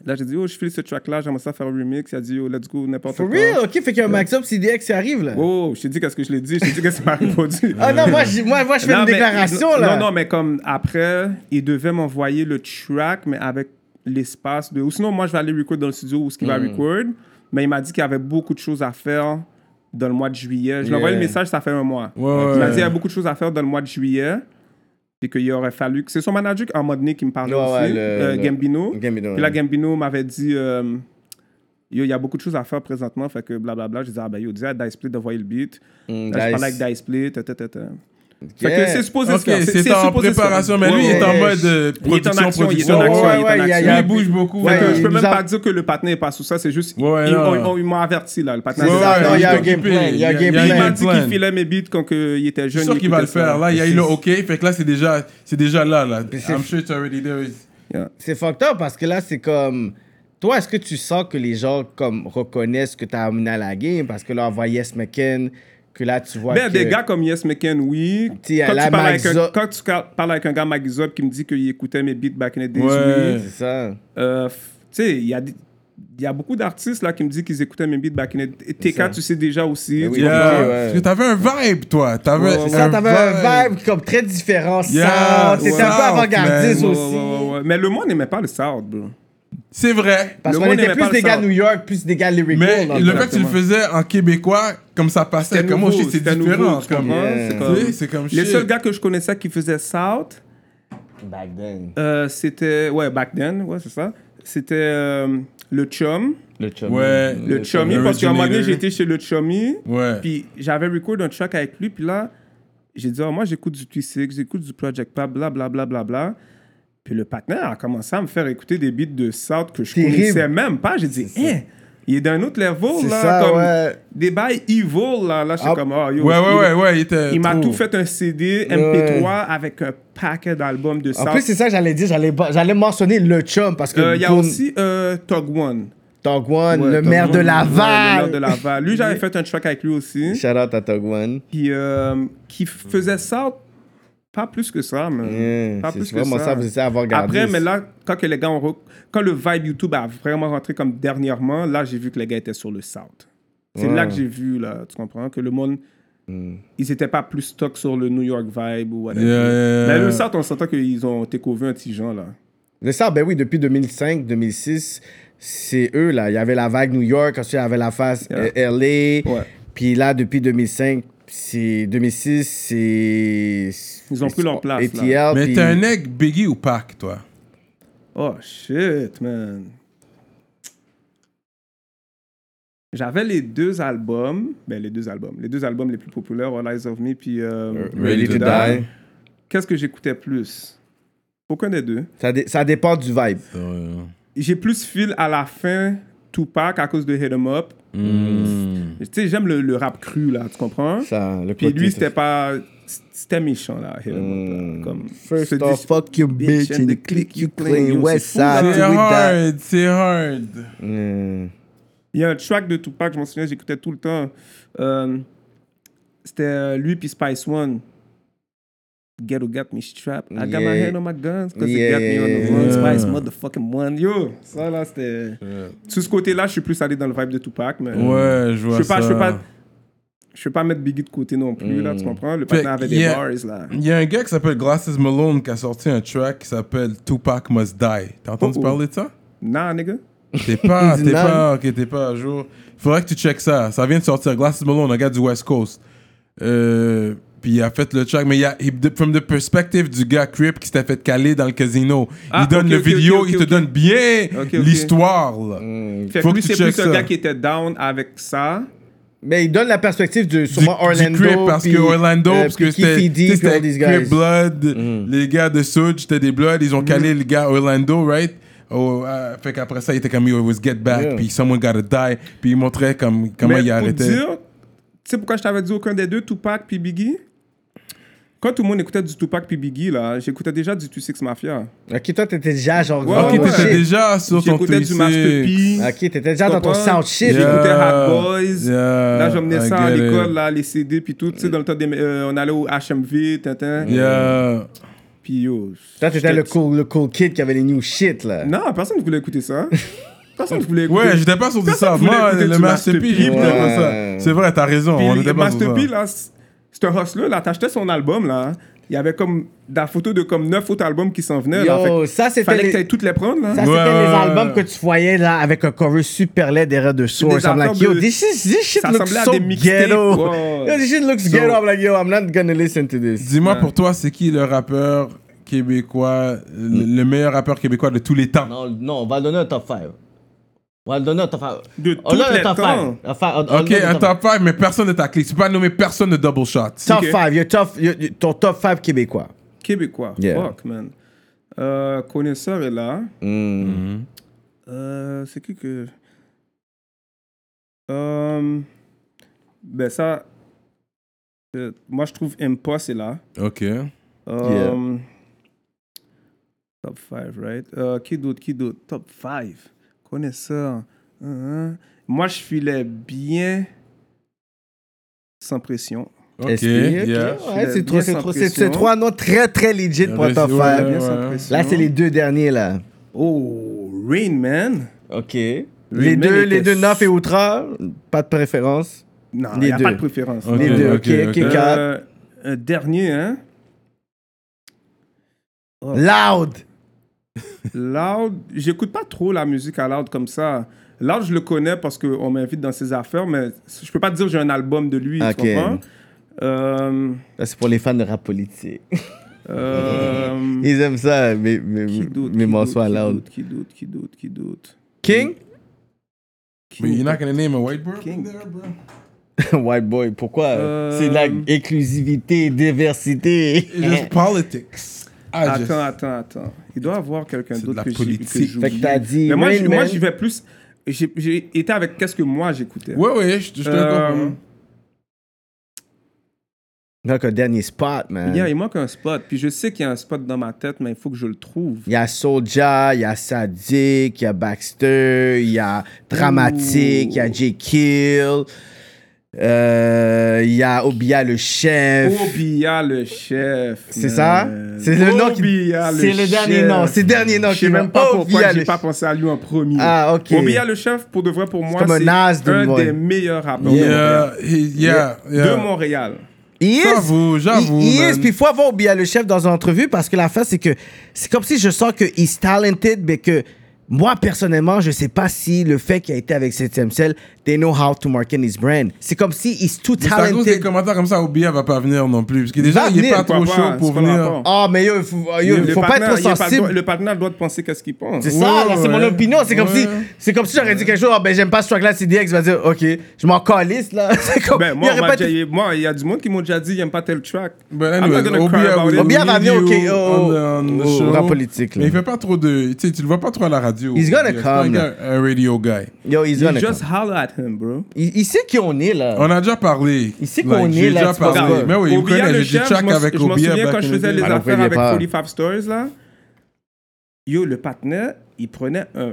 Là, j'ai dit, oh, je file ce track-là, j'aimerais ça faire un remix. Il a dit, oh, let's go, n'importe quoi. For real, ok, fait qu'il y a un max-up CDX qui arrive là. Oh, je t'ai dit qu'est-ce que je l'ai dit. Je t'ai dit qu'est-ce qu'il m'a répondu. Ah non, moi, j'ai- moi, moi je fais Non, une mais- déclaration non, là. Non, non, mais comme après, il devait m'envoyer le track, mais avec l'espace de. Ou sinon, moi, je vais aller record dans le studio où ce qu'il va Hmm. record. Mais il m'a dit qu'il y avait beaucoup de choses à faire dans le mois de juillet. Je lui ai envoyé le Yeah. message, ça fait un mois. Ouais, Il m'a ouais. dit qu'il y a beaucoup de choses à faire dans le mois de juillet. Et qu'il aurait fallu. que- C'est son manager en mode donné qui me parlait Ouais, aussi, ouais, le- euh, le- Gambino. Gambino, Puis là, ouais. Gambino m'avait dit. euh, Yo, il y a beaucoup de choses à faire présentement, fait que blablabla. Je disais, ah ben yo, dis à Dice Split d'envoyer le beat. Mm, Là, je Dice. parlais avec Dice Split, ta, ta, ta, ta. Fait Yeah. que c'est supposé Ok, se faire. c'est en supposé se faire. préparation, mais lui, il est en Ouais. mode euh, Il est en production, action, il est en production. action, Ouais, il ouais, est en il y a- action. il y a- Lui, il bouge beaucoup. Fait que Ouais, je il peux nous même a- pas dire que le patin est pas sous ça, c'est juste. Ouais, ils non. ils- ils- ils m'ont averti là, le patin. Ouais, est ça, pas- non, ouais, il y a il un est game occupé, plan, il y a un il game y a- Il plan. m'a dit qu'il plan. filait mes beats quand que il était Je jeune. suis sûr il qu'il va le écoutait ça. faire. Là, il y a eu le OK. Fait que là, c'est déjà, c'est déjà là. là. c'est- I'm sure it's already there. Yeah. C'est fucked up parce que là, c'est comme. Toi, est-ce que tu sens que les gens comme reconnaissent ce que t'as amené à la game parce que là, on voit Yes McKen, que là, tu vois. Ben, que... des gars comme Yes McKen, oui. Quand T'sais, à la tu, parles avec Mike un, Zop. quand tu ca- parles avec un gars, Mike Zop, qui me dit qu'il écoutait mes beats back in the days, Ouais. oui. C'est ça. Euh, f- tu sais, il y a, des- il y a beaucoup d'artistes là qui me disent qu'ils écoutaient mes beats back in the days. TK, tu sais déjà aussi. Ben oui. tu Yeah. comprends? ouais. Parce que t'avais un vibe, toi. T'avais C'est ça, t'avais un vibe comme très différent, ça. Yeah, C'était ouais. un peu avant-gardiste Ouais, aussi. ouais, ouais, ouais. Mais le monde n'aimait pas le sound, bro. C'est vrai. Parce Le qu'on monde était aimait plus pas des le gars sound. New York, plus des gars lyrical. Mais dans le temps. fait que tu le faisais en québécois, comme ça passait, C'était comme nouveau, oh shit, c'est c'était différent. nouveau, tu Comme, comprends? Yeah. C'est Tu comme- sais, c'est comme Les shit. seuls gars que je connaissais qui faisaient South, Back then. euh, c'était. Ouais, back then, ouais, c'est ça. C'était euh, le Chum. Le chum. Ouais. Le Chummy, Chum. parce qu'à un moment donné, Originator. j'étais chez le Chummy. Euh, Ouais. Puis j'avais record un track avec lui. Puis là, j'ai dit, oh, moi, j'écoute du T6, j'écoute du Project Pop, bla, bla, bla, bla, bla. Puis le partenaire a commencé à me faire écouter des beats de South que je Terrible. connaissais même pas. J'ai dit, hein, il est d'un autre level, C'est là. ça, comme ouais. Des bails evil, là. Là, je suis Ah. comme, oh, yo. Ouais, ouais, il- ouais, ouais, il était. Il m'a trop. tout fait un CD MP3 avec un paquet d'albums de En plus, South. c'est ça que j'allais dire. J'allais ba- j'allais mentionner le chum parce que. Euh, Il y a Boone aussi euh, Tog One. Togwan, Ouais, le Tog maire One. de Ouais, Laval. Le maire de Laval. Lui, j'avais fait un track avec lui aussi. Shout out à Togwan. Puis, euh, qui faisait ça, pas plus que ça, mais Yeah, pas Hein, Hmm, c'est plus que vraiment ça. ça, vous étiez avant-gardiste. Après, mais là, quand, que les gars ont re- quand le vibe YouTube a vraiment rentré comme dernièrement, là, j'ai vu que les gars étaient sur le South. C'est Ouais. Hmm. là que j'ai vu, là, tu comprends, que le monde, ils n'étaient pas plus stock sur le New York vibe ou whatever. Yeah, yeah, yeah. Mais le South, on s'entend qu'ils ont découvert un petit genre, là. Le South, ben oui, depuis 2005, 2006, c'est eux, là. Il y avait la vague New York, ensuite, il y avait la phase euh, LA. Ouais. Puis là, depuis 2005, c'est 2006, c'est. Ils ont pris leur place, là. ATL, Mais puis- t'es un nègre Biggie ou Pac, toi Oh shit, man. J'avais les deux albums, ben les deux albums, les deux albums les plus populaires, All Eyes of Me puis euh, Ready to Die. Qu'est-ce que j'écoutais plus Aucun des deux. Ça, dé- ça dépend du vibe. J'ai plus fil à la fin Tupac à cause de Hit 'Em Up. Hmm. Tu sais, j'aime le, le rap cru là, tu comprends Ça, le Puis côté- lui, c'était pas, c'était méchant là, Hit 'Em Up. là, Comme Hmm. First se dis- off, fuck your bitch and the click you claim. West Ah, side, C'est do it that. hard, c'est hard. Mm. Il y a un track de Tupac, je m'en souviens, j'écoutais tout le temps. Euh, C'était euh, lui puis Spice One. Ghetto got me strapped. I got my Yeah. hand on my guns because Yeah, it got me on the yeah, run. yeah. Spice motherfucking one. Yo, ça là, c'était. Sur ce côté-là, je suis plus allé dans le vibe de Tupac, mais. Ouais, je vois je peux ça. pas, je peux pas. Je peux pas mettre Biggie de côté non plus, là, tu comprends? Le patin avait des yeah. bars, là. Il y a un gars qui s'appelle Glasses Malone qui a sorti un track qui s'appelle Tupac Must Die. T'as entendu Oh, oh. parler de ça Nah, nigga. T'es pas, Dis t'es non. pas, ok, t'es pas à jour. Faudrait que tu checkes ça. Ça vient de sortir. Glasses Malone, un gars du West Coast. Euh, puis il a fait le track, mais il a, il- de- from the perspective du gars Crip qui s'était fait caler dans le casino. Ah, il donne ok, le ok, vidéo, ok, il ok, te ok. donne bien Ok, ok. l'histoire, là. Fait Faut que que lui, tu c'est checkes plus ça. un gars qui était down avec ça. Mais il donne la perspective de Du- sûrement du Orlando. Crip parce que puis- Orlando, euh, parce puis que Keefy c'était D, tu sais, puis all c'était these Crip guys. Mm. Blood, Mm. les gars de Sudge, c'était des Bloods, ils ont calé le gars Orlando, right? Oh, euh, fait qu'après ça, il était comme, yo, it was get back, Yeah. puis someone gotta die, puis il montrait comme, comment Mais il a pour arrêté. dire, tu sais pourquoi je t'avais dit aucun des deux, Tupac puis Biggie Quand tout le monde écoutait du Tupac puis Biggie, là, j'écoutais déjà du 2-6 Mafia. Ok, toi, t'étais déjà genre. Ouais, oh, ok, ouais. t'étais shit. déjà sur ton J'écoutais du Master P. Ok, t'étais déjà dans ton Comprends? sound shit. Yeah. J'écoutais Hot Boys. Yeah, là, j'emmenais Ah, I ça à get l'école, it. là, les CD, puis tout. Tu sais, dans le temps, des, euh, on allait au HMV, Tintin. Yeah. Puis yo. Toi, t'étais j'étais- le cool, le cool kid qui avait les new shit, là. Non, personne ne voulait écouter ça. Personne ne voulait écouter Ouais, j'étais pas sur du Personne ça. voulait Moi, écouter le du Master P, j'écoutais Ouais. pas ça. C'est vrai, t'as raison, on Puis était pas sur Master ça. P, là, c'est c'est un hustler, là. T'achetais son album, là. Il y avait comme de la photo de comme neuf autres albums qui s'en venaient. là. Yo, Fait que ça, c'était fallait que les, t'ailles toutes les prendre, là. ça, c'était Ouais, les ouais, albums que ouais. tu voyais, là, avec un cover super laid derrière de source. des I'm like, affaires yo, de- this, is, this shit ça looks ressemblait à so des mixtapes. ghetto. Ouais, ouais. Yo, this shit looks So- ghetto. I'm like, yo, I'm not gonna listen to this. Dis-moi pour toi, c'est qui le rappeur québécois, le le meilleur rappeur québécois de tous les temps Non, non, on va donner un top 5. On va donner un top 5. De Oh, on donne toutes un les top temps. 5. Enfin, on- on Ok, donne un five. oh, top 5, mais personne de ta clique. Tu peux pas nommer personne de double shot. Top Ok. 5, ton top 5 québécois. Québécois. Yeah. Fuck, man. Euh, connaisseur est là. Euh, c'est qui que. Euh, ben, ça. euh, moi, je trouve Impost est là. Ok. Euh, Top 5, right? Euh, qui d'autre? Qui d'autre? Top 5. Connaisseur. Hein, hein. Moi, je filais bien sans pression. Ok. SP, ok, yeah. ouais, c'est Bien trois- c'est sans trois- c'est- pression. c'est trois noms très très legit pour un top Ouais, 5. ouais. sans pression. Là, c'est les deux derniers, là. Oh, Rain Man. Ok. Les Rain Man deux, les était deux Naf et Outra, pas de préférence. Non, il Les n'y a pas deux. de préférence. Ok, Les deux, ok, ok, ok. ok, quatre. Euh, un dernier, hein? Loud! Loud, j'écoute pas trop la musique à Loud comme ça. Loud, je le connais parce qu'on m'invite dans ses affaires, mais je peux pas te dire que j'ai un album de lui, Ok. tu comprends? Euh, Là, c'est pour les fans de rap politique. euh, Ils aiment ça, mes, mes, Hmm. qui d'autre, mes qui morceaux à d'autre, Loud. Qui d'autre, qui d'autre, qui d'autre? King? Qui But you're d'autre? not gonna name a white bro from King. there, bro? White boy, pourquoi? Euh, C'est de la inclusivité, diversité. It's just politics. I just- Attends, attends, attends. Il doit y avoir quelqu'un C'est de d'autre la que j'ai- que politique. j'oublie. Fait que t'as dit Mais moi, Rain j'- moi, Man. j'y vais plus... J'ai j'ai été avec qu'est-ce que moi j'écoutais. Ouais, ouais, je je te Euh, comprends. Donc, un dernier spot, man. Yeah, il manque un spot. Puis je sais qu'il y a un spot dans ma tête, mais il faut que je le trouve. Il y a Soulja, il y a Sadik, il y a Baxter, il y a Dramatic, il y a J. Kill, euh, il y a Obia le chef. Obia le chef. C'est ça? C'est le nom qui- c'est le dernier nom, c'est le dernier nom Je sais qui même m'a- pas Obia pourquoi j'ai le pas chef. pensé à lui en premier. Ah, ok. Obia le chef, pour de vrai, pour moi, comme un c'est as de un Montréal. des meilleurs rappeurs de Yeah, Montréal. he- yeah, yeah. De Montréal. He is. J'avoue, j'avoue, He, he man. is. Puis faut avoir oublié le chef dans une entrevue parce que la fin, c'est que c'est comme si je sens que he's talented, mais que moi, personnellement, je sais pas si le fait qu'il a été avec 7 Cell, they know how to market his brand. C'est comme si he's too C'est à cause des talented. commentaires comme ça, Obia va pas venir non plus. Parce que déjà, Va il est venir, pas trop pourquoi chaud pas, pour c'est pas venir. rapport. Ah, mais yo, faut, yo, Le faut pas partenaire, être il trop est pas le droit- sensible. le partenaire doit de penser qu'est-ce qu'il pense. C'est ça, Ouais, là, c'est mon ouais. opinion. C'est comme Ouais. si, c'est comme si j'aurais dit quelque chose. Ah ben, j'aime pas ce track-là, CDX va dire, ok, je m'en calisse là. C'est comme, Ben, il moi, on aurait m'a pas déjà- été- moi, il y a du monde qui m'ont déjà dit, j'aime pas tel track. But I'm anyway, not gonna cry Obia, about we it. don't Obia va need venir, you ok, oh, on the- on the oh, show. rap politique, là. Mais il fait pas trop de. Tu sais, tu le vois pas trop à la radio. He's gonna Obia. C'est pas come, Un, gars- un radio guy. Yo, he's You gonna just come. holler at him, bro. Il, il sait qui on est là. On a déjà parlé. Il sait qu'on j'ai est là, déjà tu vois, parlé. ouais. Mais oui, il me Obia, connaît. le J'ai chef, des tracks je m'en- avec je m'en Obia. souviens quand back je in the faisais day. les Ah, non, affaires il est avec pas. 45 Stories, là. Yo, le partenaire, il prenait un-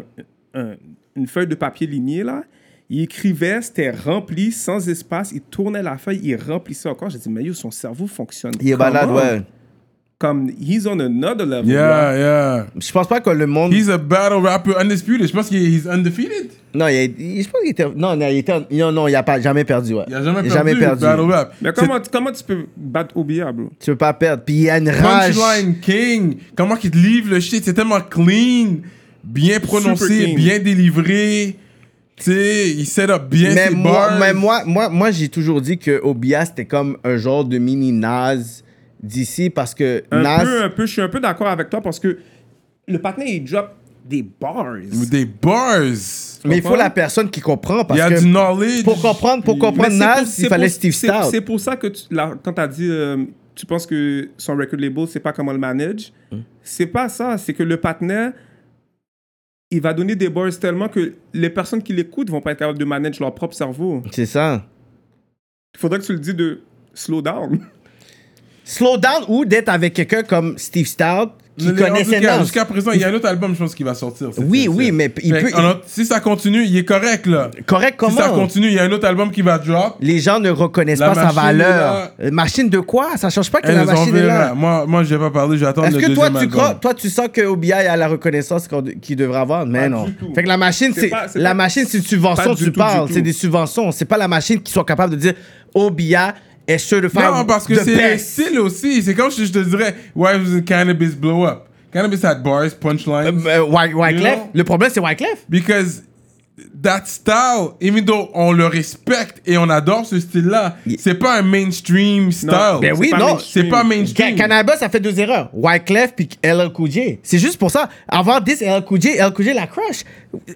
un- une feuille de papier lignée, là. Il écrivait, c'était rempli, sans espace. Il tournait la feuille, il remplissait encore. J'ai dit, mais yo, son cerveau fonctionne. Il est comment? balade, ouais. Comme, he's on another level. là. Yeah, yeah. Je pense pas que le monde. He's a battle rapper undisputed. Je pense qu'il est he's undefeated. Non, il, a- il- je pense qu'il était. Non, non, il était. Non, non, il a pas jamais perdu, ouais. Il a jamais perdu. Battle rap. Mais comment, comment tu peux battre Obia, bro? Tu veux pas perdre. Puis il y a une rage. Punchline King. Comment qu'il te livre le shit. C'est tellement clean, bien Super prononcé, clean. bien délivré. Tu sais, il set up bien Mais ses moi, bars. mais moi, moi, moi j'ai toujours dit que Obia, c'était comme un genre de mini Nas d'ici parce que Un Nas. hein, peu, un peu. Je suis un peu d'accord avec toi parce que le partenaire, il drop des bars. Des bars. mais il faut comprends? la personne qui comprend parce Il y a que. du knowledge. Pour comprendre, pour Mais comprendre c'est Nas, pour- c'est il fallait pour- Steve c'est- Stout. C'est pour ça que, tu, là, quand tu as dit, euh, tu penses que son record label, c'est pas comment le manage. Hmm. C'est pas ça. C'est que le partenaire, il va donner des bars tellement que les personnes qui l'écoutent vont pas être capables de manager leur propre cerveau. C'est ça. Il faudrait que tu le dis de slow down. Slow down ou d'être avec quelqu'un comme Steve Stout qui Le- en connaissait tout cas, Nas. Jusqu'à présent, il y a un autre album, je pense, qui va sortir. c'est- Oui, c'est- oui, c'est- mais il Fait peut- que, en- Si ça continue, il est correct, là. Correct, Si ça comment continue, il y a un autre album qui va drop. Les gens ne reconnaissent La pas sa machine valeur. est Euh, Machine de quoi Ça change pas que Elles la en machine est verra. là. Moi, moi je vais pas parler, j'attends le Est-ce que deuxième toi tu, album. crois, toi, tu sens que OBI a la reconnaissance qu'on- qu'il devrait avoir Mais Pas non. du tout. Fait que la machine, C'est c'est pas- c'est la pas- machine, c'est une subvention, pas du tu tout, du parles. tout. C'est des subventions. C'est pas la machine qui soit capable de dire OBI est sûr de faire. Non, parce que the c'est le best. style aussi. C'est comme si je te dirais, why was the cannabis blow up? Cannabis had bars, punchlines. Euh, Wy- Wyclef. Non. Le problème, c'est Wyclef. Because that style, even though on le respecte et on adore ce style-là, c'est pas un mainstream style. Ben C'est oui, pas non. mainstream. C'est pas Ca- mainstream. Cannabis a fait deux erreurs. Wyclef puis LL Cool J. C'est juste pour ça. Avant 10, LL Cool J, LL Cool J la crush.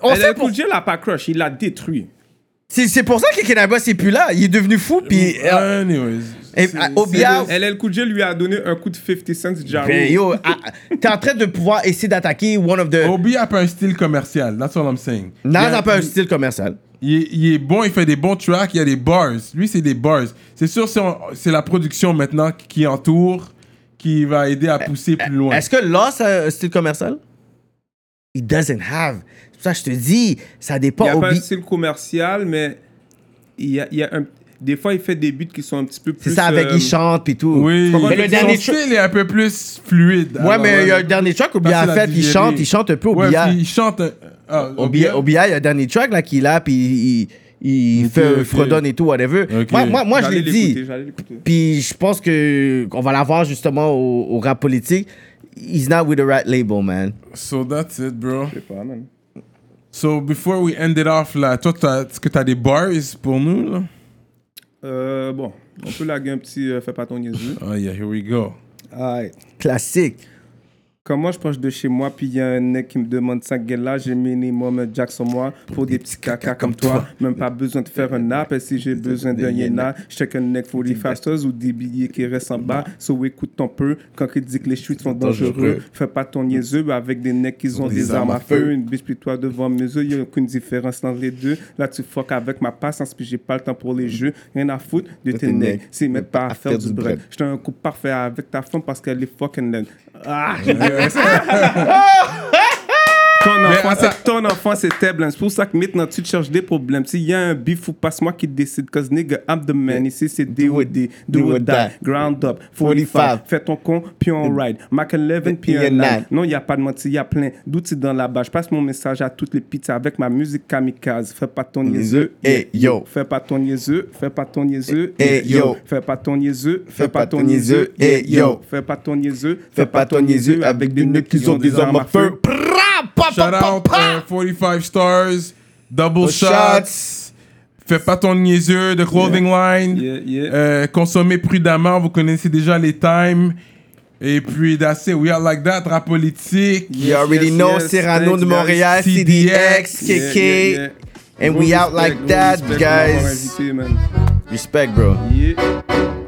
On Elle sait a pour- écouté, l'a pas crush. Il l'a détruit. C'est c'est pour ça que Cannabis est plus là. Il est devenu fou puis. euh, Anyways. et- c'est- à- Obia. LL Cool J lui a donné un coup de 50 cents de Jaro. Ben, yo, ah, t'es en train de pouvoir essayer d'attaquer one of the. Obi a pas un style commercial, that's all I'm saying. Nas Il a- a pas un style commercial. Il est, il est bon, il fait des bons tracks, il y a des bars. Lui, c'est des bars. C'est sûr, c'est on- c'est la production maintenant qui- qui entoure, qui va aider à pousser plus loin. Eh, Est-ce que Lost a un style commercial? It doesn't have. C'est pour ça que je te dis, ça Il n'y dépend. a pas un Obi- style commercial, mais il y a, il y a un- des fois, il fait des beats qui sont un petit peu plus. C'est ça avec euh, il chante puis tout. Oui, Mais Mais le le son dernier track. style est un peu plus fluide. Ouais, Alors, euh, mais il y a le dernier track, Obi a facile à fait, il digérer. chante, il chante un peu Ouais, Obi a- puis il chante. euh, ah, Obi, Obia. Obi, il y a un dernier track là qu'il a, puis il, il Ok, fait ok. fredonne et tout, whatever. Ok. Moi, moi, moi je j'allais l'ai l'écouter, dit. j'allais l'écouter. Puis je pense que qu'on va l'avoir justement au, au rap politique. He's not with the right label, man. So that's it, bro. Je sais pas, man. So before we end it off, là, toi, t'as- est-ce que t'as des bars pour nous, là? Euh, bon, on peut laguer un petit euh, Fais pas ton niaiseux. Oh yeah, here we go. Aïe. Classique. Quand moi je proche de chez moi, puis il y a un mec qui me demande 5 guélas, j'ai minimum un Jack sur moi pour des petits caca comme toi. Même pas besoin de faire un nap, et si j'ai besoin d'un yéna, je check un neck for les fasters ou des billets qui restent en bas. So écoute ton peu, quand il dit que les chutes sont dangereux, fais pas ton niaiseux avec des necks qui ont des armes à feu. Une biche puis toi devant mes yeux, il n'y a aucune différence dans les deux. Là tu fuck avec ma patience, puis j'ai pas le temps pour les jeux. Rien à foutre de tes necks, c'est même pas à faire du break. J'étais un coup parfait avec ta femme parce qu'elle est fucking laine. Ah, Ton Mais enfant, attends. c'est ton enfant, c'est tes blâmes. C'est pour ça que maintenant, tu te cherches des problèmes. S'il y a un beef ou pas, c'est moi qui décide. Cause nigga, I'm the man. Ici, c'est D.O.D. Do, or or die. die. Ground up. 45. 45. Fais ton con, puis on ride. Mac 11, puis Il y on en a. ride. Non, il n'y a pas de mentir. Il y a plein d'outils dans la base. Je passe mon message à toutes les pizzas avec ma musique kamikaze. Fais pas ton niaiseux. eh, yo. Fais pas ton niaiseux. Fais pas ton niaiseux. Eh, eh, yo. Fais pas ton niaiseux. Fais pas ton niaiseux, niaiseux. eh, eh, yo. Fais pas ton niaiseux. Fais pas ton niaiseux avec des nœuds qui ont des armes à feu. Pra, pa, Shout pa, pa, out pa. euh, 45 Stars, Double Double Shots. Fais pas ton niaiseux, The Clothing Line. Yeah, yeah. Euh, consommez prudemment, vous connaissez déjà les times. Et puis, that's it, we are like that, rap politique. You already yes, know yes, Cyrano thanks, de guys. Montréal, CDX, Yeah, yeah, yeah. KK, and Gros we out respect, like gros that, respect pour m'avoir guys. invité, man. Respect, bro. Yeah.